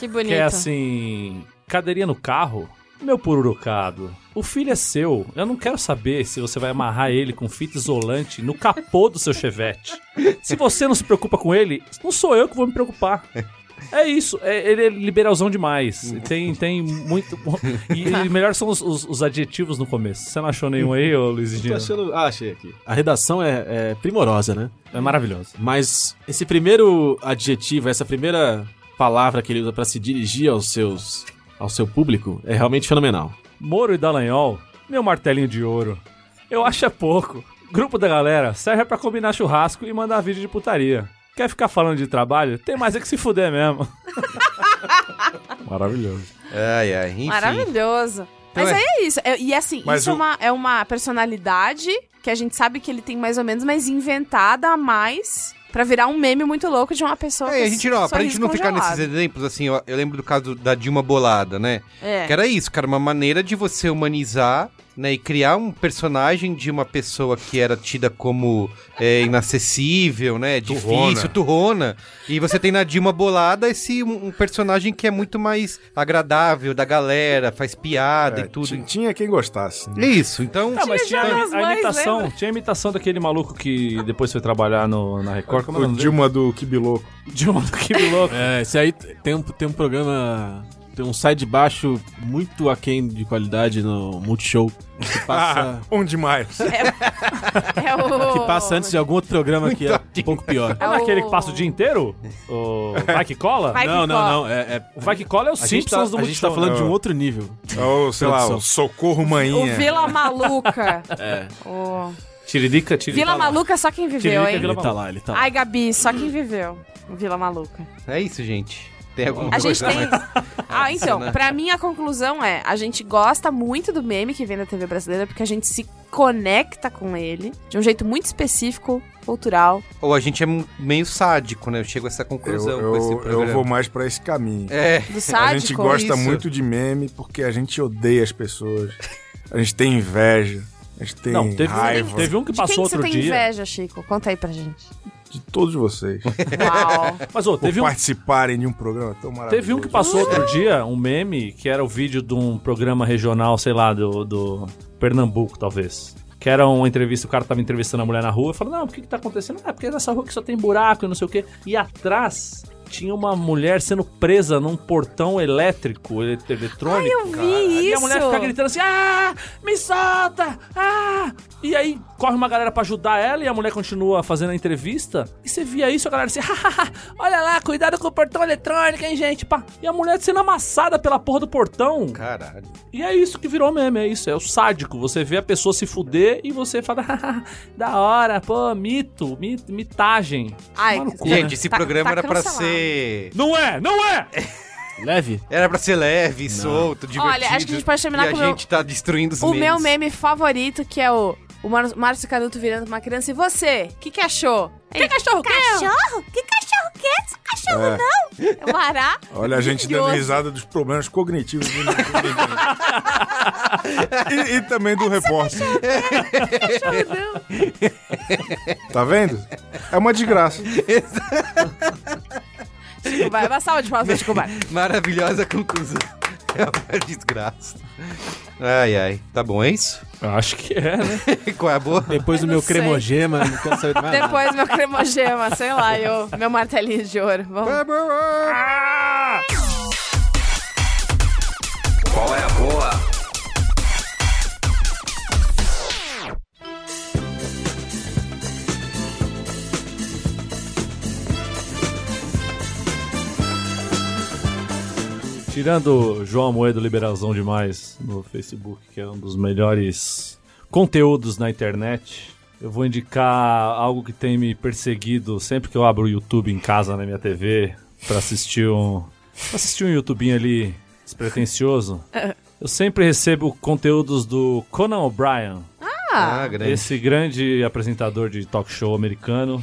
S2: que bonito.
S5: Que é assim: cadeirinha no carro? Meu pururucado, o filho é seu. Eu não quero saber se você vai amarrar ele com fita isolante no capô do seu chevette. Se você não se preocupa com ele, não sou eu que vou me preocupar. É isso, é- ele é liberalzão demais. Tem, tem muito. E, e melhor são os, os- os adjetivos no começo. Você não achou nenhum aí, ô Luizinho?
S3: Ah, achei aqui. A redação é, é primorosa, né?
S5: É maravilhoso.
S3: Mas esse primeiro adjetivo, essa primeira palavra que ele usa pra se dirigir aos seus, ao seu público é realmente fenomenal.
S5: Moro e Dallagnol, meu martelinho de ouro. Eu acho é pouco. Grupo da galera serve pra combinar churrasco e mandar vídeo de putaria. Quer ficar falando de trabalho? Tem mais é que se fuder mesmo.
S3: Maravilhoso.
S1: Ai, ai, enfim.
S2: Maravilhoso.
S1: Então
S2: mas
S1: é-
S2: aí é isso. É- e assim,
S4: Mas
S2: isso é,
S4: o-
S2: uma, é uma personalidade que a gente sabe que ele tem mais ou menos, mas inventada a mais pra virar um meme muito louco de uma pessoa
S1: É,
S2: com
S1: a gente não, pra
S2: sorriso
S1: gente não ficar nesses
S2: congelado.
S1: exemplos, assim, ó, eu lembro do caso da Dilma Bolada, né?
S2: É.
S1: Que era isso, cara, uma maneira de você humanizar, né, e criar um personagem de uma pessoa que era tida como é, inacessível, né,
S4: Turrona.
S1: difícil, turrona, e você tem na Dilma Bolada esse um, um personagem que é muito mais agradável da galera, faz piada
S4: É,
S1: e tudo.
S4: ti- Tinha quem gostasse. né?
S1: É isso, então...
S5: Ah, mas tinha
S2: Jonas
S5: a,
S2: Mães,
S5: imitação.
S2: lembra?
S5: Tinha a imitação daquele maluco que depois foi trabalhar no, na Record. Como é o
S4: O
S5: nome dele?
S4: Dilma do Kibiloco.
S5: Dilma do Kibi Louco.
S3: É, esse aí tem um, tem um programa. Tem um site de baixo muito aquém de qualidade no Multishow. Que passa,
S4: Ah, onde mais?
S2: É o...
S3: que passa antes de algum outro programa que é um pouco pior.
S5: É aquele que passa o dia inteiro? O Vai que cola?
S2: Vai que
S3: Não, não,
S2: cola.
S3: não. É, é-
S5: O Vai que cola é o
S3: a, gente tá,
S5: Simpsons do
S3: a gente tá
S5: Multishow.
S3: falando de um
S4: Não.
S3: outro nível.
S4: Ou, sei lá,
S3: Produção.
S4: É o Socorro
S2: O
S5: é.
S4: Manhinha.
S2: Vila Maluca. O...
S5: Tiririca, tiririca.
S2: Vila Maluca, é só quem viveu,
S5: Tiririca,
S2: hein?
S5: Vila
S3: Ele tá lá, ele tá lá.
S2: Ai, Gabi, só quem viveu. Vila Maluca.
S1: É isso, gente. Tem alguma
S2: A gente
S1: coisa?
S2: tem. Ah, então,
S5: né?
S2: pra mim a conclusão é: a gente gosta muito do meme que vem da TV brasileira porque a gente se conecta com ele de um jeito muito específico, cultural.
S1: Ou a gente é m- meio sádico, né? Eu chego a essa
S4: Eu,
S1: conclusão com esse
S4: eu, eu
S1: programa.
S4: vou mais pra esse caminho.
S1: É,
S2: Do
S4: a gente
S2: sádico.
S4: gosta
S1: isso.
S4: muito de meme porque a gente odeia as pessoas. A gente tem inveja. A gente tem
S5: Não, teve,
S4: raiva
S5: um, teve um que
S2: De quem
S5: passou
S2: que você
S5: outro
S2: tem
S5: dia.
S2: inveja, Chico? Conta aí pra gente.
S4: de todos vocês.
S2: Uau.
S5: Mas, ô,
S4: Por
S5: teve um,
S4: participarem de um programa tão maravilhoso.
S5: Teve um que passou outro dia, um meme, que era o vídeo de um programa regional, sei lá, do, do Pernambuco, talvez. Que era uma entrevista, o cara tava entrevistando a mulher na rua e falou, não, o que que tá acontecendo? Ah, porque nessa rua que só tem buraco e não sei o quê. E atrás tinha uma mulher sendo presa num portão elétrico, ele- eletrônico.
S2: Eu vi
S5: E a
S2: isso.
S5: mulher fica gritando assim, ah, me solta, ah. E aí corre uma galera pra ajudar ela e a mulher continua fazendo a entrevista. E você via isso, a galera assim, hahaha, olha lá, cuidado com o portão eletrônico, hein, gente, pá. E a mulher sendo amassada pela porra do portão.
S1: caralho.
S5: E é isso que virou meme, é isso, é o sádico. Você vê a pessoa se fuder e você fala, hahaha, da hora, pô, mito, mito mitagem.
S2: Ai,
S5: Mano, cu,
S1: Gente, esse
S2: tá-
S1: programa
S2: tá
S1: era pra
S2: cancelado.
S1: ser...
S5: Não é, não é!
S3: Leve.
S1: Era pra ser leve, solto, divertido.
S2: Olha, acho que a gente pode terminar
S1: e
S2: com o
S1: a
S2: meu-
S1: gente tá destruindo os
S2: O
S1: memes.
S2: meu meme favorito, que é o, o Mar- Márcio Canuto virando uma criança. E você? O que, que achou? Que cachorro quê? É. Cachorro? Que cachorro quê? Esse cachorro não! É um ará.
S4: Olha a gente dando
S2: Maravilhoso.
S4: risada dos problemas cognitivos do e, e também do repórter.
S1: né? tá
S4: Tá vendo? É uma desgraça.
S2: Chico Bar. Uma salva de palmas pra Chico Bar.
S1: Maravilhosa conclusão. É uma desgraça. Ai, ai. Tá bom, é isso?
S5: Acho que é, né?
S1: Qual é a boa?
S3: Depois do
S2: Eu não
S3: meu
S2: sei.
S3: cremogema, não quero saber de mais nada.
S2: Depois meu cremogema, sei lá, eu, meu martelinho de ouro.
S4: Ah.
S2: Vamos.
S7: Qual é a boa?
S5: Tirando o João Moedo Liberazão Demais no Facebook, que é um dos melhores conteúdos na internet, eu vou indicar algo que tem me perseguido sempre que eu abro o YouTube em casa na minha TV pra assistir um. pra assistir um YouTubinho ali despretensioso. Eu sempre recebo conteúdos do Conan O'Brien,
S1: Ah, grande.
S5: esse grande apresentador de talk show americano.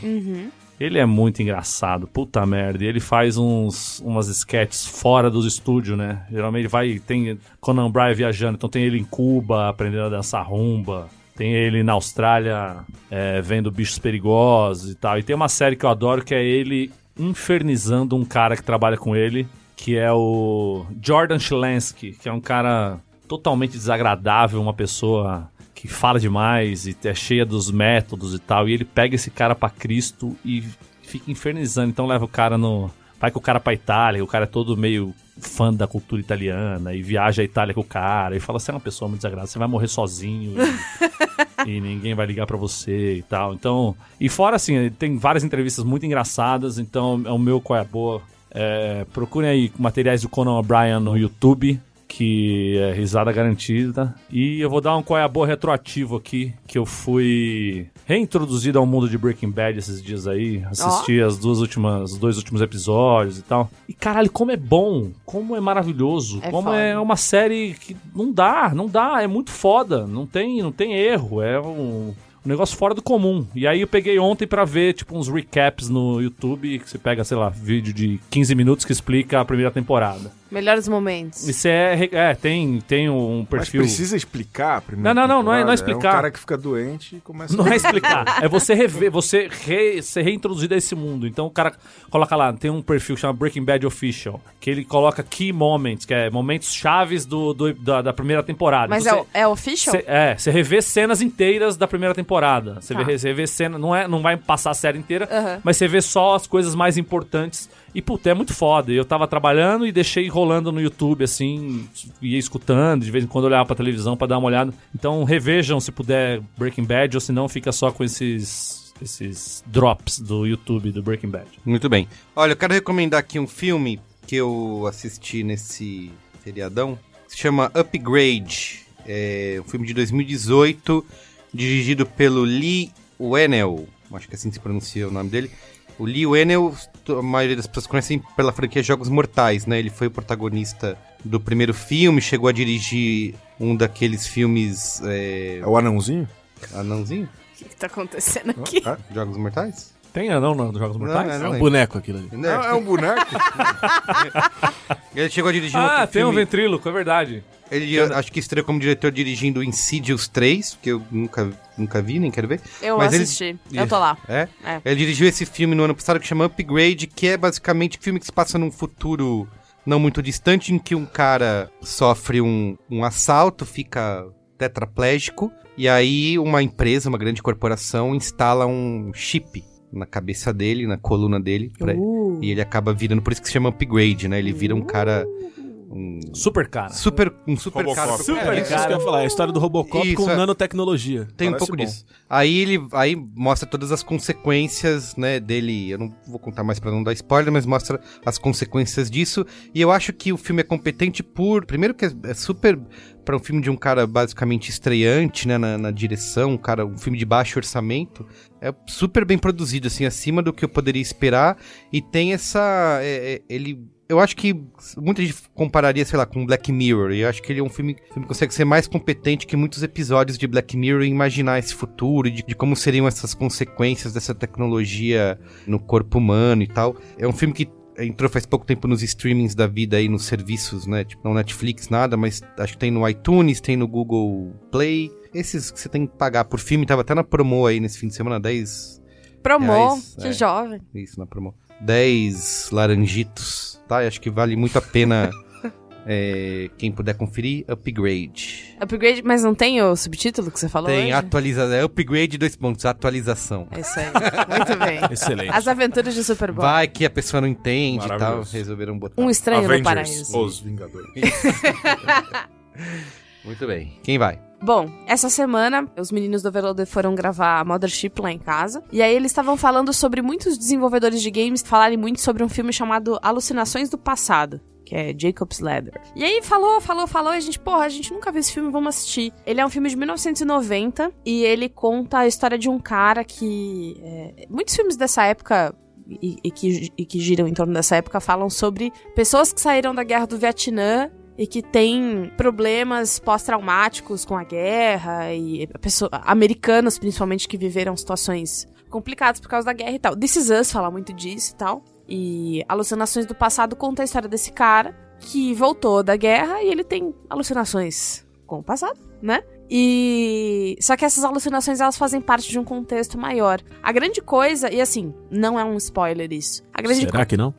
S5: Ele é muito engraçado, puta merda. E ele faz uns, umas sketches fora dos estúdios, né? Geralmente vai, tem Conan O'Brien viajando, então tem ele em Cuba aprendendo a dançar rumba. Tem ele na Austrália é, vendo bichos perigosos e tal. E tem uma série que eu adoro que é ele infernizando um cara que trabalha com ele, que é o Jordan Chelensky, que é um cara totalmente desagradável, uma pessoa que fala demais e é cheia dos métodos e tal. E ele pega esse cara pra Cristo e fica infernizando. Então leva o cara no. Vai com o cara pra Itália, o cara é todo meio fã da cultura italiana e viaja à Itália com o cara e fala: Você é uma pessoa muito desagradável, você vai morrer sozinho. e- E ninguém vai ligar pra você e tal. Então, e fora assim, ele tem várias entrevistas muito engraçadas. Então, é o meu qual é a boa. É, procurem aí materiais do Conan O'Brien no YouTube que é risada garantida. E eu vou dar um qual é a boa retroativo aqui, que eu fui reintroduzido ao mundo de Breaking Bad esses dias aí, assisti as duas últimas, os dois últimos episódios e tal. E caralho, como é bom, como é maravilhoso,
S2: É
S5: como
S2: foda.
S5: é uma série que não dá, não dá, é muito foda, não tem, não tem erro, é um um negócio fora do comum. E aí eu peguei ontem pra ver, tipo, uns recaps no YouTube, que você pega, sei lá, vídeo de 15 minutos que explica a primeira temporada.
S2: Melhores momentos.
S5: Isso é, re- é tem, tem um
S4: Mas
S5: perfil.
S4: precisa explicar primeiro.
S5: Não, não, não, não é- não
S4: É
S5: é explicar.
S4: um cara que fica doente e começa
S5: Não é explicar, é você rever, você re- ser reintroduzido a esse mundo. Então o cara coloca lá, tem um perfil que chama Breaking Bad Official, que ele coloca key moments, que é momentos chaves do, do- da, da primeira temporada.
S2: Mas
S5: Então,
S2: é,
S5: você-
S2: o- é official?
S5: Cê- é, você revê cenas inteiras da primeira temporada. Você vê, você vê cena, não, é, não vai passar a série inteira,
S2: Aham.
S5: mas você vê só as coisas mais importantes. E, puta, é muito foda. Eu tava trabalhando e deixei rolando no YouTube, assim, ia escutando, de vez em quando eu olhava pra televisão pra dar uma olhada. Então revejam se puder Breaking Bad, ou se não, fica só com esses, esses drops do YouTube do Breaking Bad.
S1: Muito bem. Olha, eu quero recomendar aqui um filme que eu assisti nesse feriadão. Se chama Upgrade. É um filme de 2018, dirigido pelo Lee Wenel. Acho que assim se pronuncia o nome dele. O Lee Wenel, a maioria das pessoas conhecem pela franquia Jogos Mortais, né? Ele foi o protagonista do primeiro filme, chegou a dirigir um daqueles filmes... É...
S4: É o anãozinho?
S1: Anãozinho?
S2: O que, que tá acontecendo aqui?
S4: Ah,
S1: Jogos Mortais?
S5: Tem anão nos Jogos Mortais?
S1: Não,
S3: É um
S1: é.
S3: boneco aquilo ali.
S4: É, é um boneco?
S1: Ele chegou a dirigir um
S5: Ah,
S1: outro
S5: tem um
S1: filme-
S5: ventríloco, é verdade.
S1: Ele eu acho que estreou como diretor dirigindo Insidious 3, que eu nunca, nunca vi, nem quero ver.
S2: Eu
S1: Mas ele-
S2: assisti. Eu tô lá.
S1: É?
S2: É.
S1: Ele dirigiu esse filme no ano passado que chama Upgrade, que é basicamente um filme que se passa num futuro não muito distante, em que um cara sofre um, um assalto, fica tetraplégico, e aí uma empresa, uma grande corporação, instala um chip na cabeça dele, na coluna dele, pra-
S2: Uh,
S1: e ele acaba virando, por isso que se chama Upgrade, né? Ele vira um cara... Um
S5: Super cara.
S1: super, um super cara.
S4: Robocop.
S3: É,
S1: É,
S3: isso que eu ia falar, é a história do Robocop
S1: Isso,
S3: com
S1: é.
S3: nanotecnologia.
S1: Tem um
S4: Parece
S1: pouco
S4: bom.
S1: disso. Aí ele aí mostra todas as consequências, né, dele. Eu não vou contar mais pra não dar spoiler, mas mostra as consequências disso. E eu acho que o filme é competente por, primeiro que é, é super pra um filme de um cara basicamente estreante, né, na, na direção, um cara, um filme de baixo orçamento, é super bem produzido assim, acima do que eu poderia esperar e tem essa é, é, ele eu acho que muita gente compararia, sei lá, com Black Mirror. E eu acho que ele é um filme, filme que consegue ser mais competente que muitos episódios de Black Mirror e imaginar esse futuro, e de, de como seriam essas consequências dessa tecnologia no corpo humano e tal. É um filme que entrou faz pouco tempo nos streamings da vida aí, nos serviços, né? Tipo, não Netflix, nada, mas acho que tem no iTunes, tem no Google Play. Esses que você tem que pagar por filme, tava até na promo aí nesse fim de semana, 10
S2: Promou,
S1: Reais,
S2: que
S1: é.
S2: jovem.
S1: isso, na promo. 10 laranjitos, tá? E acho que vale muito a pena É, quem puder conferir, Upgrade.
S2: Upgrade, mas não tem o subtítulo que você falou?
S1: Tem
S2: hoje?
S1: atualização. É Upgrade, dois pontos, atualização.
S2: É isso aí. Muito bem.
S3: Excelente.
S2: As aventuras de Super Bowl.
S1: Vai que a pessoa não entende e tal.
S5: Maravilhoso.
S1: Resolveram botar.
S2: Um estranho no
S4: Avengers,
S2: paraíso.
S4: os Vingadores.
S1: Muito bem. Quem vai?
S2: Bom, essa semana os meninos do Overloader foram gravar a Mothership lá em casa. E aí eles estavam falando sobre muitos desenvolvedores de games falarem muito sobre um filme chamado Alucinações do Passado. Que é Jacob's Ladder. E aí falou, falou, falou, e a gente, porra, a gente nunca viu esse filme, vamos assistir. Ele é um filme de 1990 e ele conta a história de um cara que. é, muitos filmes dessa época e, e que, e que giram em torno dessa época falam sobre pessoas que saíram da guerra do Vietnã e que têm problemas pós-traumáticos com a guerra e a pessoa- americanos principalmente que viveram situações complicadas por causa da guerra e tal. This Is Us fala muito disso e tal. E Alucinações do Passado conta a história desse cara que voltou da guerra e ele tem alucinações com o passado, né? E só que essas alucinações elas fazem parte de um contexto maior. A grande coisa, e assim, não é um spoiler isso. A grande
S3: Será que não?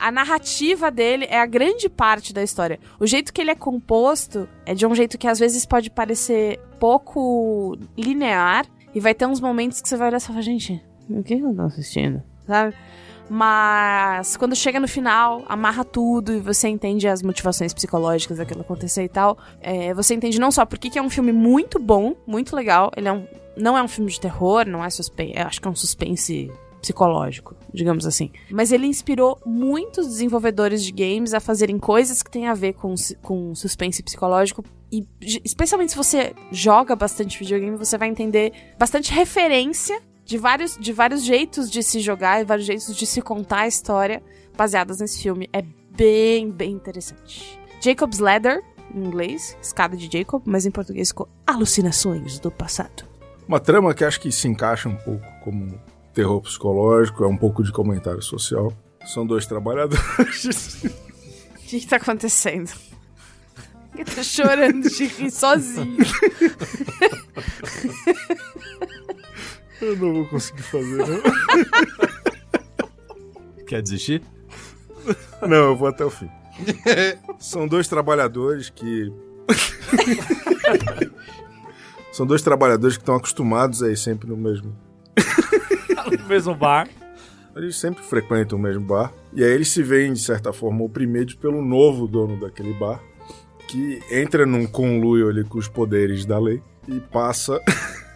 S2: a narrativa dele é a grande parte da história. O jeito que ele é composto é de um jeito que às vezes pode parecer pouco linear e vai ter uns momentos que você vai olhar e falar, gente, o que eu tô assistindo? Sabe? Mas quando chega no final, amarra tudo e você entende as motivações psicológicas daquilo acontecer e tal. É, você entende não só porque que é um filme muito bom, muito legal. Ele é um, não é um filme de terror, não é suspense. Acho que é um suspense psicológico, digamos assim. Mas ele inspirou muitos desenvolvedores de games a fazerem coisas que têm a ver com, su- com suspense psicológico. E ge- especialmente se você joga bastante videogame, você vai entender bastante referência de vários, de vários jeitos de se jogar e vários jeitos de se contar a história baseadas nesse filme. É bem, bem interessante. Jacob's Ladder, em inglês, escada de Jacob, mas em português ficou Alucinações do Passado.
S4: Uma trama que acho que se encaixa um pouco como terror psicológico, é um pouco de comentário social. São dois trabalhadores.
S2: O que, que tá acontecendo? Ele tá chorando de rir sozinho.
S4: Eu não vou conseguir fazer, não.
S3: Quer desistir?
S4: Não, eu vou até o fim. São dois trabalhadores que. São dois trabalhadores que estão acostumados a ir sempre no mesmo.
S5: No mesmo bar.
S4: Eles sempre frequentam o mesmo bar. E aí eles se veem, de certa forma, oprimidos pelo novo dono daquele bar, que entra num conluio ali com os poderes da lei e passa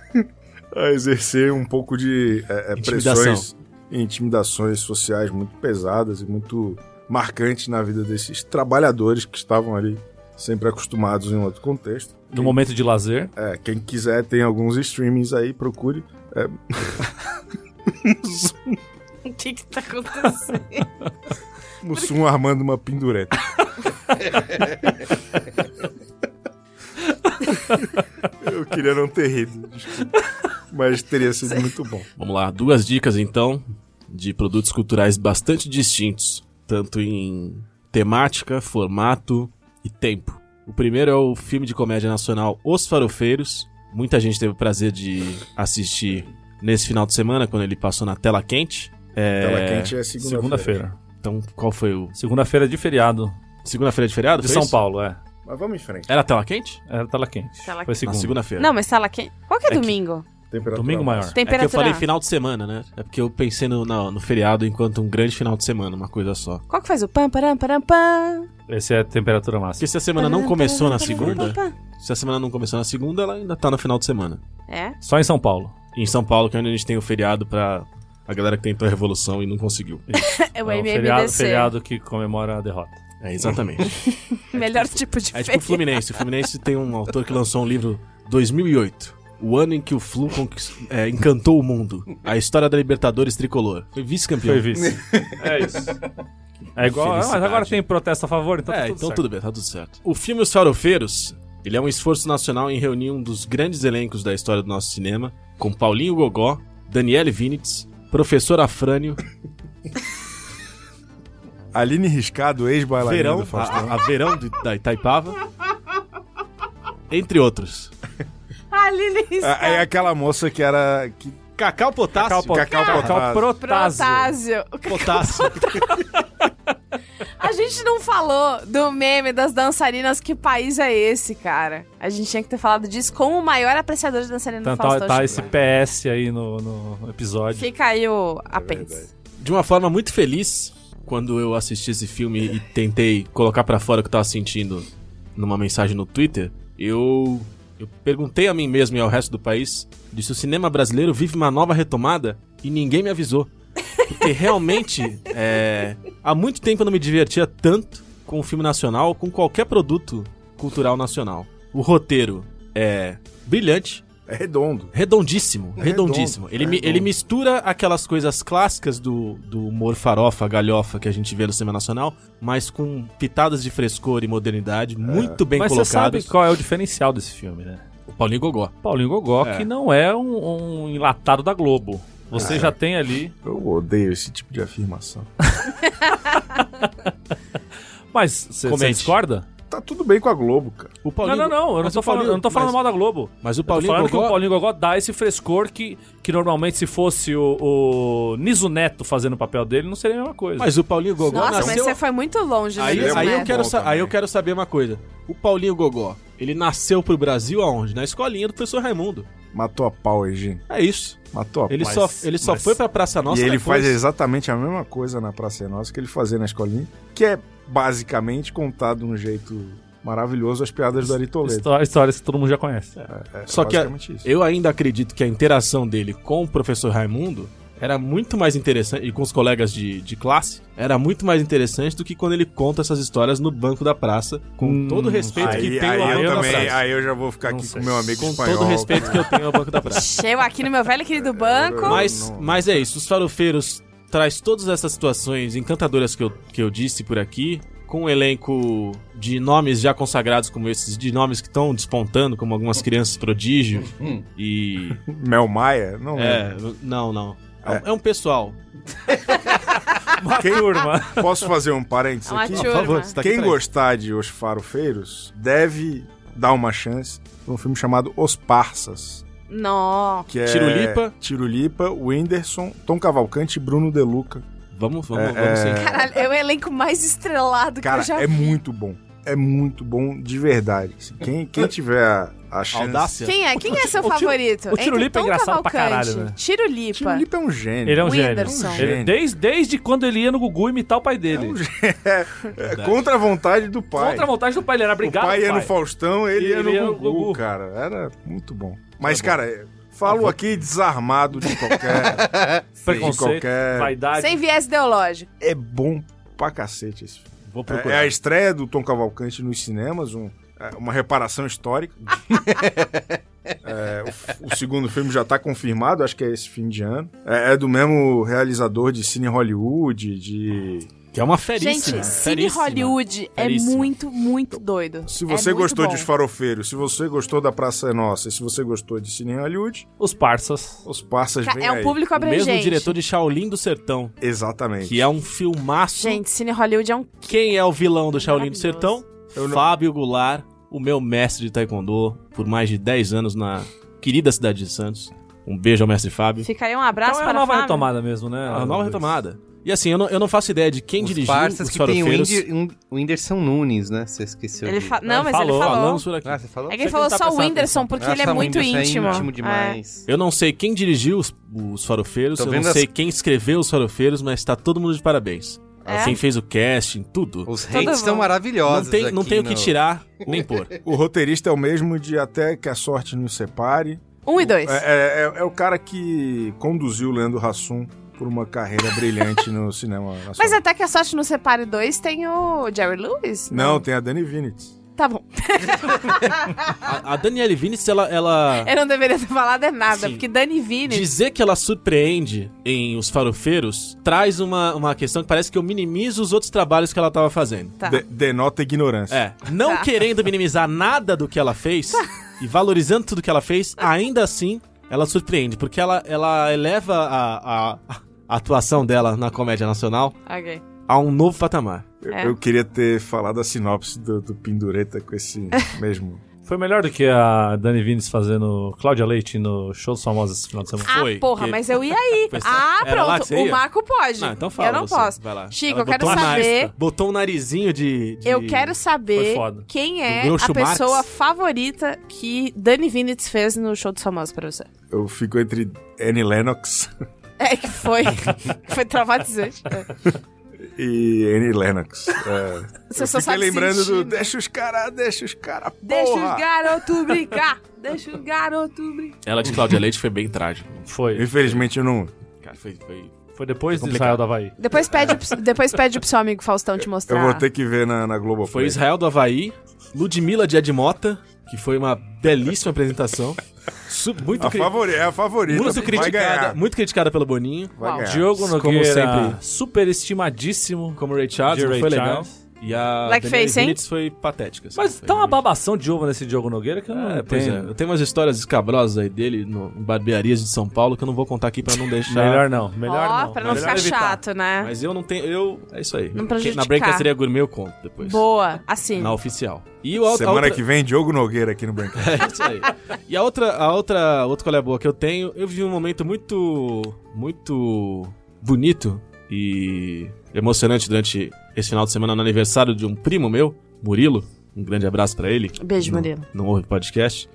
S4: a exercer um pouco de é, é,
S3: Intimidação.
S4: pressões e intimidações sociais muito pesadas e muito marcantes na vida desses trabalhadores que estavam ali sempre acostumados em outro contexto.
S5: No momento de lazer.
S4: É, quem quiser tem alguns streamings aí, procure.
S2: O que que tá acontecendo?
S4: Mussum armando uma pendureta. Eu queria não ter rido, desculpa. Mas teria sido muito bom.
S3: Vamos lá, duas dicas então de produtos culturais bastante distintos, tanto em temática, formato e tempo. O primeiro é o filme de comédia nacional Os Farofeiros. Muita gente teve o prazer de assistir nesse final de semana, quando ele passou na tela quente. É,
S4: Tela quente é segunda-feira.
S5: Segunda-feira.
S3: Então, qual foi o.
S5: Segunda-feira de feriado.
S3: Segunda-feira de feriado?
S5: De
S3: foi
S5: São
S3: isso?
S5: Paulo, é.
S4: Mas vamos em frente.
S3: Era tela quente?
S5: Era tela quente.
S2: Tela
S5: Foi
S2: quente.
S3: Na
S5: segunda.
S3: segunda-feira.
S2: Não, mas tá lá quem? Qual que é,
S3: É que-
S2: domingo?
S4: Temperatura
S5: Domingo maior.
S3: É que eu
S2: Temperatura.
S3: falei final de semana, né? É porque eu pensei no, na- no feriado enquanto um grande final de semana, uma coisa só.
S2: Qual que faz o pam, param, param, pam?
S5: Esse é a temperatura máxima.
S3: Porque se a semana não começou na
S2: Param,
S3: segunda,
S2: param, pam,
S3: se a semana não começou na segunda, ela ainda tá no final de semana.
S2: pam. É?
S5: Só em São Paulo.
S3: E em São Paulo, que é onde a gente tem o feriado pra a galera que tentou a revolução e não conseguiu.
S2: É o
S5: é o feriado,
S2: MMDC.
S5: feriado que comemora a derrota.
S3: É, exatamente.
S2: Melhor tipo de
S3: É tipo o
S2: feriado.
S3: Fluminense. O Fluminense tem um autor que lançou um livro 2008. O ano em que o Flu conquist- é, encantou o mundo. A história da Libertadores tricolor. Foi vice-campeão.
S5: Foi vice. é isso. É igual. ah, mas
S3: Felicidade.
S5: agora tem protesto a favor, então
S3: é,
S5: tá tudo
S3: então
S5: certo.
S3: tudo bem, tá tudo certo. O filme Os Farofeiros, ele é um esforço nacional em reunir um dos grandes elencos da história do nosso cinema, com Paulinho Gogó, Daniele Vinitz, Professor Afrânio,
S4: Aline Riscado, ex-bailarina
S3: Verão,
S4: do Faustão.
S3: a, a Verão de- da Itaipava, entre outros.
S2: Ah, Lili
S4: Ah, É aquela moça que era... Que...
S3: Cacau Potássio,
S4: Cacau
S5: Cacau
S4: Protásio.
S5: Protásio.
S2: Protásio.
S3: Potássio.
S2: A gente não falou do meme das dançarinas, que país é esse, cara? A gente tinha que ter falado disso com o maior apreciador de dançarina
S5: Então
S2: do
S5: tá,
S2: Faustão.
S5: tá
S2: Chico
S5: esse
S2: Buarque.
S5: PS aí no, no episódio.
S2: Fica aí
S3: É
S2: o apêndice.
S3: de uma forma muito feliz quando eu assisti esse filme e tentei colocar pra fora o que eu tava sentindo numa mensagem no Twitter, eu, eu perguntei a mim mesmo e ao resto do país de se o cinema brasileiro vive uma nova retomada e ninguém me avisou. Porque realmente, é, há muito tempo eu não me divertia tanto com o filme nacional, com qualquer produto cultural nacional. O roteiro é brilhante,
S4: É redondo.
S3: Redondíssimo,
S4: É
S3: redondíssimo.
S4: redondo,
S3: ele,
S4: é
S3: mi-
S4: redondo.
S3: ele mistura aquelas coisas clássicas do, do humor farofa, galhofa que a gente vê no cinema nacional, mas com pitadas de frescor e modernidade
S4: É.
S3: muito bem
S5: Mas você sabe
S3: colocadas.
S5: qual é o diferencial desse filme, né?
S3: O Paulinho Gogó.
S5: Paulinho Gogó,
S3: É.
S5: que não é um, um enlatado da Globo. Você já tem ali.
S4: Eu odeio esse tipo de afirmação.
S5: Mas você
S3: Comente.
S5: discorda?
S4: Tá tudo bem com a Globo, cara.
S3: O Paulinho
S5: não, não, não. Eu não
S3: mas
S5: tô
S3: o
S5: falando,
S3: Paulinho-
S5: eu não tô falando
S3: mas-
S5: mal da Globo.
S3: Mas o
S5: Eu tô
S3: Paulinho
S5: falando que o
S3: Gogó.
S5: Paulinho Gogó dá esse frescor que, que normalmente se fosse o, o Niso Neto fazendo o papel dele, não seria a mesma coisa.
S3: Mas o Paulinho Gogó
S2: Nossa, mas
S3: nasceu.
S2: você foi muito longe, né?
S3: Aí,
S4: Ele é
S2: Luiz
S3: aí
S4: muito
S3: eu
S2: Neto?
S3: quero
S4: bom
S3: sa- aí
S4: também.
S3: eu quero saber uma coisa. O Paulinho Gogó, ele nasceu pro Brasil aonde? Na escolinha do professor Raimundo.
S4: Matou a pau, Egino.
S3: É isso.
S4: Matou a
S3: Ele
S4: pau.
S3: só, ele só
S5: mas-
S3: foi pra Praça Nossa é
S4: e ele
S3: depois.
S4: faz exatamente a mesma coisa na Praça é Nossa que ele fazia na escolinha, que é basicamente contado de um jeito maravilhoso as piadas do Ari Toledo.
S5: Histó- Histórias que todo mundo já conhece.
S4: É, é
S3: Só que a-
S4: basicamente isso.
S3: Eu ainda acredito que a interação dele com o professor Raimundo era muito mais interessante, e com os colegas de, de classe, era muito mais interessante do que quando ele conta essas histórias no banco da praça, com
S5: Hum,
S3: todo o respeito que
S4: Aí,
S3: tenho ao
S4: aí eu
S3: banco da
S4: também,
S3: praça.
S4: aí eu já vou ficar
S5: Não
S4: aqui
S5: sei.
S4: com meu amigo
S3: Com
S4: espanhol.
S3: todo o respeito que eu tenho ao banco da praça.
S2: Chego aqui no meu velho e querido banco.
S4: Não,
S3: Mas,
S4: não.
S3: mas é isso, os farofeiros traz todas essas situações encantadoras que eu, que eu disse por aqui, com um elenco de nomes já consagrados como esses, de nomes que estão despontando, como algumas crianças prodígio e
S4: Mel Maia? Não
S3: É,
S4: é.
S3: não, não. É, um- é um pessoal.
S5: Uma turma.
S4: Posso fazer um parênteses
S2: É uma
S4: aqui?
S2: Por favor, você
S3: tá
S4: Quem gostar de Os Farofeiros deve dar uma chance pra um filme chamado Os Parsas.
S2: Não.
S4: Que é
S3: Tirulipa.
S4: Tirulipa, Whindersson, Tom Cavalcante e Bruno Deluca.
S3: Vamos, vamos, vamos sim.
S2: Caralho, é o elenco mais estrelado que
S4: Cara,
S2: eu já
S4: é muito bom. É muito bom de verdade. Assim, Quem, quem tiver a, a chance.
S3: Audácia.
S2: Quem é? Quem é seu
S5: o Tiro-
S2: favorito?
S5: o Tirolipa é engraçado pra caralho, né?
S2: Tirolipa.
S4: Tirulipa é um gênio.
S5: Ele é um
S2: Whindersson.
S5: gênio. Ele- desde, desde quando ele ia no Gugu imitar o pai dele.
S3: um
S4: É contra a vontade do pai.
S5: um Contra a vontade do pai, ele era
S4: o
S5: obrigado.
S4: pai ia
S5: pai.
S4: no Faustão, ele,
S5: Ele
S4: ia no
S5: ia no
S4: Gugu,
S5: Gugu.
S4: cara. Era muito bom. Mas, cara, eu falo aqui desarmado de qualquer.
S5: Preconceito,
S4: de qualquer-
S5: vaidade.
S2: Sem viés ideológico.
S4: é bom pra cacete esse filme.
S3: Vou
S4: É,
S3: procurar.
S4: é a estreia do Tom Cavalcante nos cinemas, um- é, uma reparação histórica. É, o, f- o segundo filme já tá confirmado, acho que é esse fim de ano. É, é do mesmo realizador de Cine Hollywood, de.
S3: Que é uma feríssima.
S2: Gente, Cine
S3: feríssima.
S2: Hollywood é
S3: Feríssima.
S2: muito, muito doido.
S4: Se
S2: É
S4: você
S2: muito
S4: gostou
S2: bom.
S4: de Os Farofeiros, se você gostou da Praça é Nossa, e se você gostou de Cine Hollywood,
S5: Os parças.
S4: os passas
S2: Ca-
S4: vêm
S2: É um
S4: aí.
S2: público
S3: O
S2: abrangente.
S3: mesmo diretor de Shaolin do Sertão,
S4: Exatamente.
S3: que é um filmaço.
S2: Gente, Cine Hollywood é um...
S3: Quem é o vilão do Shaolin do
S2: Maravilhoso.
S3: Sertão?
S4: Eu não-
S3: Fábio Goulart, o meu mestre de taekwondo por mais de 10 anos na querida cidade de Santos. Um beijo ao mestre Fábio.
S2: Fica aí um abraço
S5: Então é a
S2: para
S5: nova
S2: Fábio.
S5: retomada mesmo, né?
S3: É uma nova retomada. E assim, eu não, eu não faço ideia de quem
S1: Os
S3: dirigiu
S1: parças
S3: os
S1: que tem o,
S3: farofeiros.
S1: Whinder- um- o Whindersson Nunes, né? Você esqueceu.
S2: Ele
S1: dele.
S2: fa- Não, mas
S5: falou,
S2: ele falou.
S3: Falamos por aqui.
S1: Ah, você falou?
S2: É que
S3: Você
S2: ele falou
S3: tentar
S2: só o
S3: prestar
S2: Whindersson,
S3: atenção.
S2: porque
S1: Ah,
S2: ele é
S1: tá, o
S2: muito
S1: Whindersson
S2: íntimo.
S1: É íntimo demais.
S3: Eu não sei quem dirigiu os, os farofeiros,
S1: Tô
S3: eu não
S1: vendo as-
S3: sei quem escreveu os farofeiros, mas tá todo mundo de parabéns.
S2: É?
S3: Quem fez o casting, tudo.
S1: Os hates
S2: bom.
S1: estão
S3: Não
S1: maravilhosos
S3: tem, não
S1: aqui
S3: tem o que
S1: no-
S3: tirar nem pôr.
S4: O roteirista é o mesmo de Até que a Sorte nos Separe.
S2: É. Um e dois.
S4: É, é- é- é o cara que conduziu o Leandro Hassum por uma carreira brilhante no cinema nacional.
S3: um.
S2: Mas até que a sorte no Separe 2 tem o Jerry Lewis?
S4: Não, tem a Dani Vinitz.
S2: Tá bom.
S3: A, a Daniele Vinicius, ela. ela-
S2: Eu não deveria ter falado é nada,
S3: Sim.
S2: porque Dani Vini...
S3: Dizer que ela surpreende em Os Farofeiros traz uma, uma questão que parece que eu minimizo os outros trabalhos que ela tava fazendo.
S2: Tá.
S4: De- denota ignorância.
S3: É, não
S2: Tá.
S3: querendo minimizar nada do que ela fez e valorizando tudo que ela fez,
S2: Tá.
S3: ainda assim ela surpreende, porque ela, ela eleva a, a- a atuação dela na comédia nacional
S2: Ok.
S3: a um novo patamar.
S4: Eu,
S2: É.
S4: eu queria ter falado a sinopse do, do Pindureta com esse mesmo
S5: Foi melhor do que a Dani Vines fazendo Cláudia Leite no Show dos Famosos esse final de semana.
S2: Ah,
S3: Foi,
S2: porra,
S3: que-
S2: mas eu ia aí.
S3: Foi,
S2: ah,
S3: era lá que
S2: pronto.
S3: você
S2: O
S3: ia?
S2: Marco pode.
S3: Não, então fala
S2: Eu não
S3: você,
S2: posso.
S3: vai lá.
S2: Chico,
S3: Ela
S2: eu quero
S3: botou a
S2: saber.
S3: máscara, Botou um narizinho de. de-
S2: Eu quero saber
S5: Foi foda.
S2: quem
S3: Do
S2: é a
S3: Groucho Marx.
S2: pessoa favorita que Dani Vinitz fez no show dos famosos pra você.
S4: Eu fico entre Annie Lennox
S2: É que foi. foi traumatizante. É.
S4: e Annie Lennox. É,
S2: Você
S4: eu fiquei
S2: só sabe
S4: lembrando
S2: sentir,
S4: do
S2: né?
S4: deixa os caras, deixa os caras,
S2: Deixa
S4: porra!
S2: os garotos brincar. Deixa os garotos brincar.
S3: Ela de Cláudia Leite foi bem trágico.
S5: Foi.
S4: Infelizmente eu não...
S3: Cara, foi. foi-
S5: Foi depois de
S3: Complicado.
S5: Israel do Havaí.
S2: Depois pede, pro- depois pede pro seu amigo Faustão te mostrar.
S4: Eu vou ter que ver na, na Globo.
S3: Foi Israel do Havaí, Ludmilla de Edmota, que foi uma belíssima apresentação. Su- muito
S4: A
S3: cri-
S4: favori, é a favorita.
S3: muito
S4: vai
S3: criticada,
S4: ganhar.
S3: muito criticada pelo Boninho.
S4: Vai
S2: Uau.
S4: ganhar.
S5: Diogo
S3: É, Como
S5: Nogueira,
S3: sempre.
S5: superestimadíssimo.
S3: Como o Ray Charles,
S5: De
S3: não
S5: Ray
S3: foi
S5: Charles.
S3: legal. E a
S2: Blackface,
S3: Daniele
S2: hein?
S3: Vinitz foi patética. assim.
S5: Mas
S3: Foi
S5: tá uma
S3: muito-
S5: babação de ovo nesse Diogo Nogueira que eu não
S3: É, pois é.
S5: entendo.
S3: Eu tenho umas histórias escabrosas aí dele no, em barbearias de São Paulo que eu não vou contar aqui pra não deixar.
S5: Melhor não,
S2: Ó,
S5: melhor não.
S2: pra não
S5: melhor
S2: ficar
S5: evitar.
S2: chato, né?
S3: Mas eu não tenho. Eu. É isso aí.
S2: Não
S3: Quem- Na
S2: prejudicar.
S3: Brancasteria Gourmet eu conto depois.
S2: Boa, assim.
S3: Na oficial. E o a,
S4: Semana
S3: a outra...
S4: que vem, Diogo Nogueira aqui no Brancão.
S3: É isso aí. E a outra, a outra, outra colher boa que eu tenho, eu vivi um momento muito, muito bonito e emocionante durante esse final de semana no aniversário de um primo meu, Murilo. Um grande abraço pra ele.
S2: Beijo,
S3: Não-
S2: Murilo.
S3: Não ouve podcast.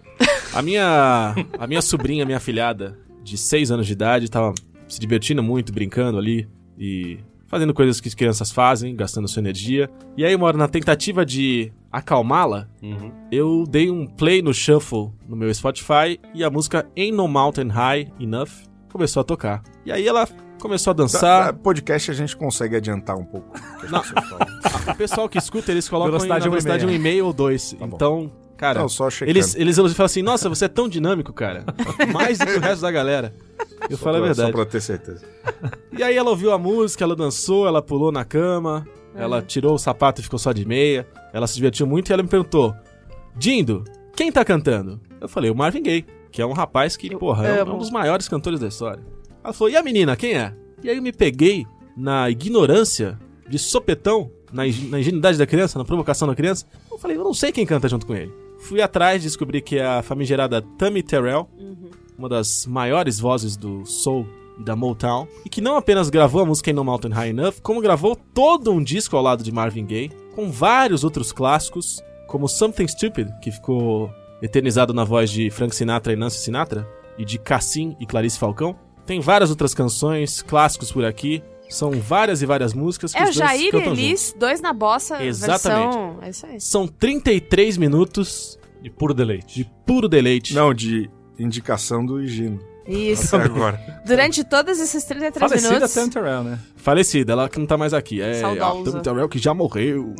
S3: A minha, a minha sobrinha, minha filhada, de 6 anos de idade, tava se divertindo muito, brincando ali e fazendo coisas que as crianças fazem, gastando sua energia. E aí, uma hora, na tentativa de acalmá-la,
S4: Uhum.
S3: eu dei um play no shuffle no meu Spotify e a música Ain't No Mountain High Enough começou a tocar. E aí ela começou a
S4: Da-
S3: dançar.
S4: da podcast a gente consegue adiantar um pouco. o que as
S3: Não.
S4: pessoas falam.
S3: O pessoal que escuta, eles colocam
S5: Velocidade
S3: velocidade na
S5: um
S3: velocidade
S5: e
S3: 1,5
S5: meia.
S3: um e ou 2.
S4: Tá bom.
S3: então, cara,
S4: Não, só checando.
S3: eles, eles elogiam e falam assim, nossa, você é tão dinâmico, cara. Mais do que o resto da galera. Eu
S4: Só
S3: falo a
S4: pra-
S3: verdade.
S4: Só pra ter certeza.
S3: E aí ela ouviu a música, ela dançou, ela pulou na cama, ela tirou o sapato e ficou só de meia. Ela se divertiu muito e ela me perguntou: Dindo, quem tá cantando? Eu falei, o Marvin Gaye, que é um rapaz que, porra, é um- é um dos maiores cantores da história. Ela falou, e a menina, quem é? E aí eu me peguei na ignorância, de sopetão, na, ing- na ingenuidade da criança, na provocação da criança. Eu falei, eu não sei quem canta junto com ele. Fui atrás, descobri que é a famigerada Tammy Terrell, uma das maiores vozes do soul e da Motown, e que não apenas gravou a música In No Mountain High Enough, como gravou todo um disco ao lado de Marvin Gaye, com vários outros clássicos, como Something Stupid, que ficou eternizado na voz de Frank Sinatra e Nancy Sinatra, e de Cassim e Clarice Falcão. Tem várias outras canções, clássicos por aqui, são várias e várias músicas que
S2: É o
S3: os dois
S2: Jair e
S3: cantam juntos.
S2: Elis, dois na bossa.
S3: Exatamente.
S2: Versão... É isso aí.
S3: São 33 minutos
S5: De puro deleite.
S3: de puro deleite.
S4: Não, de indicação do Higino.
S3: Tá
S2: Isso.
S4: Até agora.
S2: Durante todos esses 33
S5: Falecida
S2: minutos.
S5: Sam Terrell, né?
S3: Falecida, ela que não tá mais aqui. É
S2: Saudosa.
S3: a Tammy Terrell que já morreu.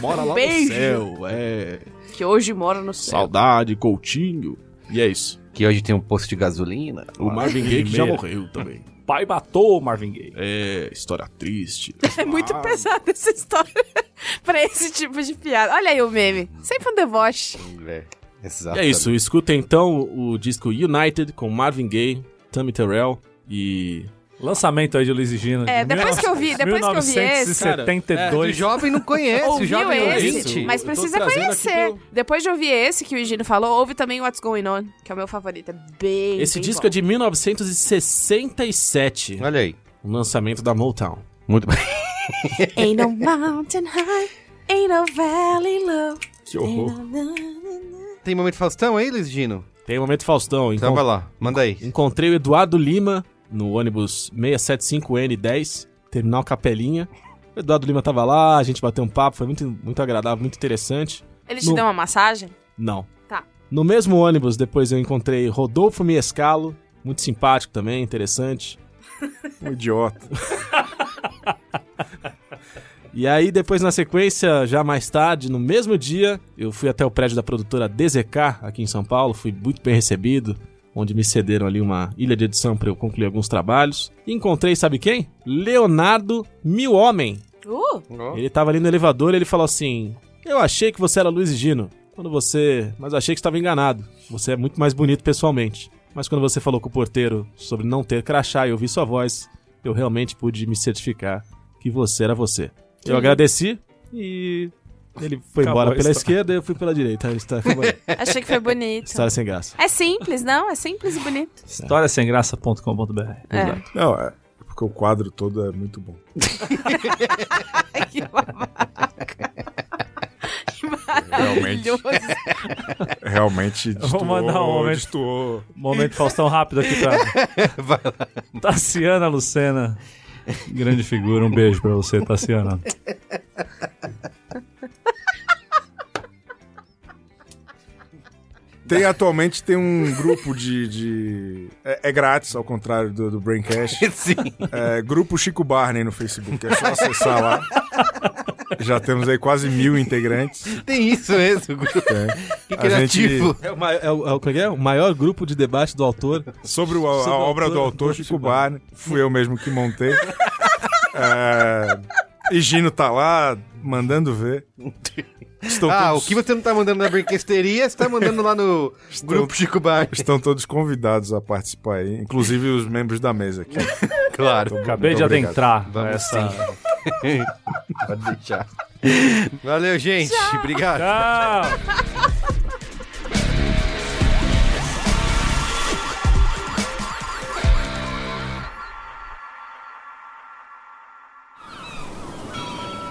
S3: Mora lá
S2: Beijo.
S3: no céu. É.
S2: Que hoje mora no céu.
S3: Saudade, Coutinho. E é isso.
S1: Que hoje tem um posto de gasolina.
S3: O Marvin Gaye que já
S5: Primeira.
S3: morreu também.
S5: Pai matou o Marvin Gaye.
S3: É, história triste.
S2: É muito pesada essa história pra esse tipo de piada. Olha aí o meme. Sempre um deboche.
S1: É,
S3: E
S1: exato.
S3: é isso, escuta então o disco United com Marvin Gaye, Tammy Terrell e.
S5: Lançamento aí de Luiz e Gina. é,
S2: É, depois que eu vi- depois que eu vi esse-
S5: 1972.
S1: O jovem não conhece, o
S2: Ouviu
S1: jovem
S2: esse,
S1: ouvinte.
S2: mas
S3: Eu tô
S2: precisa
S3: trazendo aqui
S2: conhecer.
S3: pro-
S2: Depois de ouvir esse que o Higino falou, ouve também o What's Going On, que é o meu favorito. É bem
S3: Esse
S2: bem
S3: disco
S2: bom.
S3: é de 1967,
S1: Olha aí.
S3: um lançamento da Motown.
S1: É. Muito bem.
S2: Ain't no mountain high, ain't no valley low.
S4: Que horror.
S1: Tem momento Faustão aí, Luiz Gino?
S3: Tem o momento Faustão,
S1: Então
S3: encon-
S1: vai lá, manda aí.
S3: Encontrei o Eduardo Lima no ônibus 675N10, terminal Capelinha. O Eduardo Lima tava lá, a gente bateu um papo, foi muito, muito agradável, muito interessante.
S2: Ele te
S3: No-
S2: deu uma massagem?
S3: Não.
S2: Tá.
S3: No mesmo ônibus, depois eu encontrei Rodolfo Miescalo, muito simpático também, interessante.
S4: Um idiota.
S3: E aí, depois, na sequência, já mais tarde, no mesmo dia, eu fui até o prédio da produtora DZK, aqui em São Paulo, fui muito bem recebido, onde me cederam ali uma ilha de edição para eu concluir alguns trabalhos. E encontrei, sabe quem? Leonardo Mil Homem.
S2: Uh,
S3: Ele tava ali no elevador e ele falou assim: Eu achei que você era Luiz e Gino. Quando você. Mas eu achei que estava enganado. Você é muito mais bonito pessoalmente. Mas quando você falou com o porteiro sobre não ter crachá e ouvir sua voz, eu realmente pude me certificar que você era você. Eu agradeci e Ele foi
S5: Acabou
S3: embora
S5: a
S3: pela
S5: história.
S3: esquerda e eu fui pela direita. É Aí está acabou aí.
S2: Achei que foi bonito.
S3: História sem graça.
S2: É simples, não? É simples e bonito.
S5: Historiasemgraça.com.br.
S2: É.
S4: Não, é porque o quadro todo é muito bom.
S2: Ai, que babaca.
S4: Realmente.
S2: Maravilhoso.
S4: Realmente destoou,
S5: mandar um momento.
S4: destoou.
S5: Momento Faustão rápido aqui pra. Tassiana Lucena. Grande figura, um beijo pra você, Tassiana.
S4: Tem, atualmente tem um grupo de... de- É, é grátis, ao contrário do, do Braincast.
S1: Sim.
S4: É, grupo Chico Barney no Facebook. É só acessar lá. Já temos aí quase mil integrantes.
S1: Tem isso mesmo. Que criativo.
S3: É o, ma- é o- é o- como é que é? O maior grupo de debate do autor.
S4: Sobre o- a,
S3: Sobre o
S4: obra do
S3: autor,
S4: autor
S3: do
S4: Chico
S3: Chico
S4: Barney. Fui eu mesmo que montei. É, e Gino tá lá, mandando ver. Estou
S1: Ah, o
S4: todos-
S1: que você não tá mandando na brinquesteria, você tá mandando lá no grupo Chico Bar.
S4: Estão todos convidados a participar aí, inclusive os membros da mesa aqui.
S1: Claro.
S5: Acabei
S4: Muito
S5: de
S4: obrigado.
S5: adentrar
S1: Vamos
S5: essa.
S1: Pode deixar. Valeu, gente. Obrigado.
S5: Tchau!